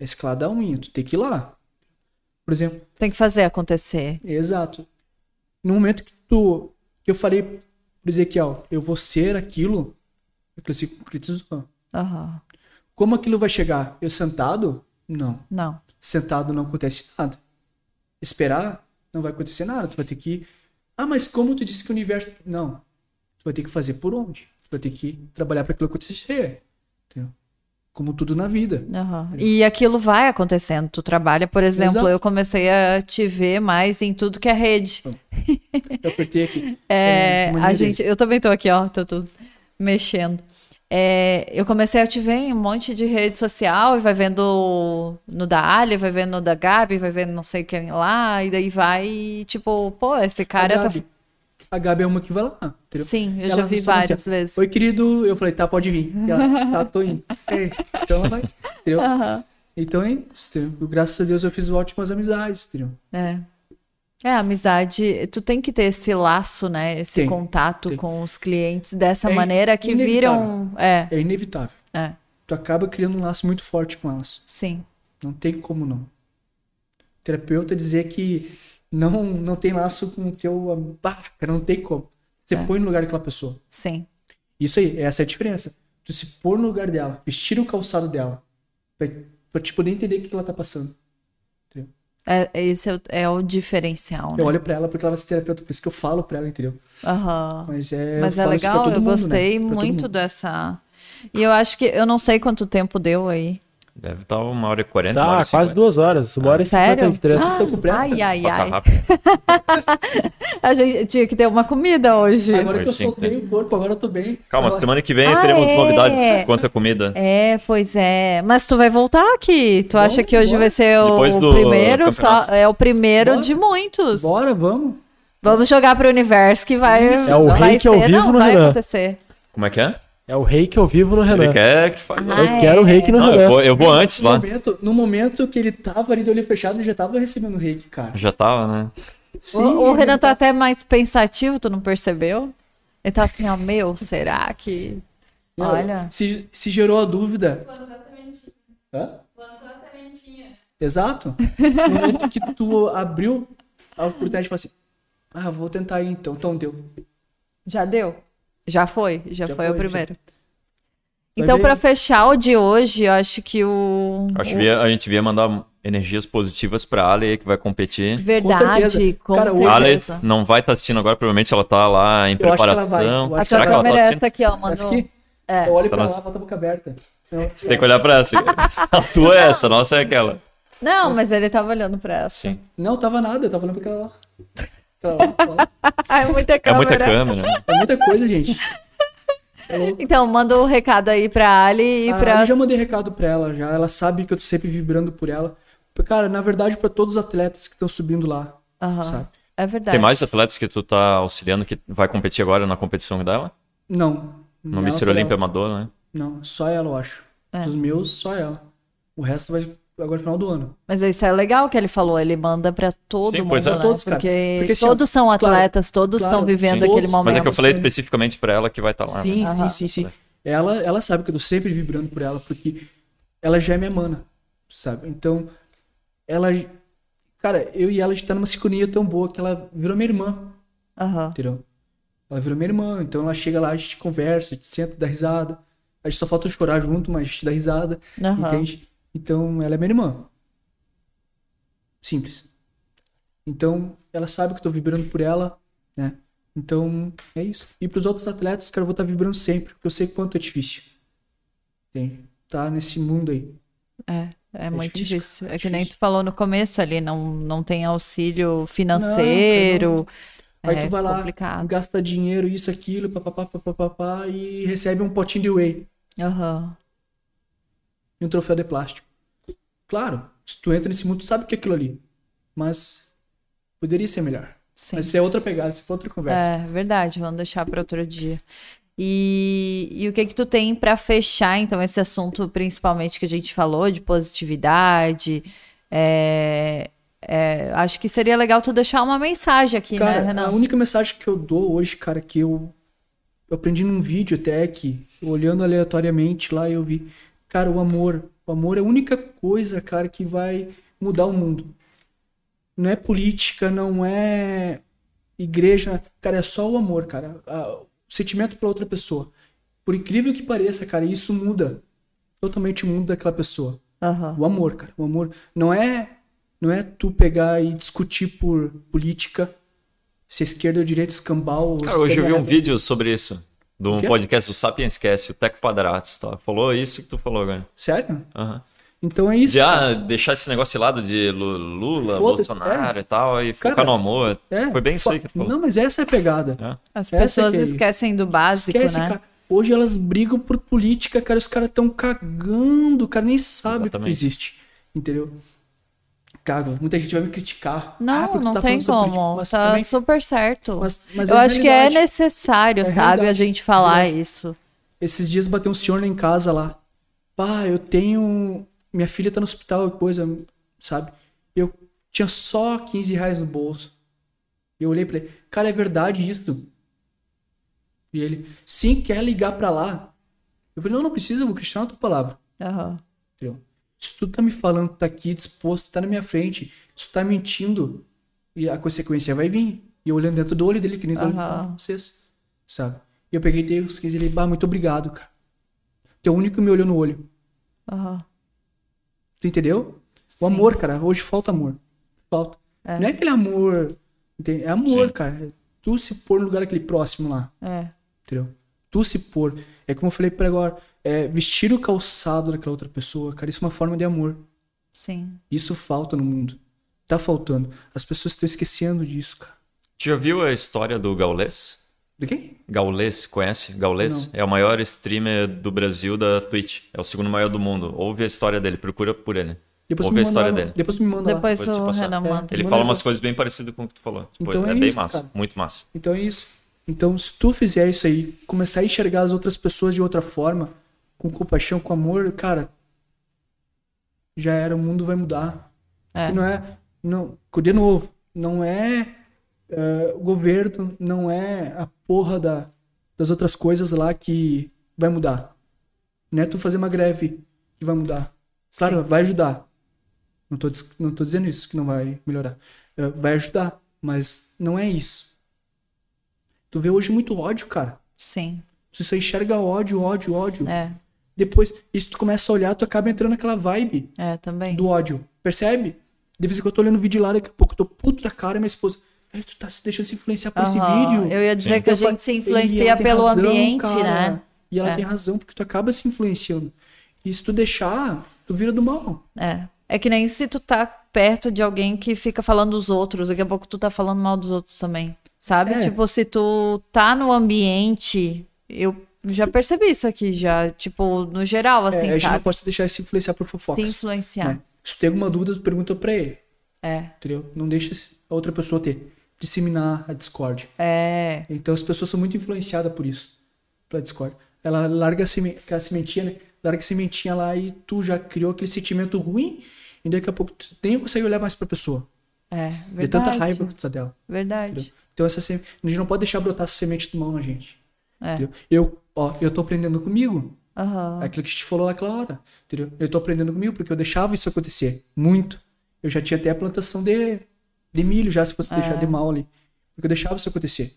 Speaker 2: É escalada a unha, tu tem que ir lá. Por exemplo,
Speaker 1: Tem que fazer acontecer.
Speaker 2: exato. No momento que tu. Que eu falei pro Ezequiel, eu vou ser aquilo, eu cresci concretizou.
Speaker 1: Aham.
Speaker 2: Como aquilo vai chegar? Eu sentado? Não.
Speaker 1: Não.
Speaker 2: Sentado não acontece nada. Esperar não vai acontecer nada. Tu vai ter que. Ah, mas como tu disse que o universo. Não. Tu vai ter que fazer por onde? Tu vai ter que trabalhar para aquilo acontecer. Entendeu? Como tudo na vida.
Speaker 1: Aham. E aquilo vai acontecendo. Tu trabalha, por exemplo,
Speaker 2: Exato.
Speaker 1: eu comecei a te ver mais em tudo que é rede.
Speaker 2: Eu apertei aqui.
Speaker 1: É,
Speaker 2: uma
Speaker 1: a
Speaker 2: maneira.
Speaker 1: gente, eu também tô aqui, ó, tô, tô mexendo. É, eu comecei a te ver em um monte de rede social e vai vendo no da Ali, vai vendo no da Gabi, vai vendo não sei quem lá, e daí vai, tipo, pô, esse cara
Speaker 2: a
Speaker 1: tá.
Speaker 2: Gabi. A Gabi é uma que vai lá. Entendeu?
Speaker 1: Sim, eu
Speaker 2: Ela
Speaker 1: já vi
Speaker 2: só fala assim,
Speaker 1: várias vezes.
Speaker 2: Oi, querido. Eu falei, tá, pode vir. E ela, tá, tô indo. É, então ela vai. Entendeu?
Speaker 1: Aham,
Speaker 2: Então é isso. Entendeu? Graças a Deus eu fiz ótimas amizades. Entendeu?
Speaker 1: É. É, a amizade, tu tem que ter esse laço, né? Esse
Speaker 2: Tem,
Speaker 1: contato
Speaker 2: tem.
Speaker 1: com os clientes dessa
Speaker 2: É
Speaker 1: maneira que viram. É,
Speaker 2: É inevitável.
Speaker 1: é,
Speaker 2: Tu acaba criando um laço muito forte com elas.
Speaker 1: sim.
Speaker 2: Não tem como não. Terapeuta dizer que não, não tem laço com o teu. am- Bah, cara, não tem como. Você
Speaker 1: É.
Speaker 2: põe no lugar daquela pessoa.
Speaker 1: Sim,
Speaker 2: Isso aí, essa é a diferença. Tu se pôr no lugar dela, vestir o calçado dela, pra, pra te poder entender o que que ela tá passando.
Speaker 1: É- esse é o, é o diferencial, né?
Speaker 2: Eu olho pra ela porque ela vai ser terapeuta, por isso que eu falo pra ela, entendeu?
Speaker 1: Aham.
Speaker 2: Mas é,
Speaker 1: Mas
Speaker 2: eu
Speaker 1: é
Speaker 2: falo isso pra
Speaker 1: legal,
Speaker 2: todo
Speaker 1: eu
Speaker 2: mundo, né?
Speaker 1: gostei
Speaker 2: Pra todo
Speaker 1: muito
Speaker 2: mundo.
Speaker 1: dessa. E eu acho que. Eu não sei quanto tempo deu aí.
Speaker 3: Deve estar uma hora e quarenta, uma
Speaker 4: Tá,
Speaker 3: hora e
Speaker 4: quase
Speaker 3: cinquenta.
Speaker 4: duas horas. Uma hora e
Speaker 1: Sério?
Speaker 4: 53.
Speaker 1: Ah,
Speaker 2: Tô com pressa,
Speaker 1: ai,
Speaker 2: cara.
Speaker 1: ai,
Speaker 3: Passa
Speaker 1: ai.
Speaker 3: rápido.
Speaker 1: A gente tinha que ter uma comida hoje.
Speaker 2: Agora que eu
Speaker 3: Hoje tem que
Speaker 2: soltei o corpo, agora eu tô bem.
Speaker 3: né? Calma,
Speaker 2: agora...
Speaker 3: semana que vem
Speaker 1: Ah,
Speaker 3: teremos
Speaker 1: é.
Speaker 3: novidades quanto à comida.
Speaker 1: É, pois é. Mas tu vai voltar aqui. Tu acha que hoje
Speaker 2: bora.
Speaker 1: vai ser o
Speaker 3: Depois do
Speaker 1: primeiro? Só,
Speaker 3: campeonato.
Speaker 1: é o primeiro
Speaker 2: Bora.
Speaker 1: de muitos.
Speaker 2: Bora, vamos.
Speaker 1: Vamos jogar pro universo que vai,
Speaker 4: Isso, É o
Speaker 1: vai
Speaker 4: reiki ao
Speaker 1: ser-
Speaker 4: vivo
Speaker 1: não,
Speaker 4: no
Speaker 1: vai
Speaker 4: Renan.
Speaker 1: acontecer.
Speaker 3: Como é que é?
Speaker 4: É o rei que eu vivo no
Speaker 3: Ele
Speaker 4: Renan.
Speaker 3: quer que faz.
Speaker 1: Ah,
Speaker 4: Eu quero o rei que no
Speaker 3: Não, eu,
Speaker 4: Renan.
Speaker 3: vou, eu vou antes
Speaker 2: No
Speaker 3: lá.
Speaker 2: momento, no momento que ele tava ali do olho fechado, ele já tava recebendo reiki, cara.
Speaker 3: Já tava, né?
Speaker 1: O, o Renan tá até mais pensativo, tu não percebeu? Ele tá assim, ó, meu, será que.
Speaker 2: Não,
Speaker 1: Olha.
Speaker 2: Se, se gerou a dúvida.
Speaker 5: Plantou a sementinha.
Speaker 2: Hã?
Speaker 5: Plantou a sementinha.
Speaker 2: Exato. No momento que tu abriu a oportunidade de falar assim: Ah, vou tentar aí então. Então deu.
Speaker 1: Já deu? Já foi, já,
Speaker 2: Já
Speaker 1: foi, o
Speaker 2: foi, já.
Speaker 1: primeiro.
Speaker 2: Vai
Speaker 1: Então,
Speaker 2: ver.
Speaker 1: pra fechar o de hoje, eu acho que o.
Speaker 3: Acho que via- a gente devia mandar energias positivas pra Ale, que vai competir.
Speaker 1: Verdade,
Speaker 2: certeza.
Speaker 1: com
Speaker 2: Cara, o-
Speaker 1: certeza.
Speaker 3: Ale não vai estar assistindo agora, provavelmente ela tá lá em
Speaker 2: Eu acho que ela
Speaker 3: preparação.
Speaker 2: vai, eu
Speaker 1: A
Speaker 2: acho
Speaker 1: tua
Speaker 3: Será que ela tá
Speaker 1: câmera é essa
Speaker 3: assistindo?
Speaker 1: aqui, ó,
Speaker 2: Mas
Speaker 1: mandou. É.
Speaker 2: aqui, assim? eu olho
Speaker 3: Tá
Speaker 2: pra
Speaker 3: nas-
Speaker 2: lá, bota a boca aberta. Então,
Speaker 3: Tem que olhar pra essa. A tua é essa, a nossa é aquela.
Speaker 1: Não, mas ele tava olhando pra essa.
Speaker 3: Sim.
Speaker 2: Não, tava nada, eu tava olhando pra aquela lá. Pra lá, pra lá.
Speaker 1: Ah, é muita
Speaker 3: É
Speaker 1: câmera.
Speaker 3: muita câmera.
Speaker 2: É muita coisa, gente. Eu,
Speaker 1: Então, manda o recado aí pra Ali e
Speaker 2: Ah,
Speaker 1: pra.
Speaker 2: Eu já mandei recado pra ela, já. Ela sabe que eu tô sempre vibrando por ela. Cara, na verdade, pra todos os atletas que estão subindo lá,
Speaker 1: Aham.
Speaker 2: sabe?
Speaker 1: É verdade.
Speaker 3: Tem mais atletas que tu tá auxiliando que vai competir agora na competição dela?
Speaker 2: Não.
Speaker 3: No
Speaker 2: Ela
Speaker 3: Mr.
Speaker 2: foi
Speaker 3: Olímpia
Speaker 2: ela.
Speaker 3: Amador, né?
Speaker 2: Não, só ela, eu acho.
Speaker 1: É.
Speaker 2: Dos meus, só ela. O resto vai agora no final do ano.
Speaker 1: Mas isso é legal que ele falou, ele manda pra todo
Speaker 3: Sim,
Speaker 1: mundo,
Speaker 3: pois é.
Speaker 1: né?
Speaker 2: Pra todos, cara.
Speaker 1: porque,
Speaker 2: Porque, assim, ó,
Speaker 1: todos são
Speaker 2: claro,
Speaker 1: atletas, todos
Speaker 2: claro,
Speaker 1: estão vivendo
Speaker 2: sim.
Speaker 1: aquele
Speaker 2: Todos.
Speaker 1: momento.
Speaker 3: Mas é que eu falei
Speaker 2: sim.
Speaker 3: especificamente pra ela que vai estar lá. né?
Speaker 2: Sim,
Speaker 1: Aham.
Speaker 2: sim, sim, sim. Ela, ela sabe que eu tô sempre vibrando por ela, porque ela já é minha mana, sabe? Então, ela. Cara, eu e ela a gente tá numa sincronia tão boa que ela virou minha irmã.
Speaker 1: Aham.
Speaker 2: Entendeu? Ela virou minha irmã, então ela chega lá, a gente conversa, a gente senta, dá risada. A gente só falta chorar junto, mas a gente dá risada,
Speaker 1: Aham.
Speaker 2: entende? Então ela é minha irmã. Simples. Então ela sabe que eu tô vibrando por ela, né? Então é isso. E pros outros atletas, cara, eu vou estar vibrando sempre, porque eu sei quanto é difícil. Entende? Tá nesse mundo aí.
Speaker 1: É, é, muito
Speaker 2: difícil,
Speaker 1: difícil. É
Speaker 2: é
Speaker 1: que nem
Speaker 2: difícil.
Speaker 1: tu falou no começo ali, não, não tem auxílio financeiro.
Speaker 2: Aí
Speaker 1: é
Speaker 2: tu vai lá,
Speaker 1: complicado.
Speaker 2: gasta dinheiro, isso, aquilo, papapá, papapá, e recebe um potinho de whey.
Speaker 1: Aham.
Speaker 2: e um troféu de plástico. Claro, se tu entra nesse mundo, tu sabe que é aquilo ali. Mas poderia ser melhor.
Speaker 1: Sim.
Speaker 2: Mas isso é outra pegada, isso é outra conversa.
Speaker 1: É, verdade, vamos deixar para outro dia. E, e o que que tu tem para fechar, então, esse assunto principalmente que a gente falou de positividade? é, é, acho que seria legal tu deixar uma mensagem aqui,
Speaker 2: cara, é um
Speaker 1: né,
Speaker 2: a
Speaker 1: Renan?
Speaker 2: única mensagem que eu dou hoje, cara, que eu, eu aprendi num vídeo até que, olhando aleatoriamente lá, eu vi, cara, o amor. O amor é a única coisa, cara, que vai mudar o mundo. Não é política, não é igreja, cara, é só o amor, cara. A- O sentimento pra outra pessoa. Por incrível que pareça, cara, isso muda totalmente o mundo daquela pessoa.
Speaker 1: Aham.
Speaker 2: O amor, cara. O amor não é não é tu pegar e discutir por política, se é esquerda ou direita, escambau. ou
Speaker 3: Cara, hoje eu vi um
Speaker 2: esquerda-
Speaker 3: vídeo sobre isso. De um
Speaker 2: quê?
Speaker 3: podcast do Sapiens Cast, o Teco Padratos, tá? Falou isso que tu falou agora.
Speaker 2: Sério?
Speaker 3: Aham.
Speaker 2: Então é isso.
Speaker 3: De ah, deixar esse negócio de lado de Lu- Lula,
Speaker 2: Foda-se,
Speaker 3: Bolsonaro e tal, e ficar
Speaker 2: Cara,
Speaker 3: no amor.
Speaker 2: É.
Speaker 3: Foi bem isso aí que tu falou.
Speaker 2: Não, mas essa é a pegada.
Speaker 3: É.
Speaker 1: As
Speaker 2: Essa
Speaker 1: pessoas
Speaker 2: que é-
Speaker 1: esquecem do básico,
Speaker 2: Esquece,
Speaker 1: né?
Speaker 2: cara. Hoje elas brigam por política, cara. Os caras estão cagando, o cara nem sabe que tu
Speaker 3: Exatamente.
Speaker 2: existe. Entendeu? Cara, muita gente vai me criticar.
Speaker 1: Não,
Speaker 2: Ah, porque tu
Speaker 1: não
Speaker 2: tá
Speaker 1: tem
Speaker 2: falando sobre
Speaker 1: como.
Speaker 2: política, mas
Speaker 1: tá
Speaker 2: também-
Speaker 1: super certo.
Speaker 2: Mas- mas
Speaker 1: Eu
Speaker 2: é
Speaker 1: acho que é
Speaker 2: realidade.
Speaker 1: necessário,
Speaker 2: É
Speaker 1: sabe, a
Speaker 2: realidade,
Speaker 1: gente falar
Speaker 2: realidade.
Speaker 1: isso.
Speaker 2: Esses dias bateu um senhor lá em casa lá. Pá, eu tenho. Minha filha tá no hospital e coisa, sabe? Eu tinha só 15 reais no bolso. Eu olhei pra ele, cara, é verdade isso? E ele, sim, quer ligar pra lá? Eu falei, não, não precisa, eu vou questionar a tua palavra.
Speaker 1: Aham.
Speaker 2: Entendeu? Se tu tá me falando, tá aqui disposto, tá na minha frente, se tu tá mentindo, e a consequência vai vir. E eu olhando dentro do olho dele, que nem tô olhando
Speaker 1: Aham.
Speaker 2: pra vocês, sabe? E eu peguei dei os 15 e ele, bah, muito obrigado, cara. Tu é o único que me olhou no olho.
Speaker 1: aham.
Speaker 2: Tu entendeu?
Speaker 1: Sim.
Speaker 2: O amor, cara, hoje falta amor. Falta. Não é aquele amor, entende? é amor,
Speaker 3: Sim.
Speaker 2: cara. É Tu se pôr no lugar daquele próximo lá,
Speaker 1: É.
Speaker 2: entendeu? Tu se pôr. É como eu falei pra agora, é vestir o calçado daquela outra pessoa, cara, isso é uma forma de amor.
Speaker 1: Sim.
Speaker 2: Isso falta no mundo. Tá faltando. As pessoas estão esquecendo disso, cara.
Speaker 3: Tu já viu a história do Gaulês?
Speaker 2: Do quê?
Speaker 3: Gaules, conhece? Gaules é o maior streamer do Brasil da Twitch. É o segundo maior do mundo. Ouve a história dele, procura por ele.
Speaker 2: Depois
Speaker 3: Ouve
Speaker 2: tu me
Speaker 3: a história
Speaker 2: manda-
Speaker 3: dele.
Speaker 2: Depois tu me manda lá.
Speaker 1: Depois
Speaker 3: Depois de
Speaker 1: o
Speaker 3: passar.
Speaker 1: Renan
Speaker 2: É.
Speaker 1: manda.
Speaker 3: Ele
Speaker 2: Manda
Speaker 3: fala umas
Speaker 2: depois.
Speaker 3: coisas bem parecidas com o que tu falou. Tipo,
Speaker 2: Então
Speaker 3: é,
Speaker 2: é
Speaker 3: bem
Speaker 2: isso,
Speaker 3: massa.
Speaker 2: cara.
Speaker 3: Muito massa.
Speaker 2: Então é isso. Então, se tu fizer isso aí, começar a enxergar as outras pessoas de outra forma, com compaixão, com amor, cara, já era, o mundo vai mudar.
Speaker 1: É.
Speaker 2: E não é, não, de novo, não é eh, o governo, não é a porra da, das outras coisas lá que vai mudar. Não é tu fazer uma greve que vai mudar. Claro, vai ajudar. Não tô, dis- não tô dizendo isso que não vai melhorar. Eh, vai ajudar, mas não é isso. Tu vê hoje muito ódio, cara.
Speaker 1: Sim,
Speaker 2: Tu só enxerga ódio, ódio, ódio.
Speaker 1: é,
Speaker 2: Depois, isso tu começa a olhar, tu acaba entrando naquela vibe
Speaker 1: é também.
Speaker 2: do ódio. Percebe? De vez em quando eu tô olhando um vídeo lá, daqui a pouco eu tô puto da cara, minha esposa. "Ei, tu tá se deixando se influenciar por
Speaker 1: Aham,
Speaker 2: esse vídeo.
Speaker 1: Eu ia dizer
Speaker 3: Sim.
Speaker 1: que a
Speaker 2: Eu falo,
Speaker 1: gente se
Speaker 2: "Ei,
Speaker 1: influencia
Speaker 2: ela tem
Speaker 1: pelo
Speaker 2: razão,
Speaker 1: ambiente,
Speaker 2: cara."
Speaker 1: né?
Speaker 2: E ela
Speaker 1: É.
Speaker 2: tem razão, porque tu acaba se influenciando. E se tu deixar, tu vira do mal.
Speaker 1: É. É que nem se tu tá perto de alguém que fica falando dos outros, daqui a pouco tu tá falando mal dos outros também. Sabe?
Speaker 2: É.
Speaker 1: Tipo, se tu tá no ambiente, eu já percebi isso aqui já, tipo, no geral,
Speaker 2: É,
Speaker 1: assim,
Speaker 2: a gente não
Speaker 1: sabe?
Speaker 2: pode se deixar se influenciar por fofocas.
Speaker 1: Se influenciar.
Speaker 2: né? Se tu tem alguma dúvida, tu pergunta pra ele.
Speaker 1: É.
Speaker 2: Entendeu? Não deixa esse- a outra pessoa ter. Disseminar a discórdia.
Speaker 1: É.
Speaker 2: Então as pessoas são muito influenciadas por isso. Pela discórdia. Ela larga a, seme a sementinha, né? Larga a sementinha lá e tu já criou aquele sentimento ruim. E daqui a pouco tu nem consegue olhar mais pra pessoa.
Speaker 1: É. Verdade.
Speaker 2: De tanta raiva que tu tá dela.
Speaker 1: Verdade.
Speaker 2: Entendeu? Então essa seme... a gente não pode deixar brotar essa semente do mal na gente.
Speaker 1: É.
Speaker 2: entendeu? Eu, ó, eu tô aprendendo comigo. É
Speaker 1: Aham.
Speaker 2: Aquilo que a gente falou naquela hora. Entendeu? Eu tô aprendendo comigo porque eu deixava isso acontecer. Muito. Eu já tinha até a plantação de, de milho, já se fosse deixar de mal ali. Porque eu deixava isso acontecer.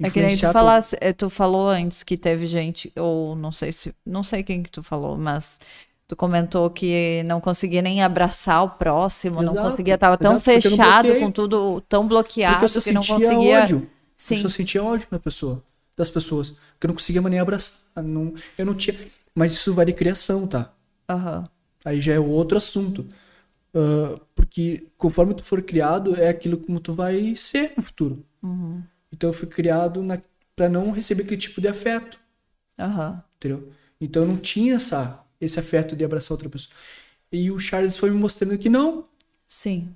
Speaker 1: É que nem tu
Speaker 2: Influenciar
Speaker 1: falasse, eh, tu falou antes que teve gente, ou não sei se, não sei quem que tu falou, mas tu comentou que não conseguia nem abraçar o próximo, não
Speaker 2: Exato,
Speaker 1: conseguia, tava tão
Speaker 2: exato, porque eu não
Speaker 1: fechado
Speaker 2: bloqueei.
Speaker 1: com tudo, tão
Speaker 2: pelo-
Speaker 1: bloqueado
Speaker 2: Porque eu só
Speaker 1: que "Ah, não
Speaker 2: sentia
Speaker 1: conseguia.
Speaker 2: ódio.
Speaker 1: Sim.
Speaker 2: Eu só sentia ódio na pessoa, das pessoas. Porque eu não conseguia mais nem abraçar. Não, eu não tinha. Mas isso vai de criação, tá?
Speaker 1: Aham.
Speaker 2: Aí já é outro assunto. Ah, porque conforme tu for criado, é aquilo como tu vai ser no futuro. Então eu fui criado na, pra não receber aquele tipo de afeto,
Speaker 1: Aham.
Speaker 2: entendeu? Então eu não tinha essa, esse afeto de abraçar outra pessoa. E o Charles foi me mostrando que não,
Speaker 1: Sim.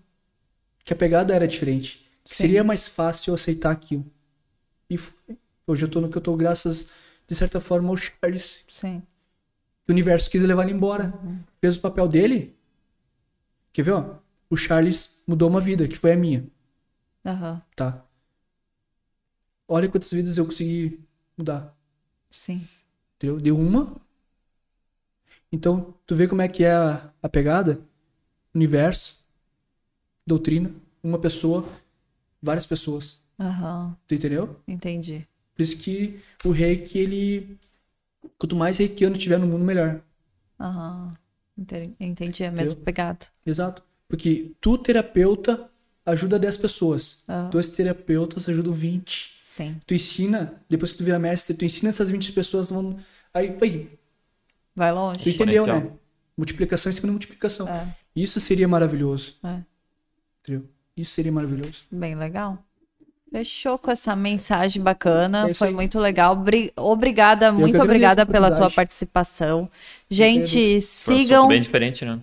Speaker 2: que a pegada era diferente. Que
Speaker 1: Sim.
Speaker 2: seria mais fácil eu aceitar aquilo. E foi. hoje eu tô no que eu tô graças, de certa forma, ao Charles.
Speaker 1: Sim.
Speaker 2: O universo quis levar ele embora. Fez o papel dele. Quer ver, ó? O Charles mudou uma vida, que foi a minha,
Speaker 1: Aham.
Speaker 2: tá? Olha quantas vidas eu consegui mudar.
Speaker 1: Sim.
Speaker 2: Entendeu? Deu uma. Então, tu vê como é que é a, a pegada? Universo, doutrina, uma pessoa, várias pessoas.
Speaker 1: Aham.
Speaker 2: Tu entendeu?
Speaker 1: Entendi.
Speaker 2: Por isso que o reiki, ele. Quanto mais reikiano tiver no mundo, melhor.
Speaker 1: Aham. Enter- Entendi. É mesmo pegado.
Speaker 2: Exato. Porque tu, terapeuta, ajuda 10 pessoas.
Speaker 1: Ah.
Speaker 2: Dois terapeutas ajudam 20.
Speaker 1: Sim.
Speaker 2: Tu ensina, depois que tu vira mestre, tu ensina essas 20 pessoas, vão. Aí, aí
Speaker 1: Vai
Speaker 2: tu
Speaker 1: longe.
Speaker 2: entendeu, né?
Speaker 3: Exponencial.
Speaker 2: Multiplicação em cima de multiplicação.
Speaker 1: Ah.
Speaker 2: Isso seria maravilhoso.
Speaker 1: É.
Speaker 2: Entendeu? Isso seria maravilhoso.
Speaker 1: Bem legal. Fechou com essa mensagem bacana.
Speaker 2: É isso
Speaker 1: Foi
Speaker 2: aí.
Speaker 1: muito legal. Bri- Obrigada, muito
Speaker 2: agradeço
Speaker 1: obrigada
Speaker 2: a
Speaker 1: pela tua
Speaker 2: oportunidade.
Speaker 1: participação. Gente,
Speaker 3: Foi um assunto
Speaker 1: sigam.
Speaker 3: bem
Speaker 1: Bem,
Speaker 3: diferente, né?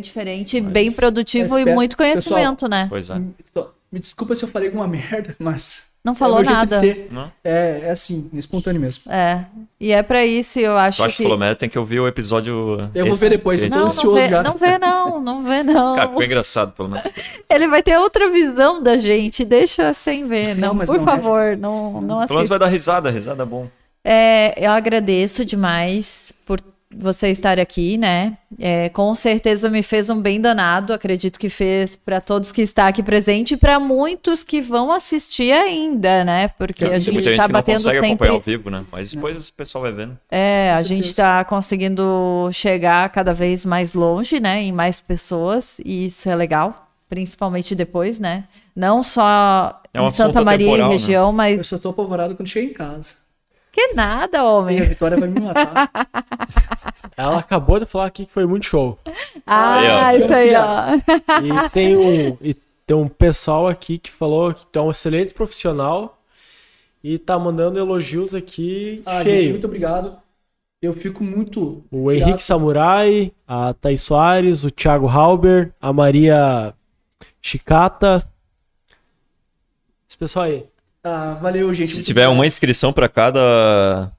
Speaker 1: diferente, bem produtivo
Speaker 2: É,
Speaker 1: e
Speaker 2: espera-
Speaker 1: muito conhecimento, né?
Speaker 3: Pois é.
Speaker 4: Ah.
Speaker 2: Me- só- Me desculpa se eu falei alguma merda, mas.
Speaker 1: Não falou
Speaker 2: é o meu jeito
Speaker 1: nada.
Speaker 2: de ser.
Speaker 3: Não?
Speaker 2: É, é assim, é espontâneo mesmo.
Speaker 1: É. E é pra isso, eu acho
Speaker 3: Se eu acho
Speaker 1: que.
Speaker 3: que falou merda, tem que ouvir o episódio.
Speaker 2: Eu vou ver depois,
Speaker 3: esse.
Speaker 2: tô
Speaker 1: Não, então. não
Speaker 2: ansioso
Speaker 1: vê,
Speaker 2: já.
Speaker 1: não vê, não, não vê, não.
Speaker 3: Cara, ficou engraçado, pelo menos.
Speaker 1: Ele vai ter outra visão da gente, deixa sem ver. Não,
Speaker 2: Não, mas
Speaker 1: por
Speaker 2: não, é assim.
Speaker 1: favor, não, não
Speaker 3: Pelo menos
Speaker 1: assista.
Speaker 3: vai dar risada, risada é bom.
Speaker 1: É, eu agradeço demais por você estar aqui, né? É, com certeza me fez um bem danado, acredito que fez para todos que está aqui presente e para muitos que vão assistir ainda, né? Porque
Speaker 2: Tem
Speaker 1: a
Speaker 2: muita
Speaker 3: Tem
Speaker 1: gente
Speaker 3: muita gente
Speaker 1: está
Speaker 3: que não
Speaker 1: batendo
Speaker 3: consegue
Speaker 1: sempre.
Speaker 3: acompanhar ao vivo, né? Mas depois o pessoal vai vendo.
Speaker 1: É, a gente está conseguindo chegar cada vez mais longe, né, em mais pessoas, e isso é legal, principalmente depois, né? Não só
Speaker 3: É um
Speaker 1: em Santa
Speaker 3: assunto
Speaker 1: Maria e
Speaker 3: atemporal, né?
Speaker 1: região,
Speaker 2: Eu
Speaker 1: mas
Speaker 2: só tô apavorado quando chegar em casa.
Speaker 1: que nada,
Speaker 2: E a
Speaker 1: homem.
Speaker 2: Vitória vai me matar.
Speaker 4: Ela acabou de falar aqui que foi muito show.
Speaker 1: Ah,
Speaker 3: Aí,
Speaker 1: isso aí, ó.
Speaker 4: E tem um, e tem um pessoal aqui que falou que tu é um excelente profissional e tá mandando elogios aqui
Speaker 2: Ah, gente,
Speaker 4: cheio.
Speaker 2: muito obrigado. Eu fico muito.
Speaker 4: O Henrique Samurai, a Thaís Soares, o Thiago Halber, a Maria Chicata. Esse pessoal aí.
Speaker 2: Ah, valeu, gente.
Speaker 3: Se tiver uma inscrição pra cada.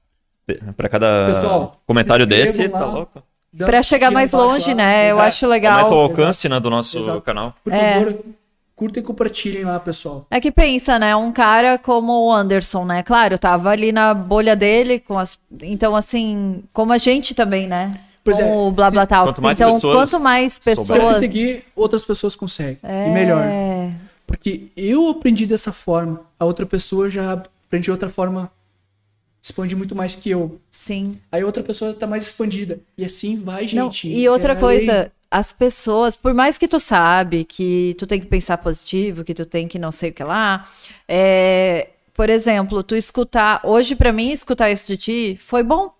Speaker 3: pra cada
Speaker 2: Pessoal,
Speaker 3: comentário
Speaker 2: se inscrevam
Speaker 3: desse,
Speaker 2: lá.
Speaker 3: tá louco.
Speaker 2: Dá-
Speaker 1: Pra chegar
Speaker 2: tira
Speaker 1: mais
Speaker 2: embaixo
Speaker 1: longe,
Speaker 2: lá.
Speaker 1: né? Eu
Speaker 2: Exato.
Speaker 1: acho
Speaker 3: Aumenta o
Speaker 1: legal.
Speaker 3: alcance né, do nosso
Speaker 2: Exato. Tá
Speaker 3: canal.
Speaker 2: Por
Speaker 1: É.
Speaker 2: favor, curtem e compartilhem lá, pessoal.
Speaker 1: É que pensa, né? Um cara como o Anderson, né? Claro, tava ali na bolha dele, com as. Então, assim, como a gente também, né?
Speaker 2: Pois
Speaker 1: com
Speaker 2: é,
Speaker 1: o Blá
Speaker 2: se-
Speaker 1: Blá Talk.
Speaker 3: Quanto mais
Speaker 1: então,
Speaker 3: pessoas
Speaker 1: quanto mais
Speaker 3: souberem.
Speaker 2: Se eu
Speaker 1: pessoas.
Speaker 2: conseguir, outras pessoas conseguem. E melhor.
Speaker 1: É.
Speaker 2: Porque eu aprendi dessa forma, a outra pessoa já aprende de outra forma, expande muito mais que eu.
Speaker 1: Sim.
Speaker 2: Aí outra pessoa tá mais expandida. E assim vai, gente. É
Speaker 1: Não, e outra coisa, as pessoas, por mais que tu sabe que tu tem que pensar positivo, que tu tem que não sei o que lá, é, por exemplo, tu escutar, hoje pra mim escutar isso de ti foi bom.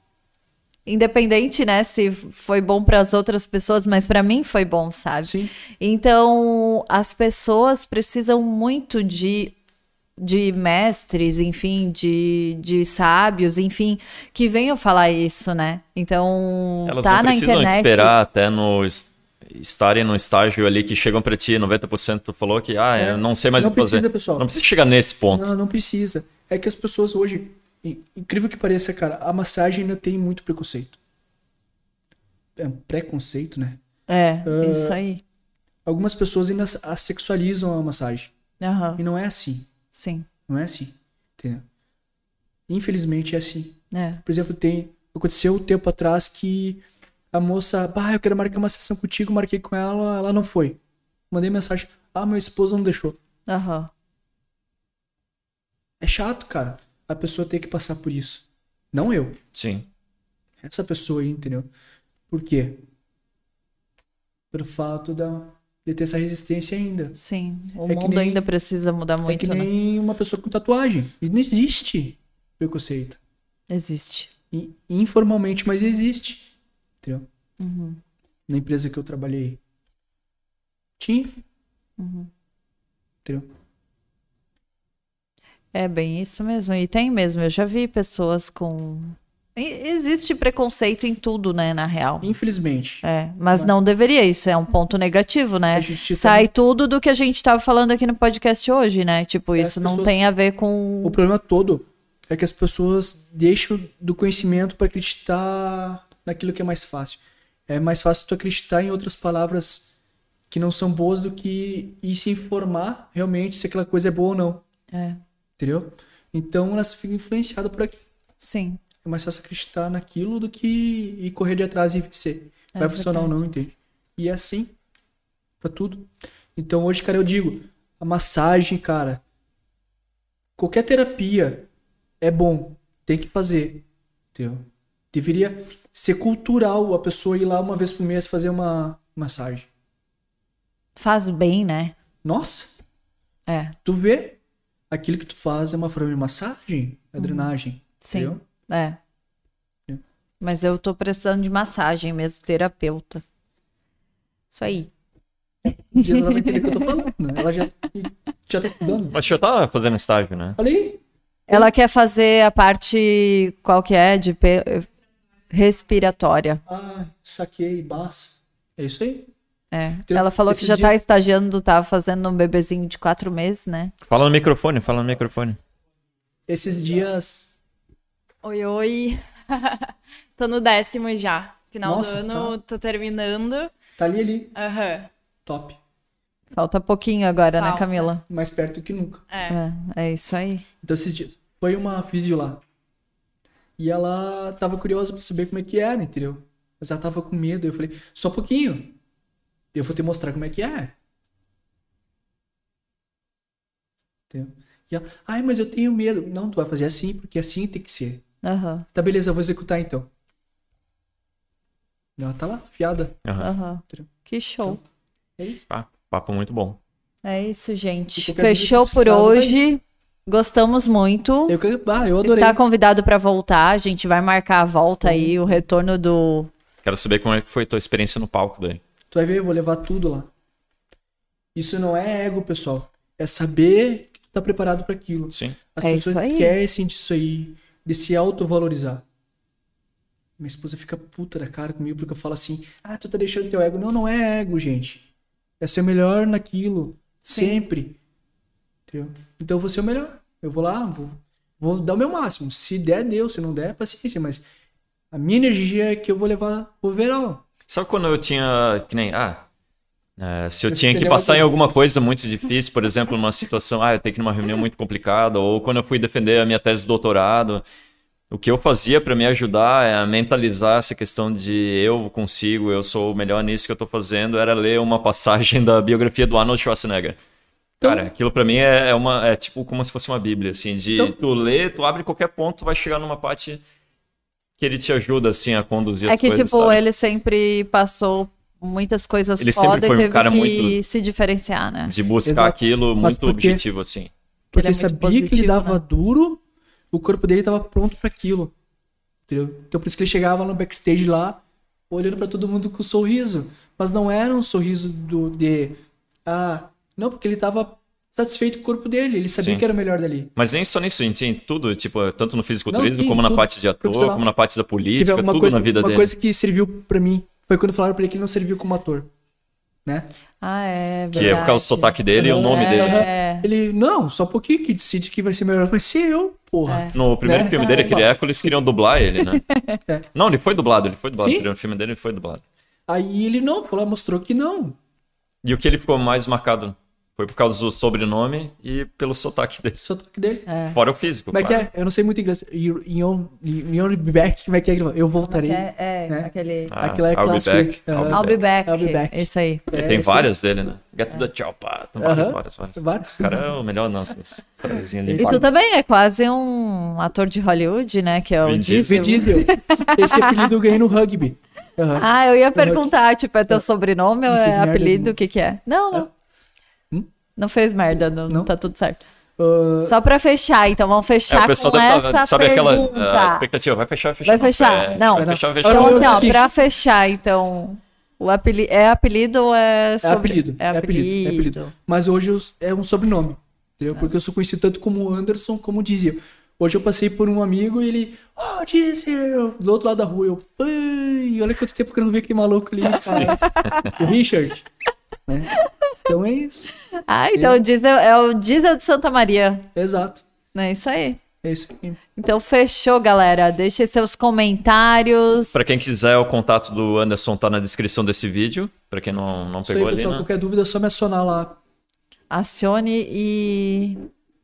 Speaker 1: Independente, né, se foi bom para as outras pessoas, mas pra mim foi bom, sabe?
Speaker 2: Sim.
Speaker 1: Então, as pessoas precisam muito de de mestres, enfim, de, de sábios, enfim, que venham falar isso, né? Então,
Speaker 3: Elas
Speaker 1: tá
Speaker 3: não
Speaker 1: na
Speaker 3: precisam
Speaker 1: internet.
Speaker 3: esperar até no es- estarem no estágio ali que chegam pra ti, 90% tu falou que, ah, eu não sei mais
Speaker 2: É. Não
Speaker 3: o que fazer.
Speaker 2: precisa, pessoal.
Speaker 3: Não precisa chegar nesse ponto.
Speaker 2: Não, não precisa. É que as pessoas hoje, in- incrível que pareça, cara, a massagem ainda tem muito preconceito. É um preconceito, né?
Speaker 1: É, isso aí.
Speaker 2: Algumas pessoas ainda a sexualizam a massagem.
Speaker 1: Aham,
Speaker 2: E não é assim.
Speaker 1: sim.
Speaker 2: Não é assim. Entendeu? Infelizmente é assim.
Speaker 1: É.
Speaker 2: Por exemplo, tem aconteceu um tempo atrás que a moça, bah, eu quero marcar uma sessão contigo, marquei com ela, ela não foi. Mandei mensagem, ah, meu esposo não deixou.
Speaker 1: Aham.
Speaker 2: É chato, cara. A pessoa tem que passar por isso. Não eu.
Speaker 3: Sim.
Speaker 2: Essa pessoa aí, entendeu? Por quê? Pelo fato da, de ter essa resistência ainda.
Speaker 1: Sim. O
Speaker 2: É que
Speaker 1: mundo
Speaker 2: nem-
Speaker 1: ainda precisa mudar
Speaker 2: é
Speaker 1: muito,
Speaker 2: que
Speaker 1: né?
Speaker 2: nem uma pessoa com tatuagem. E não existe preconceito.
Speaker 1: Existe.
Speaker 2: in- informalmente, mas existe. Entendeu?
Speaker 1: Uhum.
Speaker 2: Na empresa que eu trabalhei. Tinha.
Speaker 1: Uhum.
Speaker 2: Entendeu?
Speaker 1: É bem isso mesmo. E tem mesmo. Eu já vi pessoas com. E- Existe preconceito em tudo, né? Na real.
Speaker 2: Infelizmente.
Speaker 1: É, mas não deveria, isso é um ponto negativo, né?
Speaker 2: A é gente
Speaker 1: Sai tudo do que a gente tava falando aqui no podcast hoje, né? Tipo,
Speaker 2: É, as
Speaker 1: isso não
Speaker 2: pessoas-
Speaker 1: tem a ver com.
Speaker 2: O problema todo é que as pessoas deixam do conhecimento para acreditar naquilo que é mais fácil. É mais fácil tu acreditar em outras palavras que não são boas do que ir se informar realmente se aquela coisa é boa ou não.
Speaker 1: É,
Speaker 2: Entendeu? Então elas ficam influenciadas por aquilo.
Speaker 1: sim.
Speaker 2: É mais fácil acreditar naquilo do que ir correr de atrás e vencer. Vai funcionar ou não, entende? E é assim pra tudo. Então hoje, cara, eu digo, a massagem, cara, qualquer terapia é bom, tem que fazer, entendeu? Deveria ser cultural a pessoa ir lá uma vez por mês fazer uma massagem.
Speaker 1: Faz bem, né?
Speaker 2: Nossa,
Speaker 1: É,
Speaker 2: tu vê, aquilo que tu faz é uma forma de massagem, é drenagem,
Speaker 1: sim.
Speaker 2: entendeu?
Speaker 1: É. Mas eu tô precisando de massagem mesmo, terapeuta. Isso aí.
Speaker 2: Esses dias ela vai entender o que eu tô falando, né? Ela já, já tá estudando.
Speaker 3: Mas já tá fazendo estágio, né?
Speaker 2: Olha aí.
Speaker 1: Ela quer fazer a parte, qual que é, de pe- respiratória.
Speaker 2: Ah, saquei, baço. É isso aí.
Speaker 1: É.
Speaker 2: Tem-
Speaker 1: Ela falou que
Speaker 2: Então, esses
Speaker 1: já tá
Speaker 2: dias-
Speaker 1: estagiando, tá fazendo um bebezinho de quatro meses, né?
Speaker 3: Fala no microfone, fala no microfone.
Speaker 2: Esses dias.
Speaker 5: Oi, oi. tô no décimo já. Final
Speaker 2: Nossa,
Speaker 5: do ano, tô terminando.
Speaker 2: Tá ali, ali.
Speaker 5: Aham.
Speaker 2: Top.
Speaker 1: Falta pouquinho agora, né,
Speaker 5: Falta.
Speaker 1: Camila?
Speaker 2: Mais perto que nunca.
Speaker 5: É.
Speaker 1: É, é isso aí.
Speaker 2: Então, esses dias. Foi uma físio lá. E ela tava curiosa pra saber como é que era, entendeu? Mas ela tava com medo. Eu falei, só um pouquinho. Eu vou te mostrar como é que é. Entendeu? E ela, ai, mas eu tenho medo. Não, tu vai fazer assim, porque assim tem que ser.
Speaker 1: Aham,
Speaker 2: Tá, beleza, eu vou executar então. Ela tá lá, fiada. É
Speaker 3: Aham.
Speaker 1: aham. Que show.
Speaker 3: Ah, papo muito bom.
Speaker 1: É isso, gente.
Speaker 2: Fica com a gente
Speaker 1: Fechou
Speaker 2: pro
Speaker 1: por
Speaker 2: sábado aí.
Speaker 1: hoje. Gostamos muito.
Speaker 2: Eu, que- ah, eu adorei.
Speaker 1: Está convidado para voltar. A gente vai marcar a volta aí, o retorno do.
Speaker 3: Quero saber como é que foi tua experiência no palco daí.
Speaker 2: Tu vai ver, eu vou levar tudo lá. Isso não é ego, pessoal. É saber que tu tá preparado pra aquilo.
Speaker 3: Sim.
Speaker 2: As
Speaker 1: É
Speaker 2: pessoas
Speaker 1: isso aí.
Speaker 2: esquecem disso aí, de se autovalorizar. Minha esposa fica puta da cara comigo porque eu falo assim: ah, tu tá deixando teu ego. Não, não é ego, gente. É ser o melhor naquilo. Sempre. Entendeu? Então eu vou ser o melhor. Eu vou lá, vou, vou dar o meu máximo. Se der, deu. Se não der, paciência. Mas a minha energia é que eu vou levar o verão.
Speaker 3: Sabe quando eu tinha. Que nem. Ah. é, se eu
Speaker 2: Esse
Speaker 3: tinha que
Speaker 2: negócio
Speaker 3: passar em
Speaker 2: aí.
Speaker 3: alguma coisa muito difícil, por exemplo, numa situação, ah, eu tenho que ir numa reunião muito complicada, ou quando eu fui defender a minha tese de doutorado, o que eu fazia para me ajudar é a mentalizar essa questão de eu consigo, eu sou o melhor nisso que eu tô fazendo, era ler uma passagem da biografia do Arnold Schwarzenegger.
Speaker 1: Então
Speaker 3: Cara, aquilo pra mim é, é uma é tipo como se fosse uma bíblia, assim, de
Speaker 2: Então-
Speaker 3: tu lê, tu abre qualquer ponto, tu vai chegar numa parte que ele te ajuda assim a conduzir
Speaker 1: É
Speaker 3: as
Speaker 1: que,
Speaker 3: coisas.
Speaker 1: tipo,
Speaker 3: sabe?
Speaker 1: ele sempre passou muitas coisas
Speaker 3: Ele sempre
Speaker 1: foda
Speaker 3: foi
Speaker 1: e
Speaker 3: um
Speaker 1: teve
Speaker 3: cara
Speaker 1: que
Speaker 3: muito-
Speaker 1: se diferenciar, né?
Speaker 3: De buscar
Speaker 2: Exato.
Speaker 3: aquilo
Speaker 2: Mas
Speaker 3: muito
Speaker 2: por quê?
Speaker 3: objetivo, assim.
Speaker 2: Porque
Speaker 1: é muito
Speaker 2: sabia que ele
Speaker 1: positivo,
Speaker 2: dava
Speaker 1: né?
Speaker 2: duro, o corpo dele tava pronto pra aquilo. Entendeu? Então por isso que ele chegava no backstage lá, olhando pra todo mundo com um sorriso. Mas não era um sorriso do de. Ah, não, porque ele tava satisfeito com o corpo dele. Ele sabia
Speaker 3: Sim.
Speaker 2: que era o melhor dali.
Speaker 3: Mas nem só nisso, gente, em tudo, tipo, tanto no fisiculturismo,
Speaker 2: Não, sim,
Speaker 3: como na
Speaker 2: tudo.
Speaker 3: parte de ator,
Speaker 2: Profissional.
Speaker 3: como na parte da
Speaker 2: Quer ver
Speaker 3: política,
Speaker 2: uma
Speaker 3: é tudo
Speaker 2: coisa,
Speaker 3: na vida
Speaker 2: uma
Speaker 3: dele.
Speaker 2: coisa que serviu pra mim foi quando falaram pra ele que ele não serviu como ator. Né?
Speaker 1: Ah, é verdade.
Speaker 3: que é por causa do sotaque dele e o nome dele.
Speaker 1: É.
Speaker 2: Ele, não, só por que que decide que vai ser melhor? Vai ser eu,
Speaker 1: É.
Speaker 2: porra.
Speaker 3: No primeiro
Speaker 2: Né?
Speaker 3: filme dele, aquele Eco, eles queriam dublar ele, né?
Speaker 2: É.
Speaker 3: Não, ele foi dublado, ele foi dublado.
Speaker 2: Sim.
Speaker 3: No filme dele, ele foi dublado.
Speaker 2: Aí ele não, falou, mostrou que não.
Speaker 3: E o que ele ficou mais marcado foi por causa do sobrenome e pelo sotaque dele.
Speaker 2: Sotaque dele.
Speaker 3: Fora o físico,
Speaker 2: Como é que
Speaker 3: claro.
Speaker 2: é? Eu não sei muito inglês. You- You'll you'll be back. Como é que é? que ele fala? Eu voltarei.
Speaker 1: É, é,
Speaker 2: Né?
Speaker 1: aquele.
Speaker 3: Ah,
Speaker 2: Aquela é
Speaker 3: I'll be
Speaker 2: clássica.
Speaker 3: back,
Speaker 2: Aham.
Speaker 3: I'll be
Speaker 1: I'll be back.
Speaker 2: I'll be back.
Speaker 1: Isso aí.
Speaker 2: É,
Speaker 3: Tem
Speaker 2: esse-
Speaker 3: várias dele, né? Get to the choppa. Tem várias,
Speaker 2: Aham.
Speaker 3: várias, várias.
Speaker 2: Vários.
Speaker 3: O cara é o melhor, nossa. mas frasezinha de
Speaker 2: E
Speaker 1: E
Speaker 3: impacto.
Speaker 1: tu também é quase um ator de Hollywood, né? Que é o
Speaker 3: Vin
Speaker 2: Vin
Speaker 1: Diesel.
Speaker 2: Diesel. Esse apelido eu ganhei no rugby. Aham.
Speaker 1: Ah, eu ia perguntar, tipo, é teu sobrenome ou
Speaker 2: fiz
Speaker 1: é
Speaker 2: merda
Speaker 1: apelido?
Speaker 2: nenhuma. É. Hum?
Speaker 1: O que que é? Não, não. Não fez merda, não,
Speaker 2: Não?
Speaker 1: tá tudo certo.
Speaker 2: Ah,
Speaker 1: Só pra fechar, então, vamos
Speaker 3: É,
Speaker 1: fechar
Speaker 3: o pessoal
Speaker 1: com
Speaker 3: deve
Speaker 1: essa
Speaker 3: estar. Sabe aquela
Speaker 1: pergunta.
Speaker 3: ah, expectativa? Vai fechar, vai fechar.
Speaker 1: Vai fechar,
Speaker 3: É,
Speaker 1: não.
Speaker 3: Vai fechar, vai fechar.
Speaker 1: Então,
Speaker 2: Eu
Speaker 1: assim, ó,
Speaker 2: aqui.
Speaker 1: pra fechar, então, o apeli... é apelido ou é
Speaker 2: é
Speaker 1: sobre...
Speaker 2: apelido. É apelido. É apelido. Mas hoje eu- é um sobrenome. Entendeu? Porque eu sou conhecido tanto como Anderson como Diesel. Hoje eu passei por um amigo e ele. Oh, Diesel! Do outro lado da rua. Eu. Ai, olha quanto tempo que eu não vi aquele maluco ali. cara." o Richard. Né? Então é isso.
Speaker 1: Ah, então o Diesel é o Diesel de Santa Maria.
Speaker 2: Exato.
Speaker 1: É isso aí.
Speaker 2: É isso aqui.
Speaker 1: Então fechou, galera. Deixem seus comentários.
Speaker 3: Pra quem quiser, o contato do Anderson tá na descrição desse vídeo. Pra quem não, não
Speaker 2: Isso aí,
Speaker 3: pegou ali,
Speaker 2: pessoal.
Speaker 3: né?
Speaker 2: Qualquer dúvida é só me acionar lá.
Speaker 1: Acione e...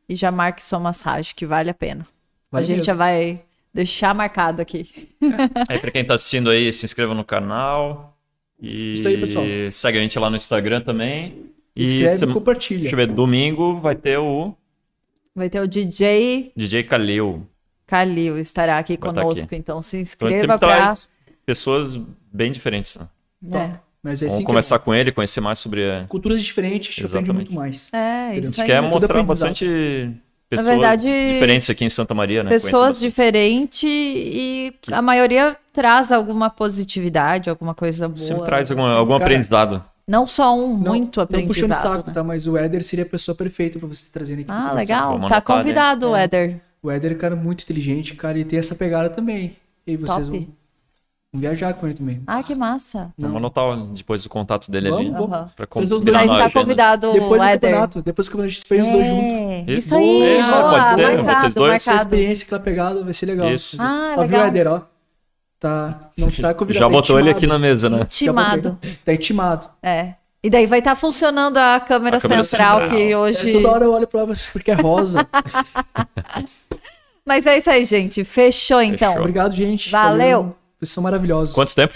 Speaker 1: e já marque sua massagem, que vale a pena. a
Speaker 2: Vale
Speaker 1: gente
Speaker 2: mesmo.
Speaker 1: já vai deixar marcado aqui.
Speaker 3: Aí pra quem tá assistindo aí, se inscreva no canal. E
Speaker 2: Isso aí, pessoal.
Speaker 3: segue a gente lá no Instagram também. E
Speaker 2: Escreve e
Speaker 3: sema-
Speaker 2: compartilha.
Speaker 3: é deixa eu ver, domingo vai ter o
Speaker 1: Vai ter o DJ
Speaker 3: DJ Kalil.
Speaker 1: Kalil estará aqui
Speaker 3: Vai tá
Speaker 1: conosco,
Speaker 3: aqui.
Speaker 1: então se
Speaker 3: Então ele
Speaker 1: inscreva pra...
Speaker 3: traz pessoas bem diferentes. né?
Speaker 1: É,
Speaker 2: Mas é assim
Speaker 3: Vamos
Speaker 2: que é
Speaker 3: conversar
Speaker 2: bom.
Speaker 3: com ele, conhecer mais sobre. A...
Speaker 2: Culturas diferentes, te aprende
Speaker 3: Exatamente.
Speaker 2: muito mais.
Speaker 1: é
Speaker 3: A
Speaker 1: isso
Speaker 3: gente
Speaker 1: aí.
Speaker 3: quer
Speaker 2: tudo
Speaker 3: mostrar
Speaker 2: aprendizado.
Speaker 3: bastante pessoas
Speaker 1: verdade,
Speaker 3: diferentes aqui em Santa Maria, né?
Speaker 1: pessoas
Speaker 3: Conhecer
Speaker 1: diferentes e a maioria traz alguma positividade, alguma coisa boa.
Speaker 3: bastante. Sempre traz um algum, algum
Speaker 2: Cara,
Speaker 3: aprendizado.
Speaker 1: Não só um
Speaker 2: Não-
Speaker 1: muito
Speaker 2: Não puxando o
Speaker 1: aprendizado.
Speaker 2: saco,
Speaker 1: né?
Speaker 2: tá? Mas o Éder seria a pessoa perfeita pra vocês trazerem aqui. pra
Speaker 1: Ah,
Speaker 2: conversar.
Speaker 1: legal.
Speaker 3: Vamos
Speaker 1: Tá
Speaker 3: anotar, né?
Speaker 1: convidado, Éder.
Speaker 2: O Éder é um cara muito inteligente, cara, e tem essa pegada também. E aí vocês
Speaker 1: Top.
Speaker 2: vão, vão viajar com ele também.
Speaker 1: Ah, que massa.
Speaker 3: Vamos anotar depois o contato dele
Speaker 2: Vamos,
Speaker 3: ali. né?
Speaker 2: vamos.
Speaker 1: Aham.
Speaker 3: Pra combinar
Speaker 2: Mas os
Speaker 1: Já
Speaker 2: dois-
Speaker 1: está
Speaker 3: na agenda.
Speaker 1: tá convidado,
Speaker 2: depois do
Speaker 1: Éder.
Speaker 2: campeonato, depois que a gente fez os dois juntos.
Speaker 1: É,
Speaker 3: Isso.
Speaker 1: Isso aí,
Speaker 3: É,
Speaker 1: boa,
Speaker 3: pode ser, pode
Speaker 1: marcado,
Speaker 3: ser dois.
Speaker 2: Essa
Speaker 1: marcado.
Speaker 2: experiência, aquela pegada, vai ser legal.
Speaker 3: Isso.
Speaker 1: Ah,
Speaker 2: ó, viu,
Speaker 1: legal.
Speaker 2: Éder, ó. Tá, não tá convidado.
Speaker 3: Já
Speaker 2: tá
Speaker 3: botou ele aqui
Speaker 2: intimado.
Speaker 3: na mesa, né?
Speaker 2: Já botei.
Speaker 1: Timado.
Speaker 2: Tá intimado.
Speaker 1: É. E daí vai estar funcionando a câmera,
Speaker 3: A câmera
Speaker 1: central,
Speaker 3: central.
Speaker 1: que
Speaker 2: É,
Speaker 1: hoje.
Speaker 2: toda hora eu olho pra ela porque é rosa.
Speaker 1: Mas é isso aí, gente. então. Fechou então.
Speaker 3: Fechou.
Speaker 2: Obrigado, gente.
Speaker 1: Valeu.
Speaker 2: Vocês são maravilhosos.
Speaker 3: Quanto tempo?